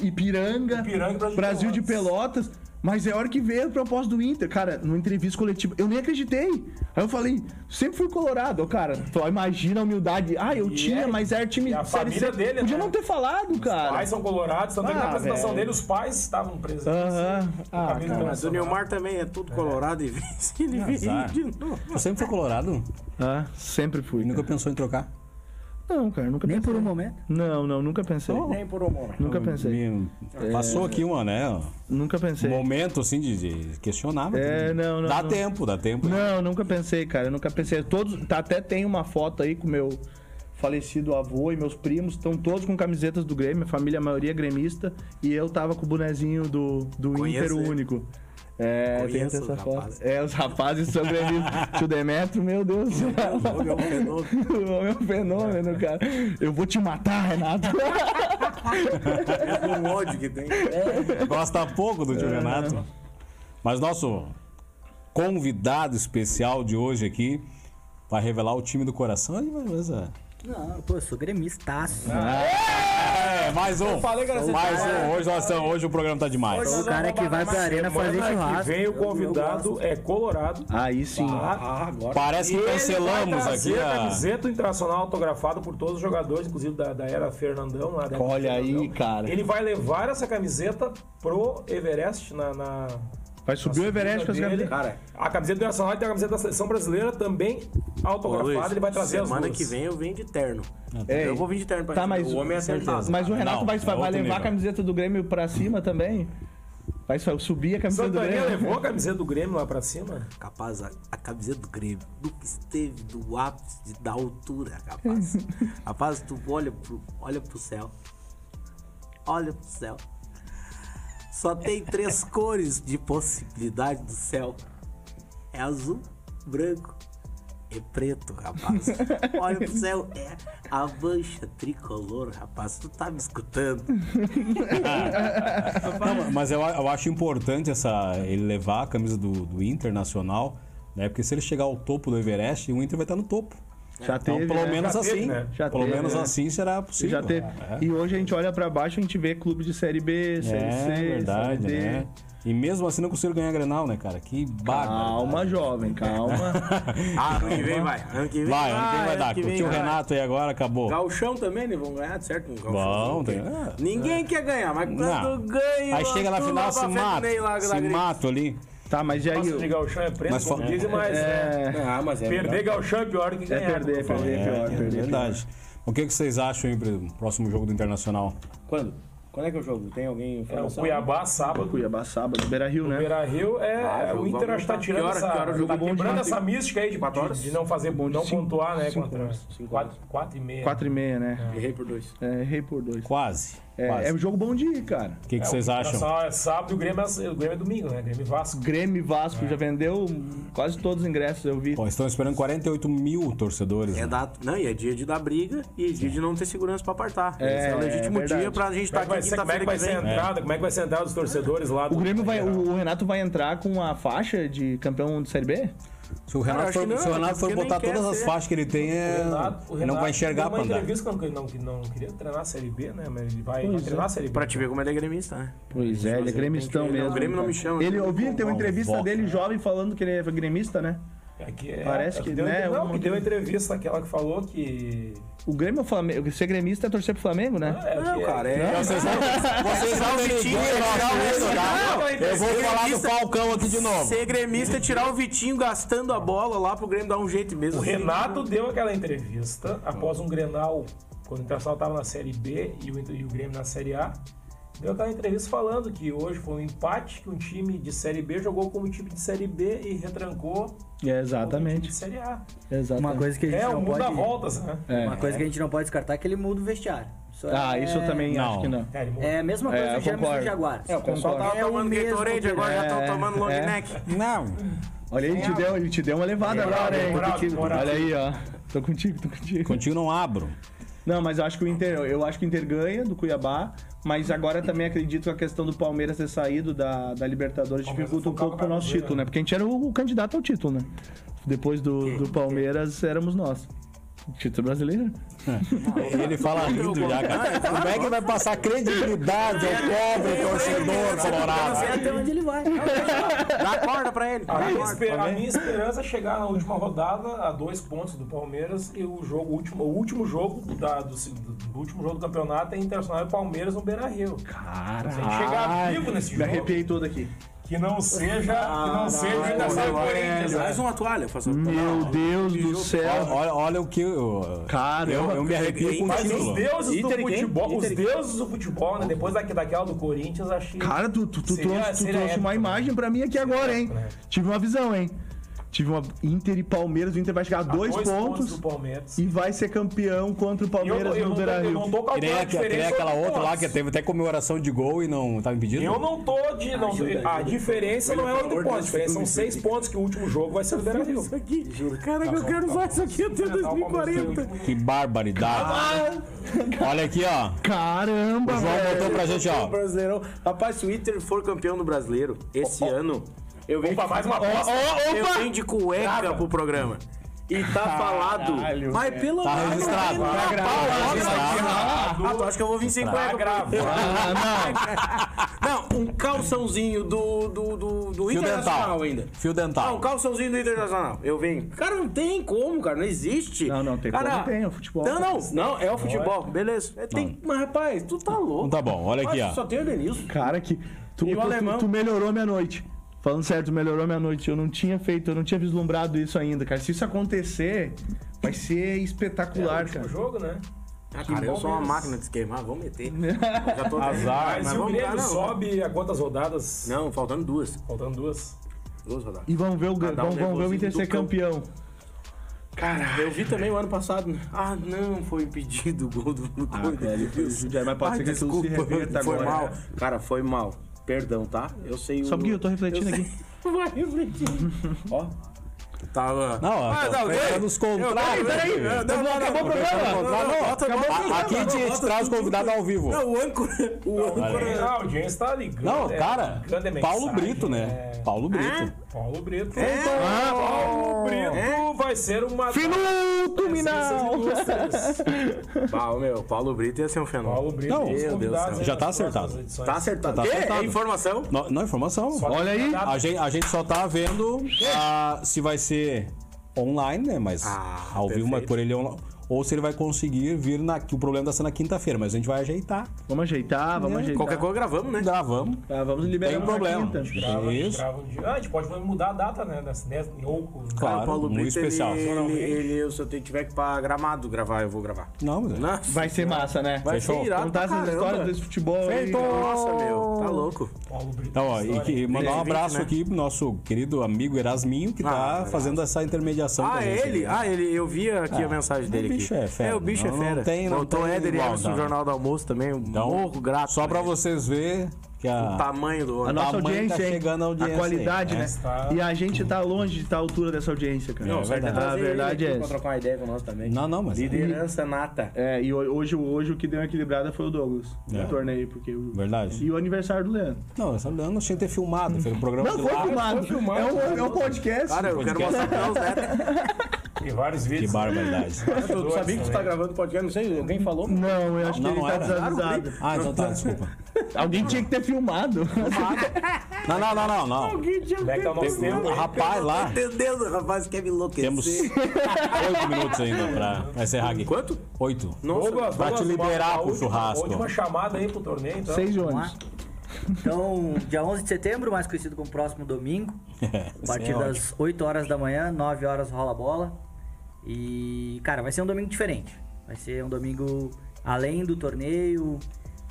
Speaker 2: Ipiranga,
Speaker 3: Ipiranga, Brasil de
Speaker 2: Brasil de Pelotas. Mas é hora que veio a proposta do Inter. Cara, numa entrevista coletiva, eu nem acreditei. Aí eu falei, sempre fui colorado. Ô, Cara, só imagina a humildade. Ah, eu tinha,
Speaker 3: é,
Speaker 2: mas era time
Speaker 3: e a
Speaker 2: Série C.
Speaker 3: família dele,
Speaker 2: Podia
Speaker 3: né?
Speaker 2: não ter falado,
Speaker 3: Os
Speaker 2: cara.
Speaker 3: pais são colorados, tanto é que na
Speaker 2: Ah,
Speaker 3: apresentação
Speaker 2: velho.
Speaker 3: dele os pais estavam presos.
Speaker 2: Aham. Ah,
Speaker 3: Camilo
Speaker 2: cara.
Speaker 4: Mas o Neymar também é tudo colorado e vence. Ele vence
Speaker 1: azar.
Speaker 4: de novo.
Speaker 1: Tu sempre foi colorado?
Speaker 2: Ah, sempre fui.
Speaker 1: E nunca
Speaker 2: Cara.
Speaker 1: pensou em trocar?
Speaker 2: Não, cara, nunca
Speaker 7: Nem
Speaker 2: pensei.
Speaker 7: por um momento.
Speaker 2: Não, não, nunca pensei.
Speaker 7: Nem por um momento.
Speaker 2: Nunca pensei.
Speaker 1: Me- Passou aqui uma, né?
Speaker 2: Nunca
Speaker 1: Um
Speaker 2: pensei.
Speaker 1: momento assim de, de questionar. mas
Speaker 2: É,
Speaker 1: tudo bem.
Speaker 2: não, não,
Speaker 1: Dá
Speaker 2: não.
Speaker 1: tempo, dá tempo.
Speaker 2: Não, nunca pensei, cara. Nunca pensei. Todos, tá, até tem uma foto aí com meu falecido avô e meus primos. Estão todos com camisetas do Grêmio. Minha família, a maioria é gremista. E eu tava com o bonezinho do, do
Speaker 4: Conheço
Speaker 2: Inter
Speaker 4: ele.
Speaker 2: único. É, tem
Speaker 4: Conheço
Speaker 2: essa
Speaker 4: os
Speaker 2: foto.
Speaker 4: rapazes.
Speaker 2: É, os rapazes são gremistas. Tio Demetrio, meu Deus do céu.
Speaker 4: O homem é um fenômeno.
Speaker 2: O homem é um fenômeno, cara. Eu vou te matar, Renato.
Speaker 4: É um ódio que tem.
Speaker 1: Gosta pouco do tio Renato. Mas nosso convidado especial de hoje aqui vai revelar o time do coração. Aí, beleza.
Speaker 7: Não, pô, eu sou gremistaço.
Speaker 1: É, mais um.
Speaker 3: falei que era
Speaker 1: mais
Speaker 3: sensacional.
Speaker 1: um. Hoje, nós estamos- hoje o programa tá demais.
Speaker 7: Sou o cara que vai pra arena fazer
Speaker 3: Semana que
Speaker 7: churrasco.
Speaker 3: vem o convidado é colorado.
Speaker 2: Aí sim.
Speaker 3: Ah, agora.
Speaker 1: Parece que
Speaker 3: E ele
Speaker 1: cancelamos
Speaker 3: vai trazer
Speaker 1: aqui
Speaker 3: A
Speaker 1: a-
Speaker 3: camiseta internacional autografada por todos os jogadores, inclusive da, da era Fernandão. Lá, da era
Speaker 2: Olha aí,
Speaker 3: Fernandão.
Speaker 2: cara.
Speaker 3: Ele vai levar essa camiseta pro Everest na. na...
Speaker 2: Vai subir o Everest com as
Speaker 3: dele.
Speaker 2: camisetas.
Speaker 3: A camiseta do Nacional e tem a camiseta da seleção brasileira também
Speaker 4: Ô,
Speaker 3: autografada.
Speaker 4: Luiz,
Speaker 3: ele vai trazer as
Speaker 4: semana
Speaker 3: duas. É.
Speaker 4: que vem eu venho de terno.
Speaker 2: Ei,
Speaker 4: eu vou vir de terno pra
Speaker 2: Tá,
Speaker 4: gente.
Speaker 2: mas tá
Speaker 4: o homem é acertado.
Speaker 2: Mas o Renato
Speaker 1: Não,
Speaker 2: vai,
Speaker 1: é
Speaker 2: vai
Speaker 1: outro
Speaker 2: levar
Speaker 1: nível.
Speaker 2: a camiseta do Grêmio pra cima também? Vai só subir a camiseta do
Speaker 3: Santaninha
Speaker 2: Grêmio?
Speaker 3: levou a camiseta do Grêmio lá pra cima?
Speaker 4: Capaz, a, a camiseta do Grêmio, do que esteve, do ápice, de- da altura, capaz. rapaz, tu olha pro, olha pro céu. Olha pro céu. Só tem três cores de possibilidade do céu. É azul, branco e preto, rapaz. Olha pro céu, é a mancha tricolor, rapaz. Tu tá me escutando?
Speaker 1: Não, mas eu, eu acho importante essa, ele levar a camisa do, do Internacional, né? Porque se ele chegar ao topo do Everest, o Inter vai estar no topo.
Speaker 2: Já
Speaker 1: Então,
Speaker 2: teve,
Speaker 1: pelo
Speaker 2: né?
Speaker 1: menos
Speaker 3: Já
Speaker 1: assim.
Speaker 3: teve, né?
Speaker 2: Já
Speaker 1: pelo
Speaker 2: teve,
Speaker 1: menos
Speaker 2: né?
Speaker 1: assim será possível.
Speaker 2: Já teve.
Speaker 1: É.
Speaker 2: E hoje a gente olha pra baixo e a gente vê clube de Série B, Série C,
Speaker 1: É verdade,
Speaker 2: Série D.
Speaker 1: né? E mesmo assim não consigo ganhar Grenal, né, cara? Que bárbaro.
Speaker 2: Calma, jovem, calma.
Speaker 4: Ah, ano que vem vai. Ano que vem
Speaker 1: Vai, ano que vem vai
Speaker 4: ano
Speaker 1: dar.
Speaker 4: que
Speaker 1: Curtiu o
Speaker 4: vai.
Speaker 1: Renato aí agora, acabou.
Speaker 4: Galchão também, né? Vão ganhar, certo? Um
Speaker 1: Vão,
Speaker 4: galchãozinho.
Speaker 1: tá-
Speaker 4: Ninguém quer ganhar, mas quando
Speaker 1: Não.
Speaker 4: ganha.
Speaker 1: Aí chega na
Speaker 4: tu
Speaker 1: final,
Speaker 4: lá
Speaker 1: se
Speaker 4: pra frente,
Speaker 1: mata.
Speaker 4: nem larga da
Speaker 1: Se
Speaker 4: grita.
Speaker 1: mata ali.
Speaker 2: tá, mas e aí?
Speaker 3: Nossa, de Galchão é preto,
Speaker 1: Mas fa-
Speaker 3: como dizem, mas é,
Speaker 2: É,
Speaker 6: Ah, mas é
Speaker 3: perder Galchão é pior que
Speaker 2: é
Speaker 3: ganhar.
Speaker 2: perder, é
Speaker 3: como eu falo.
Speaker 2: perder, é pior,
Speaker 1: É,
Speaker 2: perder.
Speaker 1: verdade. O que, que vocês acham aí pro próximo jogo do Internacional?
Speaker 6: Quando? Quando é que é o jogo? Tem
Speaker 3: É,
Speaker 6: alguém
Speaker 3: o
Speaker 6: informação?
Speaker 3: Cuiabá, sábado.
Speaker 2: Cuiabá, sábado, Beira Rio, né?
Speaker 3: Beira Rio é.
Speaker 4: Ah,
Speaker 3: o
Speaker 4: jogo
Speaker 3: Inter
Speaker 4: bom,
Speaker 3: acho que tá
Speaker 4: tá.
Speaker 3: tirando
Speaker 4: Que hora-
Speaker 3: essa.
Speaker 4: que hora o jogo
Speaker 3: tá
Speaker 4: bom
Speaker 3: quebrando
Speaker 2: demais,
Speaker 3: essa mística aí de, de, de não fazer
Speaker 2: Bom de
Speaker 3: não
Speaker 2: cinco-
Speaker 3: pontuar, né?
Speaker 2: cinco
Speaker 3: Contra
Speaker 2: horas,
Speaker 3: 4 e meia.
Speaker 2: 4 e meia, né?
Speaker 6: Errei por dois.
Speaker 2: É, errei por dois.
Speaker 1: Quase.
Speaker 2: É,
Speaker 1: Quase.
Speaker 2: é um jogo bom de ir, cara.
Speaker 1: O que, que
Speaker 3: É,
Speaker 1: vocês
Speaker 3: o-
Speaker 1: acham?
Speaker 3: Só é sábado e o Grêmio é, o Grêmio é domingo, né? Grêmio e Vasco.
Speaker 2: Grêmio e Vasco já vendeu quase todos os ingressos, eu vi.
Speaker 1: Bom, estão esperando 48 mil torcedores.
Speaker 4: É
Speaker 1: né?
Speaker 4: da, não, e é dia de dar briga e é dia de não ter segurança pra apartar.
Speaker 2: É,
Speaker 4: Esse é o legítimo
Speaker 2: é
Speaker 4: dia
Speaker 2: verdade.
Speaker 4: pra gente
Speaker 3: Como
Speaker 4: estar
Speaker 3: é que
Speaker 4: Tá aqui
Speaker 3: vai ser, como é que
Speaker 4: quinta-feira né?
Speaker 3: vai
Speaker 4: que
Speaker 3: ser a
Speaker 4: vem.
Speaker 3: entrada? Como é que vai ser a entrada dos torcedores lá do.
Speaker 2: O Grêmio vai, o o Renato vai entrar com a faixa de campeão de Série B?
Speaker 1: Se o
Speaker 4: Cara,
Speaker 1: Renato
Speaker 4: acho
Speaker 1: for,
Speaker 4: que não, é
Speaker 1: se o Renato for
Speaker 4: porque nem
Speaker 1: botar
Speaker 4: quer
Speaker 1: todas as
Speaker 4: ser.
Speaker 1: faixas que ele tem, é... ele não vai enxergar
Speaker 3: pra
Speaker 1: pra andar.
Speaker 3: entrevista quando ele não, que não queria treinar a Série B, né? Mas ele vai, vai treinar a Série B.
Speaker 4: Pra te ver como ele é gremista, né?
Speaker 2: Pois é, ele é gremistão mesmo.
Speaker 4: O Grêmio um não me chama. né?
Speaker 2: Ele, eu vi, tem
Speaker 1: Não,
Speaker 2: uma entrevista
Speaker 1: volta.
Speaker 2: dele jovem falando que ele é gremista, né?
Speaker 3: É que, é,
Speaker 2: Parece
Speaker 3: é
Speaker 2: que,
Speaker 3: deu,
Speaker 2: né,
Speaker 3: Não,
Speaker 2: uma-
Speaker 3: que deu entrevista aquela que falou que.
Speaker 2: O Grêmio é o Flamengo. Ser gremista é torcer pro Flamengo, né?
Speaker 3: É,
Speaker 4: Não,
Speaker 3: que-
Speaker 4: cara,
Speaker 1: Não,
Speaker 4: é.
Speaker 1: Vocês vão, vocês vão ter
Speaker 4: Vitinho,
Speaker 1: igual
Speaker 4: é
Speaker 1: nós
Speaker 4: tirar o
Speaker 1: dois,
Speaker 4: Vitinho.
Speaker 1: tá?
Speaker 4: Não,
Speaker 1: Eu vou
Speaker 4: é
Speaker 1: falar do
Speaker 4: gremista.
Speaker 1: Falcão aqui de novo.
Speaker 4: Ser gremista é tirar o Vitinho gastando a bola lá pro Grêmio dar um jeito mesmo.
Speaker 3: O Renato deu aquela entrevista após um Grenal, quando o Internacional estava na Série B e o, Inter- e o Grêmio na Série A. Deu aquela entrevista falando que hoje foi um empate que um time de Série B jogou como time de Série B e
Speaker 2: É,
Speaker 3: retrancou como time de
Speaker 2: exatamente.
Speaker 3: Série A.
Speaker 2: exatamente.
Speaker 7: Uma coisa que a gente
Speaker 3: É, o
Speaker 7: não
Speaker 3: mundo dá
Speaker 7: pode.
Speaker 3: voltas, né?
Speaker 2: É.
Speaker 7: Uma coisa que a gente não pode descartar é que ele muda o vestiário.
Speaker 2: Ah, isso eu também
Speaker 1: Não.
Speaker 2: acho que não.
Speaker 3: É, ele muda.
Speaker 7: É a mesma coisa
Speaker 2: É, eu
Speaker 7: do Jamerson
Speaker 2: concordo.
Speaker 7: Jaguar.
Speaker 2: É, eu concordo.
Speaker 4: Tava
Speaker 7: o
Speaker 4: tomando
Speaker 7: mesmo
Speaker 4: Gatorade, agora já estão
Speaker 2: é,
Speaker 4: tá tomando long
Speaker 2: é.
Speaker 4: neck.
Speaker 1: Não.
Speaker 2: Olha aí, ele te deu, ele te deu uma levada agora, hein?
Speaker 3: moral, moral.
Speaker 2: Olha aí, ó. Tô contigo, tô contigo.
Speaker 1: Contigo não abro.
Speaker 2: Não, mas eu acho que o Inter, eu acho que o Inter ganha do Cuiabá, mas agora também acredito que a questão do Palmeiras ter saído da, da Libertadores
Speaker 3: Palmeiras
Speaker 2: dificulta um
Speaker 3: focava
Speaker 2: pouco pro
Speaker 3: pra
Speaker 2: nosso
Speaker 3: Cruzeiro,
Speaker 2: título,
Speaker 3: né?
Speaker 2: né? Porque a gente era o, o candidato ao título, né? Depois do, do Palmeiras, éramos nós. Título brasileiro?
Speaker 1: Ele fala rindo já, cara. Como é que vai passar credibilidade ao pobre torcedor
Speaker 7: Não sei
Speaker 1: colorado?
Speaker 7: até onde ele vai.
Speaker 4: Dá corda pra ele.
Speaker 3: A
Speaker 4: Dá
Speaker 3: minha,
Speaker 4: corda.
Speaker 3: esper- a minha esperança é chegar na última rodada a dois pontos do Palmeiras e o jogo o último, o último jogo da- do, do- do último jogo do campeonato é Internacional e Palmeiras no Beira Rio. Cara, tem que chegar vivo nesse
Speaker 2: Me
Speaker 3: jogo.
Speaker 2: arrepiei todo aqui.
Speaker 3: Que não seja, que
Speaker 4: Ah,
Speaker 3: não seja o Internacional e Corinthians. né?
Speaker 4: Mais uma toalha, faz favor.
Speaker 2: Meu Deus do
Speaker 1: Olha,
Speaker 2: céu.
Speaker 1: olha- olha o que eu,
Speaker 2: Cara,
Speaker 1: eu, eu me arrepio com o
Speaker 3: Mas os
Speaker 1: título.
Speaker 3: deuses
Speaker 2: Inter
Speaker 3: do
Speaker 2: e quem?
Speaker 3: futebol, os
Speaker 2: Inter e
Speaker 3: deuses do futebol, né? Depois daqui- daquela do Corinthians, achei.
Speaker 2: Cara, tu, tu, tu
Speaker 3: Seria-
Speaker 2: trouxe, tu
Speaker 3: seria
Speaker 2: trouxe uma
Speaker 3: épico, né?
Speaker 2: imagem pra mim aqui agora, hein?
Speaker 3: épico, né?
Speaker 2: Tive uma visão, hein? Tive uma Inter e Palmeiras, o Inter vai chegar a
Speaker 3: a
Speaker 2: dois,
Speaker 3: do
Speaker 2: pontos
Speaker 3: Palmeiras.
Speaker 2: e vai ser campeão contra o
Speaker 3: E eu,
Speaker 2: Palmeiras
Speaker 3: eu,
Speaker 2: no
Speaker 3: não tô,
Speaker 2: Beira
Speaker 3: eu não
Speaker 2: Rio.
Speaker 3: tô
Speaker 1: Que nem,
Speaker 3: calculando a
Speaker 1: aqu- que nem
Speaker 3: diferença
Speaker 1: aquela
Speaker 3: dos
Speaker 1: outra lá
Speaker 3: pontos.
Speaker 1: que tava até comemoração de gol e não tava impedido?
Speaker 3: Eu não tô de. não- a diferença não é oito pontos. A diferença
Speaker 1: assim.
Speaker 3: são seis pontos que o último jogo vai ser do Beira Rio.
Speaker 4: Cara, é eu quero usar isso aqui até 2040.
Speaker 1: Que barbaridade. Olha aqui, ó.
Speaker 2: Caramba,
Speaker 1: O João
Speaker 2: velho.
Speaker 1: botou pra gente, ó.
Speaker 4: Brasileirão. Rapaz, se o Inter for campeão do brasileiro esse ano, eu venho,
Speaker 3: Opa, mais uma aposta.
Speaker 4: eu venho de cueca pro programa. E tá falado. Mas pelo
Speaker 1: Tá
Speaker 4: amor de Deus,
Speaker 1: registrado.
Speaker 4: não
Speaker 1: Tá
Speaker 4: dá pau,
Speaker 1: gravado,
Speaker 4: olha isso aqui.
Speaker 1: registrado.
Speaker 4: Ah, tu acha que eu vou vir sem cueca?
Speaker 3: Tá
Speaker 4: pro-
Speaker 3: gravado.
Speaker 4: Não, um calçãozinho do, do, do, do
Speaker 1: Fio
Speaker 4: Internacional
Speaker 1: dental.
Speaker 4: ainda.
Speaker 1: Fio
Speaker 4: Ah, um
Speaker 1: dental.
Speaker 4: calçãozinho do Internacional. Eu venho. Cara, não tem como, cara. Não existe.
Speaker 2: Não, não, tem
Speaker 4: cara,
Speaker 2: como, tem, é o futebol,
Speaker 4: Não,
Speaker 2: cara.
Speaker 4: não. Não, é o futebol. Beleza. É, tem, mas, rapaz, tu tá louco.
Speaker 1: Tá bom, olha aqui,
Speaker 4: Mas
Speaker 1: ó.
Speaker 4: Só tem o Denilson.
Speaker 2: Cara, que tu, tu-
Speaker 4: E o
Speaker 2: tu-
Speaker 4: alemão?
Speaker 2: tu melhorou minha noite. Falando certo, tu melhorou minha noite. Eu não tinha feito, eu não tinha vislumbrado isso ainda, cara. Se isso acontecer, vai ser
Speaker 4: É,
Speaker 2: espetacular,
Speaker 3: O
Speaker 2: cara.
Speaker 3: jogo, né?
Speaker 4: Ah, cara, eu sou uma
Speaker 3: Palmeiras.
Speaker 4: máquina de se queimar. Vamos meter. Já tô
Speaker 1: Azar.
Speaker 3: Mas,
Speaker 4: Mas
Speaker 3: e o
Speaker 4: vamos
Speaker 3: Grêmio
Speaker 4: dar, não.
Speaker 3: sobe a quantas rodadas?
Speaker 4: Não, faltando duas.
Speaker 3: Faltando duas.
Speaker 4: Duas rodadas.
Speaker 2: E vamos ver o,
Speaker 4: Ah, dá um
Speaker 2: vamos, vamos ver o
Speaker 4: nervosismo
Speaker 2: Inter
Speaker 4: do
Speaker 2: ser
Speaker 4: cão.
Speaker 2: campeão.
Speaker 4: Cara, eu vi também o ano passado. né? Ah, não, foi impedido o gol do do
Speaker 2: Ah,
Speaker 4: gol do Denilson.
Speaker 2: mas pode
Speaker 4: Ai,
Speaker 2: ser que aquilo se
Speaker 4: desculpa,
Speaker 2: reverta
Speaker 4: Foi
Speaker 2: agora.
Speaker 4: mal. Cara, foi mal. Perdão, tá? Eu sei o...
Speaker 2: Só um porque eu tô refletindo aqui.
Speaker 4: Vai refletir. Ó. Tava.
Speaker 1: Não, ó,
Speaker 4: Mas
Speaker 1: tô
Speaker 4: alguém-
Speaker 1: pegando os contratos
Speaker 4: Peraí, peraí.
Speaker 1: aqui.
Speaker 4: Não, não, não,
Speaker 2: Acabou o programa?
Speaker 4: não, não, não, não, bota- bota-
Speaker 1: A- Aqui a
Speaker 4: não,
Speaker 1: gente
Speaker 4: bota
Speaker 1: traz
Speaker 4: tudo.
Speaker 1: convidado ao vivo.
Speaker 4: Não, o âncora. O
Speaker 3: Porém,
Speaker 4: âncora.
Speaker 3: a audiência tá ligando.
Speaker 1: Não,
Speaker 3: é,
Speaker 1: cara,
Speaker 3: ligando, é
Speaker 1: Paulo
Speaker 3: mensagem,
Speaker 1: Brito, né?
Speaker 3: é-
Speaker 1: Paulo Brito.
Speaker 3: Paulo Brito.
Speaker 1: então.
Speaker 3: Ah,
Speaker 4: É,
Speaker 1: Ah,
Speaker 3: Paulo Brito vai ser uma.
Speaker 2: Minuto final!
Speaker 4: Pau, Ah, meu. Paulo Brito ia ser um fenômeno.
Speaker 3: Paulo Brito,
Speaker 1: Não,
Speaker 3: e os
Speaker 4: meu Deus
Speaker 3: convidados
Speaker 4: do céu.
Speaker 3: aí
Speaker 1: Já
Speaker 3: nas
Speaker 1: tá
Speaker 3: próximas
Speaker 1: acertado.
Speaker 3: edições.
Speaker 4: Tá acertado.
Speaker 1: Tá
Speaker 4: Quê?
Speaker 1: acertado.
Speaker 4: É informação.
Speaker 1: Não, não, informação.
Speaker 2: Olha aí.
Speaker 1: A gente, a gente só tá vendo ah, se vai ser online, né? Mas
Speaker 4: Ah,
Speaker 1: ao vivo, mas
Speaker 4: perfeito.
Speaker 1: por ele é online. Ou se ele vai conseguir vir na. que O problema tá sendo na quinta-feira, mas a gente vai ajeitar.
Speaker 2: Vamos ajeitar, vamos ajeitar.
Speaker 4: Qualquer coisa gravamos, né?
Speaker 1: Gravamos.
Speaker 2: Tá, vamos liberar
Speaker 1: Tem
Speaker 2: pra
Speaker 1: problema.
Speaker 2: quinta.
Speaker 3: Grava,
Speaker 1: Isso.
Speaker 3: grava um dia. Ah, a gente pode mudar a data, né? Das 10 em né? ou.
Speaker 1: Claro,
Speaker 4: o Paulo
Speaker 1: muito
Speaker 4: Brito,
Speaker 1: especial.
Speaker 4: Ele, ele, ele, se eu tiver que ir pra gramado gravar, eu vou gravar.
Speaker 1: Não, mas. é.
Speaker 4: Nossa,
Speaker 2: Vai ser massa, né?
Speaker 4: vai
Speaker 1: Fechou.
Speaker 4: ser irado
Speaker 2: Contar
Speaker 4: pra
Speaker 2: essas
Speaker 4: caramba.
Speaker 2: histórias desse futebol aí.
Speaker 4: Nossa, meu, tá louco.
Speaker 3: Paulo Brito.
Speaker 1: Tá, ó, e
Speaker 3: História.
Speaker 1: que- mandar um
Speaker 4: 20,
Speaker 1: abraço
Speaker 4: né?
Speaker 1: aqui pro nosso querido amigo Erasminho, que tá
Speaker 4: legal.
Speaker 1: fazendo essa intermediação com a
Speaker 4: Ah,
Speaker 1: gente.
Speaker 4: ele?
Speaker 1: né?
Speaker 4: Ah, ele. Eu vi aqui a mensagem dele.
Speaker 1: bicho
Speaker 4: aqui.
Speaker 1: é fera,
Speaker 4: o bicho
Speaker 1: não-
Speaker 4: é fera.
Speaker 1: não tem- não
Speaker 4: Botou
Speaker 1: tem
Speaker 4: Éder e
Speaker 1: igual,
Speaker 4: Emerson no
Speaker 1: não.
Speaker 4: Jornal do Almoço também. Um
Speaker 1: Então, ah.
Speaker 4: morro grato.
Speaker 1: Só pra
Speaker 4: né?
Speaker 1: vocês verem que a...
Speaker 4: O tamanho do
Speaker 2: A
Speaker 4: homem.
Speaker 2: nossa
Speaker 1: tamanho tá
Speaker 2: audiência, hein?
Speaker 1: chegando a audiência aí,
Speaker 2: qualidade,
Speaker 1: né?
Speaker 2: né?
Speaker 3: Está-
Speaker 2: E a gente tá longe de estar à altura dessa audiência, cara.
Speaker 1: Não, certo.
Speaker 2: a verdade é
Speaker 6: Pra
Speaker 2: essa.
Speaker 6: trocar uma ideia com nós também.
Speaker 1: Não, não, mas... é
Speaker 6: Liderança nata.
Speaker 2: É, e ho- hoje, hoje o que deu uma equilibrada foi o Douglas.
Speaker 1: É.
Speaker 2: No torneio, porque... o-
Speaker 1: Verdade.
Speaker 2: E o aniversário do Leandro.
Speaker 1: Não, essa eu não tinha que ter filmado. Foi um programa
Speaker 2: Não,
Speaker 1: de
Speaker 2: foi
Speaker 1: lá.
Speaker 2: filmado. É, um, é um podcast.
Speaker 4: Cara, eu quero
Speaker 1: podcast.
Speaker 4: mostrar pra os netos.
Speaker 3: Tem vários
Speaker 1: Que
Speaker 3: vídeos. né?
Speaker 1: barbaridade.
Speaker 6: Tu sabia que tu tá gravando podcast? Não sei, alguém falou?
Speaker 2: Não, eu acho
Speaker 1: Não,
Speaker 2: que
Speaker 1: não
Speaker 2: ele tá
Speaker 1: era.
Speaker 2: desavisado.
Speaker 1: Ah, então tá, desculpa.
Speaker 2: Alguém tinha que ter filmado.
Speaker 1: Não, não, não, não, não.
Speaker 3: Como é que tá o nosso tempo?
Speaker 1: Tem- Rapaz, lá
Speaker 4: Entendeu? Rapaz, quer me enlouquecer.
Speaker 1: temos oito minutos ainda pra- pra encerrar aqui.
Speaker 4: Quanto?
Speaker 1: Oito.
Speaker 4: Nossa,
Speaker 3: Douglas,
Speaker 1: Pra te
Speaker 3: Douglas,
Speaker 1: liberar
Speaker 3: uma-
Speaker 1: pro
Speaker 3: a última-
Speaker 1: churrasco.
Speaker 3: a Última chamada aí pro torneio, então.
Speaker 2: Seis de
Speaker 7: Vamos
Speaker 2: ônibus.
Speaker 7: lá? Então, dia 11 de setembro, mais conhecido como próximo domingo, a partir
Speaker 1: é
Speaker 7: das 8 horas da manhã, 9 horas rola a bola. E, cara, vai ser um domingo diferente. Vai ser um domingo além do torneio,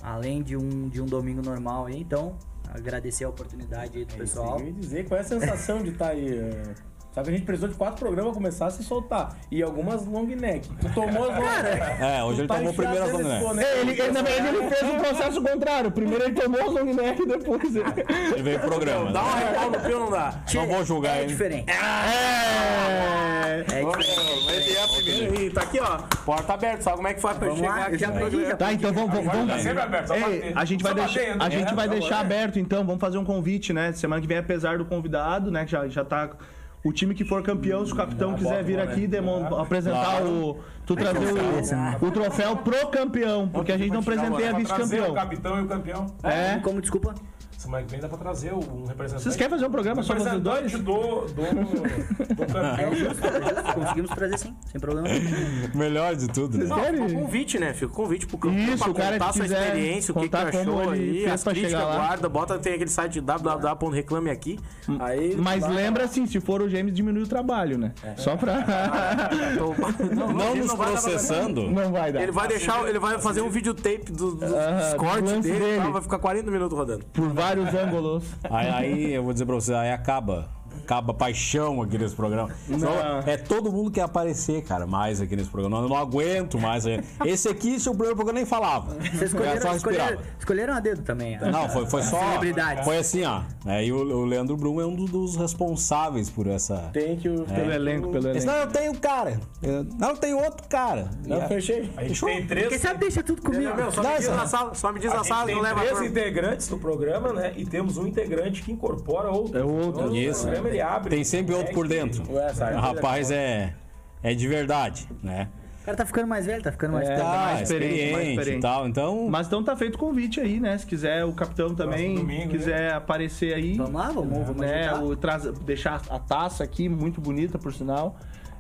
Speaker 7: além de um, de um domingo normal aí. Então, agradecer a oportunidade aí do pessoal.
Speaker 6: Eu ia dizer qual é a sensação de estar aí. eh, Sabe que a gente precisou de quatro programas começar a se soltar. E algumas long neck. Tu tomou as long neck.
Speaker 1: É, hoje ele tomou o primeiro azul, né?
Speaker 2: Ele, ele, na verdade, ele fez o processo contrário. Primeiro ele tomou o long neck e depois ele...
Speaker 1: Ele veio pro programa.
Speaker 4: Dá uma
Speaker 1: né?
Speaker 4: real no pio, não dá.
Speaker 1: Não vou julgar
Speaker 7: É
Speaker 1: ele.
Speaker 7: diferente.
Speaker 2: É...
Speaker 7: É diferente.
Speaker 4: Ih, tá aqui, ó. Porta aberta. Sabe como é que foi pra eu
Speaker 7: Vamos lá,
Speaker 4: chegar
Speaker 7: eu
Speaker 4: aqui?
Speaker 7: já aprendi, já
Speaker 2: Tá, então vamos... vamos,
Speaker 3: Vai,
Speaker 2: vamos...
Speaker 3: tá sempre aberto, só
Speaker 2: Ei,
Speaker 3: bater.
Speaker 2: É, a gente vai
Speaker 3: Só bater,
Speaker 2: deixar,
Speaker 3: né?
Speaker 2: a gente vai
Speaker 3: Não,
Speaker 2: deixar
Speaker 3: é.
Speaker 2: aberto, então. Vamos fazer um convite, né? Semana que vem, apesar do convidado, né? Que já, já tá. O time que for campeão, se o capitão quiser vir aqui demon, apresentar o. Tu trazer o, o troféu pro campeão, porque a gente não presenteia
Speaker 3: Dá pra trazer
Speaker 2: vice-campeão.
Speaker 3: O capitão e o campeão.
Speaker 2: É.
Speaker 7: Como desculpa?
Speaker 3: Semana que vem dá pra trazer um representante.
Speaker 2: Vocês querem fazer um programa só vocês dois?
Speaker 3: Representante do, do, do campeão.
Speaker 7: É justo, é justo. Conseguimos trazer sim, sem problema.
Speaker 2: Uhum.
Speaker 1: Melhor de tudo, né?
Speaker 4: Não,
Speaker 2: Querem?
Speaker 3: tá
Speaker 4: fica o convite, né? Fica o convite pro campo
Speaker 2: Isso,
Speaker 4: pra
Speaker 2: o cara
Speaker 4: contar
Speaker 2: que
Speaker 4: sua
Speaker 2: quiser
Speaker 4: experiência, o que, que
Speaker 2: contar como
Speaker 4: achou
Speaker 2: ele
Speaker 4: aí,
Speaker 2: fez
Speaker 4: as
Speaker 2: pra
Speaker 4: críticas,
Speaker 2: chegar lá.
Speaker 4: guarda, bota, tem aquele site www.reclame aqui. Aí.
Speaker 2: Mas lembra assim, se for o James, diminui o trabalho, né? Só pra.
Speaker 4: Tô-
Speaker 1: Não
Speaker 4: ele
Speaker 1: nos
Speaker 4: vai dar pra-
Speaker 1: processando.
Speaker 2: Não vai dar.
Speaker 4: Ele vai deixar, ele vai fazer um videotape do, do
Speaker 2: Aham,
Speaker 4: dos cortes
Speaker 2: do lance
Speaker 4: dele, e tal,
Speaker 2: dele.
Speaker 4: vai ficar 40 minutos rodando.
Speaker 2: Por vários ângulos.
Speaker 1: Aí, aí eu vou dizer pra vocês, aí acaba. Acaba a paixão aqui nesse programa. Só- é todo mundo que quer aparecer, cara, mais aqui nesse programa. Eu não aguento mais. né? Esse aqui, se o primeiro programa nem falava.
Speaker 7: Vocês
Speaker 1: Era só
Speaker 7: escolheram,
Speaker 1: respirar.
Speaker 7: escolheram, escolheram a dedo também. né? ó.
Speaker 1: Não, foi, foi só.
Speaker 7: Celebridades.
Speaker 1: Foi assim, ó. Aí o, o Leandro Brum é um do- dos responsáveis por essa.
Speaker 6: Tem que o.
Speaker 2: Pelo elenco, pelo
Speaker 1: Esse,
Speaker 2: elenco.
Speaker 1: não, eu tenho um cara. Eu- não, eu tenho outro cara.
Speaker 6: Não, fechei.
Speaker 3: A gente tem três,
Speaker 7: Quem sabe deixa tudo comigo.
Speaker 4: Meu, só
Speaker 1: Não,
Speaker 4: me diz
Speaker 1: essa-
Speaker 4: na sala, só me diz
Speaker 3: a
Speaker 4: na
Speaker 3: gente
Speaker 4: sala,
Speaker 3: tem
Speaker 4: não leva a
Speaker 3: três
Speaker 4: turma.
Speaker 3: integrantes do programa, né? E temos um integrante que incorpora outro.
Speaker 2: É outro.
Speaker 3: Então,
Speaker 1: Isso.
Speaker 3: O programa, ele abre.
Speaker 1: Tem sempre outro por dentro.
Speaker 6: Ué, sabe?
Speaker 1: O rapaz é, é de verdade, né?
Speaker 7: O cara tá ficando mais velho, tá ficando mais.
Speaker 2: tá
Speaker 1: Tá,
Speaker 2: mais experiente, mais
Speaker 1: experiente e
Speaker 2: experiente.
Speaker 1: tal. Então,
Speaker 2: Mas então tá feito o convite aí, né? Se quiser o capitão também,
Speaker 3: domingo,
Speaker 2: quiser aparecer aí.
Speaker 7: né? Vamos lá, vamos, vamos
Speaker 2: né?
Speaker 7: ajeitar.
Speaker 2: O, traz, deixar a taça aqui, muito bonita, por sinal.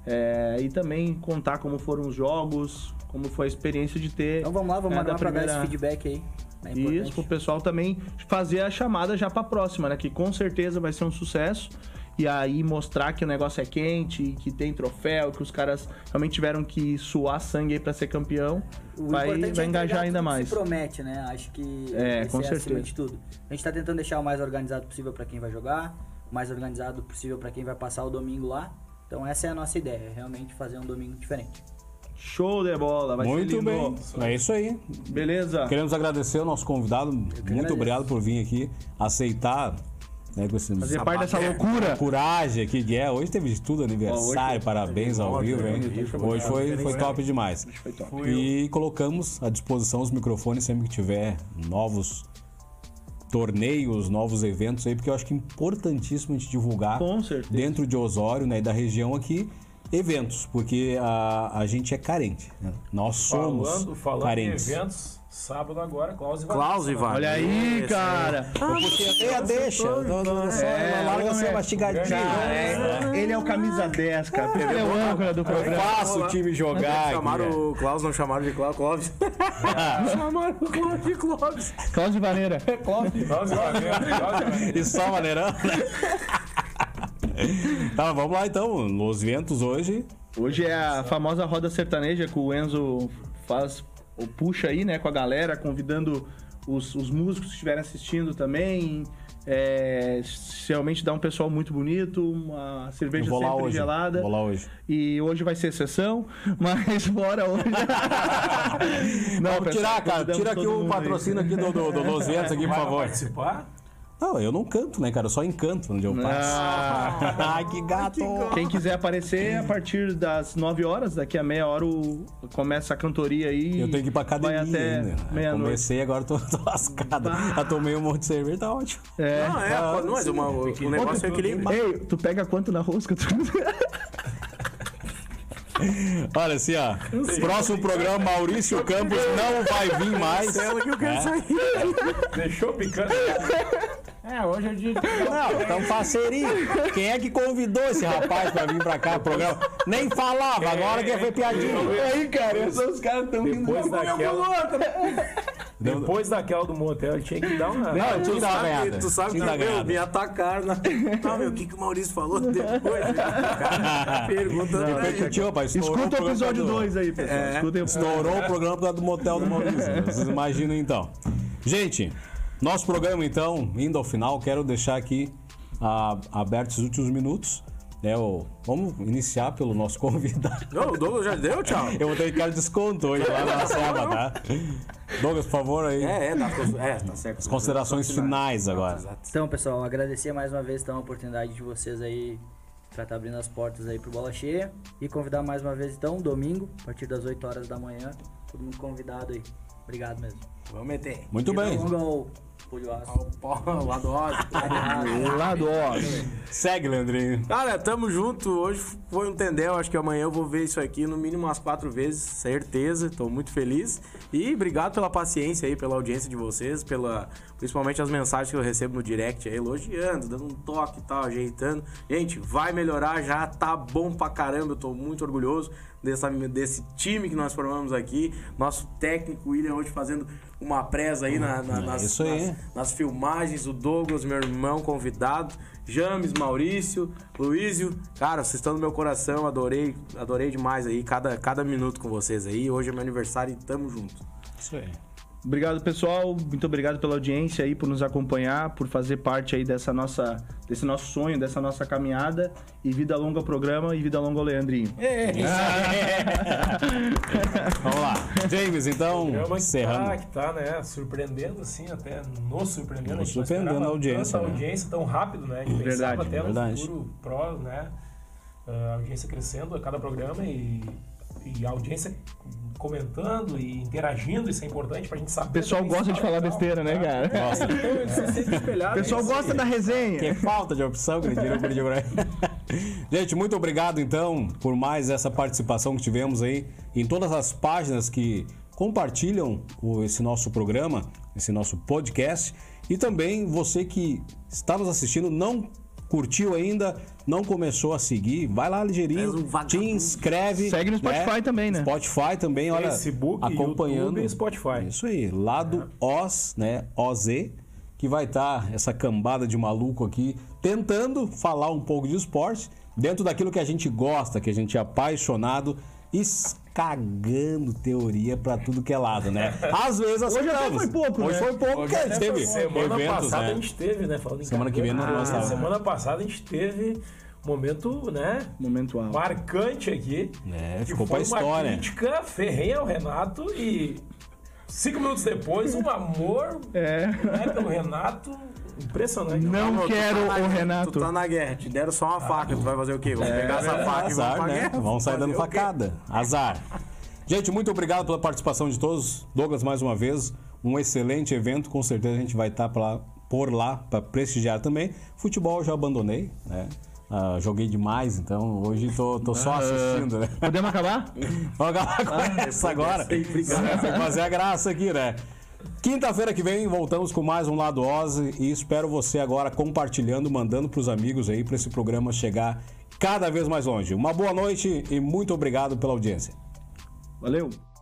Speaker 2: É, e também contar como foram os jogos, como foi a experiência de ter.
Speaker 7: Então vamos lá, vamos
Speaker 2: né,
Speaker 7: mandar
Speaker 2: da
Speaker 7: pra dar esse
Speaker 2: primeira-
Speaker 7: feedback aí. É importante.
Speaker 2: Isso, pro pessoal também fazer a chamada já pra próxima, né? Que com certeza vai ser um sucesso. E aí mostrar que o negócio é quente, que tem troféu, que os caras realmente tiveram que suar sangue aí pra ser campeão.
Speaker 7: O
Speaker 2: vai
Speaker 7: importante é
Speaker 2: vai
Speaker 7: entregar
Speaker 2: engajar ainda
Speaker 7: tudo que
Speaker 2: mais.
Speaker 7: Se promete, né? Acho que
Speaker 2: É,
Speaker 7: esse
Speaker 2: com certeza.
Speaker 7: acima de tudo. A gente tá tentando deixar o mais organizado possível pra quem vai jogar, o mais organizado possível pra quem vai passar o domingo lá. Então essa é a nossa ideia, é realmente fazer um domingo diferente.
Speaker 2: Show de bola, vai ser
Speaker 1: muito
Speaker 2: lindo.
Speaker 1: bem. É isso aí.
Speaker 2: Beleza.
Speaker 1: Queremos agradecer ao nosso convidado. Muito
Speaker 7: agradeço.
Speaker 1: obrigado por vir aqui aceitar. Né, com esse,
Speaker 2: Fazer
Speaker 1: essa
Speaker 2: parte dessa loucura.
Speaker 1: coragem aqui que é. Hoje teve de tudo,
Speaker 2: Ó,
Speaker 1: aniversário,
Speaker 2: hoje-
Speaker 1: parabéns ao vivo, hein? Hoje foi, foi top demais. E colocamos à disposição os microfones sempre que tiver novos torneios, novos eventos aí, porque eu acho que é importantíssimo a gente divulgar
Speaker 2: Com certeza.
Speaker 1: dentro de Osório, né, e da região aqui, eventos, porque a, a gente é carente. né? Nós somos
Speaker 3: Falando, falando
Speaker 1: carentes.
Speaker 3: em eventos, sábado agora, Klaus e Vanessa.
Speaker 4: Klaus e vai.
Speaker 2: Olha aí, cara.
Speaker 1: Puxei a é deixa. Não, não, só
Speaker 2: É,
Speaker 1: larga
Speaker 2: homem.
Speaker 1: essa mastigadinha.
Speaker 2: Ele é o camisa 10, cara. Porque ele é o âncora do
Speaker 1: Eu
Speaker 2: programa.
Speaker 1: faço o time jogar.
Speaker 4: Chamaram
Speaker 1: Guilherme.
Speaker 4: o Klaus, não chamaram de Klaus, Clóvis. chamaram o Klaus de Clóvis.
Speaker 2: Cláudio Vaneira.
Speaker 3: Klaus e Vanessa, Klaus e Vanessa.
Speaker 1: E só maneirão. né? tá, vamos lá então. Los Ventos hoje.
Speaker 2: Hoje é a famosa roda sertaneja que o Enzo faz, ou puxa aí, né, com a galera, convidando os, os músicos que estiverem assistindo também. É, realmente dá um pessoal muito bonito, uma cerveja
Speaker 1: Eu vou
Speaker 2: sempre
Speaker 1: lá hoje.
Speaker 2: gelada.
Speaker 1: Vou lá hoje.
Speaker 2: E hoje vai ser exceção, mas bora hoje. Não,
Speaker 1: Vamos
Speaker 2: pessoal,
Speaker 1: tirar, cara.
Speaker 2: convidamos
Speaker 1: Tira aqui
Speaker 2: todo
Speaker 1: o
Speaker 2: mundo aí.
Speaker 1: patrocínio aqui do, do, do 200 aqui, por
Speaker 3: Vai
Speaker 1: favor.
Speaker 3: participar?
Speaker 1: Não, eu não canto, né, cara? Eu só encanto onde eu passo.
Speaker 2: Ah,
Speaker 1: Ai, que gato!
Speaker 2: quem quiser aparecer, a partir das 9 horas, daqui a meia hora o- começa a cantoria aí.
Speaker 1: Eu tenho que ir pra academia
Speaker 2: Vai até
Speaker 1: ainda. né?
Speaker 2: meia-noite.
Speaker 1: Comecei, agora tô, tô lascado. Já tomei um monte de cerveja, tá ótimo.
Speaker 2: É.
Speaker 4: Não, é, pô, não, mas uma- o, o negócio é o equilíbrio.
Speaker 2: Ei, tu pega quanto na rosca? Tu...
Speaker 1: Olha assim, ó. Próximo programa, Maurício Campos não vai vir mais. né?
Speaker 3: Deixou picando?
Speaker 6: É, hoje é dia de.
Speaker 1: Não, tá um parceirinho. Quem é que convidou esse rapaz pra vir pra cá? Programa. Nem
Speaker 4: É.
Speaker 1: falava, agora que foi piadinha.
Speaker 2: aí, cara, os caras tão vindo.
Speaker 3: Depois daquela. Depois daquela do motel, tinha que dar uma.
Speaker 1: Não, tinha que dar uma ganhada.
Speaker 4: Sabe, tu sabe
Speaker 1: Tinha que
Speaker 4: que,
Speaker 1: dar
Speaker 4: meu, me
Speaker 1: ganhada.
Speaker 4: atacaram na... Tá, meu, o que, que o Maurício falou depois? Cara, perguntando pra gente.
Speaker 1: Curtiu, rapaz? Estourou
Speaker 2: Escuta o
Speaker 1: programa
Speaker 2: episódio
Speaker 1: todo.
Speaker 2: 2 aí, pessoal.
Speaker 4: É.
Speaker 2: Escuta aí.
Speaker 1: Estourou o programa por causa do motel do Maurício. Vocês imaginam então. Gente, nosso programa então, indo ao final, quero deixar aqui ah, abertos os últimos minutos. né, o- vamos iniciar pelo nosso convidado.
Speaker 4: Não, o Douglas já deu, tchau.
Speaker 1: Eu vou ter que dar desconto hoje lá na Seba, tá? Douglas, por favor, aí.
Speaker 4: É, é, tá, é, tá certo.
Speaker 1: As considerações finais agora.
Speaker 7: Então, pessoal, agradecer mais uma vez então, a oportunidade de vocês aí pra estar abrindo as portas aí pro Bola Cheia. E convidar mais uma vez então, domingo, a partir das 8 horas da manhã. Todo mundo convidado aí. Obrigado mesmo.
Speaker 4: Vamos meter.
Speaker 1: Muito bem.
Speaker 7: Longa ao Polho Aço.
Speaker 4: O pau lá do Oscar.
Speaker 2: Lado, ó.
Speaker 1: Segue, Leandrinho.
Speaker 4: Cara, tamo junto. Hoje foi um tendel. Acho que amanhã eu vou ver isso aqui no mínimo umas quatro vezes, certeza. Tô muito feliz. E obrigado pela paciência aí, pela audiência de vocês, pela principalmente as mensagens que eu recebo no direct aí, elogiando, dando um toque e tal, ajeitando. Gente, vai melhorar já, tá bom pra caramba. Eu tô muito orgulhoso dessa, desse time que nós formamos aqui. Nosso técnico William hoje fazendo uma presa aí na, na-
Speaker 1: É
Speaker 4: nas,
Speaker 1: isso aí.
Speaker 4: nas- nas filmagens, o Douglas, meu irmão convidado, James, Maurício, Luísio. Cara, vocês estão no meu coração, adorei, adorei demais aí cada, cada minuto com vocês aí. Hoje é meu aniversário e tamo junto.
Speaker 1: Isso aí.
Speaker 2: Obrigado, pessoal. Muito obrigado pela audiência aí, por nos acompanhar, por fazer parte aí dessa nossa, desse nosso sonho, dessa nossa caminhada. E vida longa ao programa e vida longa ao Leandrinho.
Speaker 1: Vamos lá. James, então,
Speaker 3: Programa que tá,
Speaker 1: encerrando.
Speaker 3: que tá, né? Surpreendendo, assim, até nos surpreendendo.
Speaker 1: Nos
Speaker 3: gente não
Speaker 1: surpreendendo
Speaker 3: esperava
Speaker 1: a audiência,
Speaker 3: Tanta
Speaker 1: né?
Speaker 3: audiência tão rápido, né? A gente
Speaker 2: Verdade,
Speaker 3: pensava até
Speaker 1: verdade.
Speaker 3: no futuro pró, né? A audiência crescendo a cada programa e, e a audiência comentando e interagindo, isso é importante pra gente saber.
Speaker 2: O pessoal
Speaker 3: também se
Speaker 2: gosta de
Speaker 3: fala
Speaker 2: falar
Speaker 3: legal,
Speaker 2: besteira, né,
Speaker 3: tá?
Speaker 2: cara?
Speaker 1: Nossa,
Speaker 2: O pessoal gosta da
Speaker 1: que
Speaker 2: resenha.
Speaker 1: é falta de opção que ele tirou por aí. Gente, muito obrigado então por mais essa participação que tivemos aí em todas as páginas que compartilham o- esse nosso programa, esse nosso podcast. E também você que está nos assistindo, não curtiu ainda, não começou a seguir, vai lá ligeirinho,
Speaker 4: És um vagabundo.
Speaker 1: te inscreve.
Speaker 2: Segue no Spotify também, né?
Speaker 1: Spotify também, olha,
Speaker 3: Facebook,
Speaker 1: acompanhando.
Speaker 3: YouTube e Spotify.
Speaker 1: Isso aí, lá do Oz, né? OZ, que vai estar essa cambada de maluco aqui tentando falar um pouco de esporte dentro daquilo que a gente gosta, que a gente é apaixonado e s- cagando teoria pra tudo que é lado, né? Às vezes acertamos.
Speaker 2: foi pouco,
Speaker 1: Hoje
Speaker 2: né?
Speaker 1: foi pouco, porque a gente teve
Speaker 3: Semana
Speaker 1: eventos,
Speaker 3: passada a
Speaker 1: né?
Speaker 3: gente teve, né? Falando em
Speaker 1: Semana que vem não
Speaker 3: carreira,
Speaker 1: lançava.
Speaker 3: Semana passada a gente teve momento, né?
Speaker 2: Momento alto.
Speaker 3: marcante aqui.
Speaker 1: É,
Speaker 3: que
Speaker 1: ficou
Speaker 3: foi
Speaker 1: pra história.
Speaker 3: Uma crítica ferrenha ao Renato e cinco minutos depois, um amor
Speaker 2: É.
Speaker 3: né, pelo Renato. Impressionante.
Speaker 2: Não
Speaker 4: Ô, tu
Speaker 2: quero
Speaker 4: tá na
Speaker 2: o
Speaker 4: guerra,
Speaker 2: Renato.
Speaker 4: Tu tá na guerra, te deram só uma faca, tu vai fazer o quê? Vamos pegar essa faca e vamos
Speaker 1: Azar,
Speaker 4: pra
Speaker 1: né?
Speaker 4: guerra.
Speaker 1: Vão sair
Speaker 4: Fazer
Speaker 1: dando
Speaker 4: o quê?
Speaker 1: facada. Azar. Gente, muito obrigado pela participação de todos. Douglas, mais uma vez, um excelente evento. Com certeza a gente vai estar pra- por lá para prestigiar também. Futebol eu já abandonei, né? Ah, joguei demais, então hoje tô, tô
Speaker 4: Ah.
Speaker 1: só assistindo, né?
Speaker 2: Podemos acabar?
Speaker 1: Vamos acabar com essa agora. Sem fazer a graça aqui, né? Quinta-feira que vem voltamos com mais um Lado Oz e espero você agora compartilhando, mandando pros amigos aí para esse programa chegar cada vez mais longe. Uma boa noite e muito obrigado pela audiência.
Speaker 2: Valeu.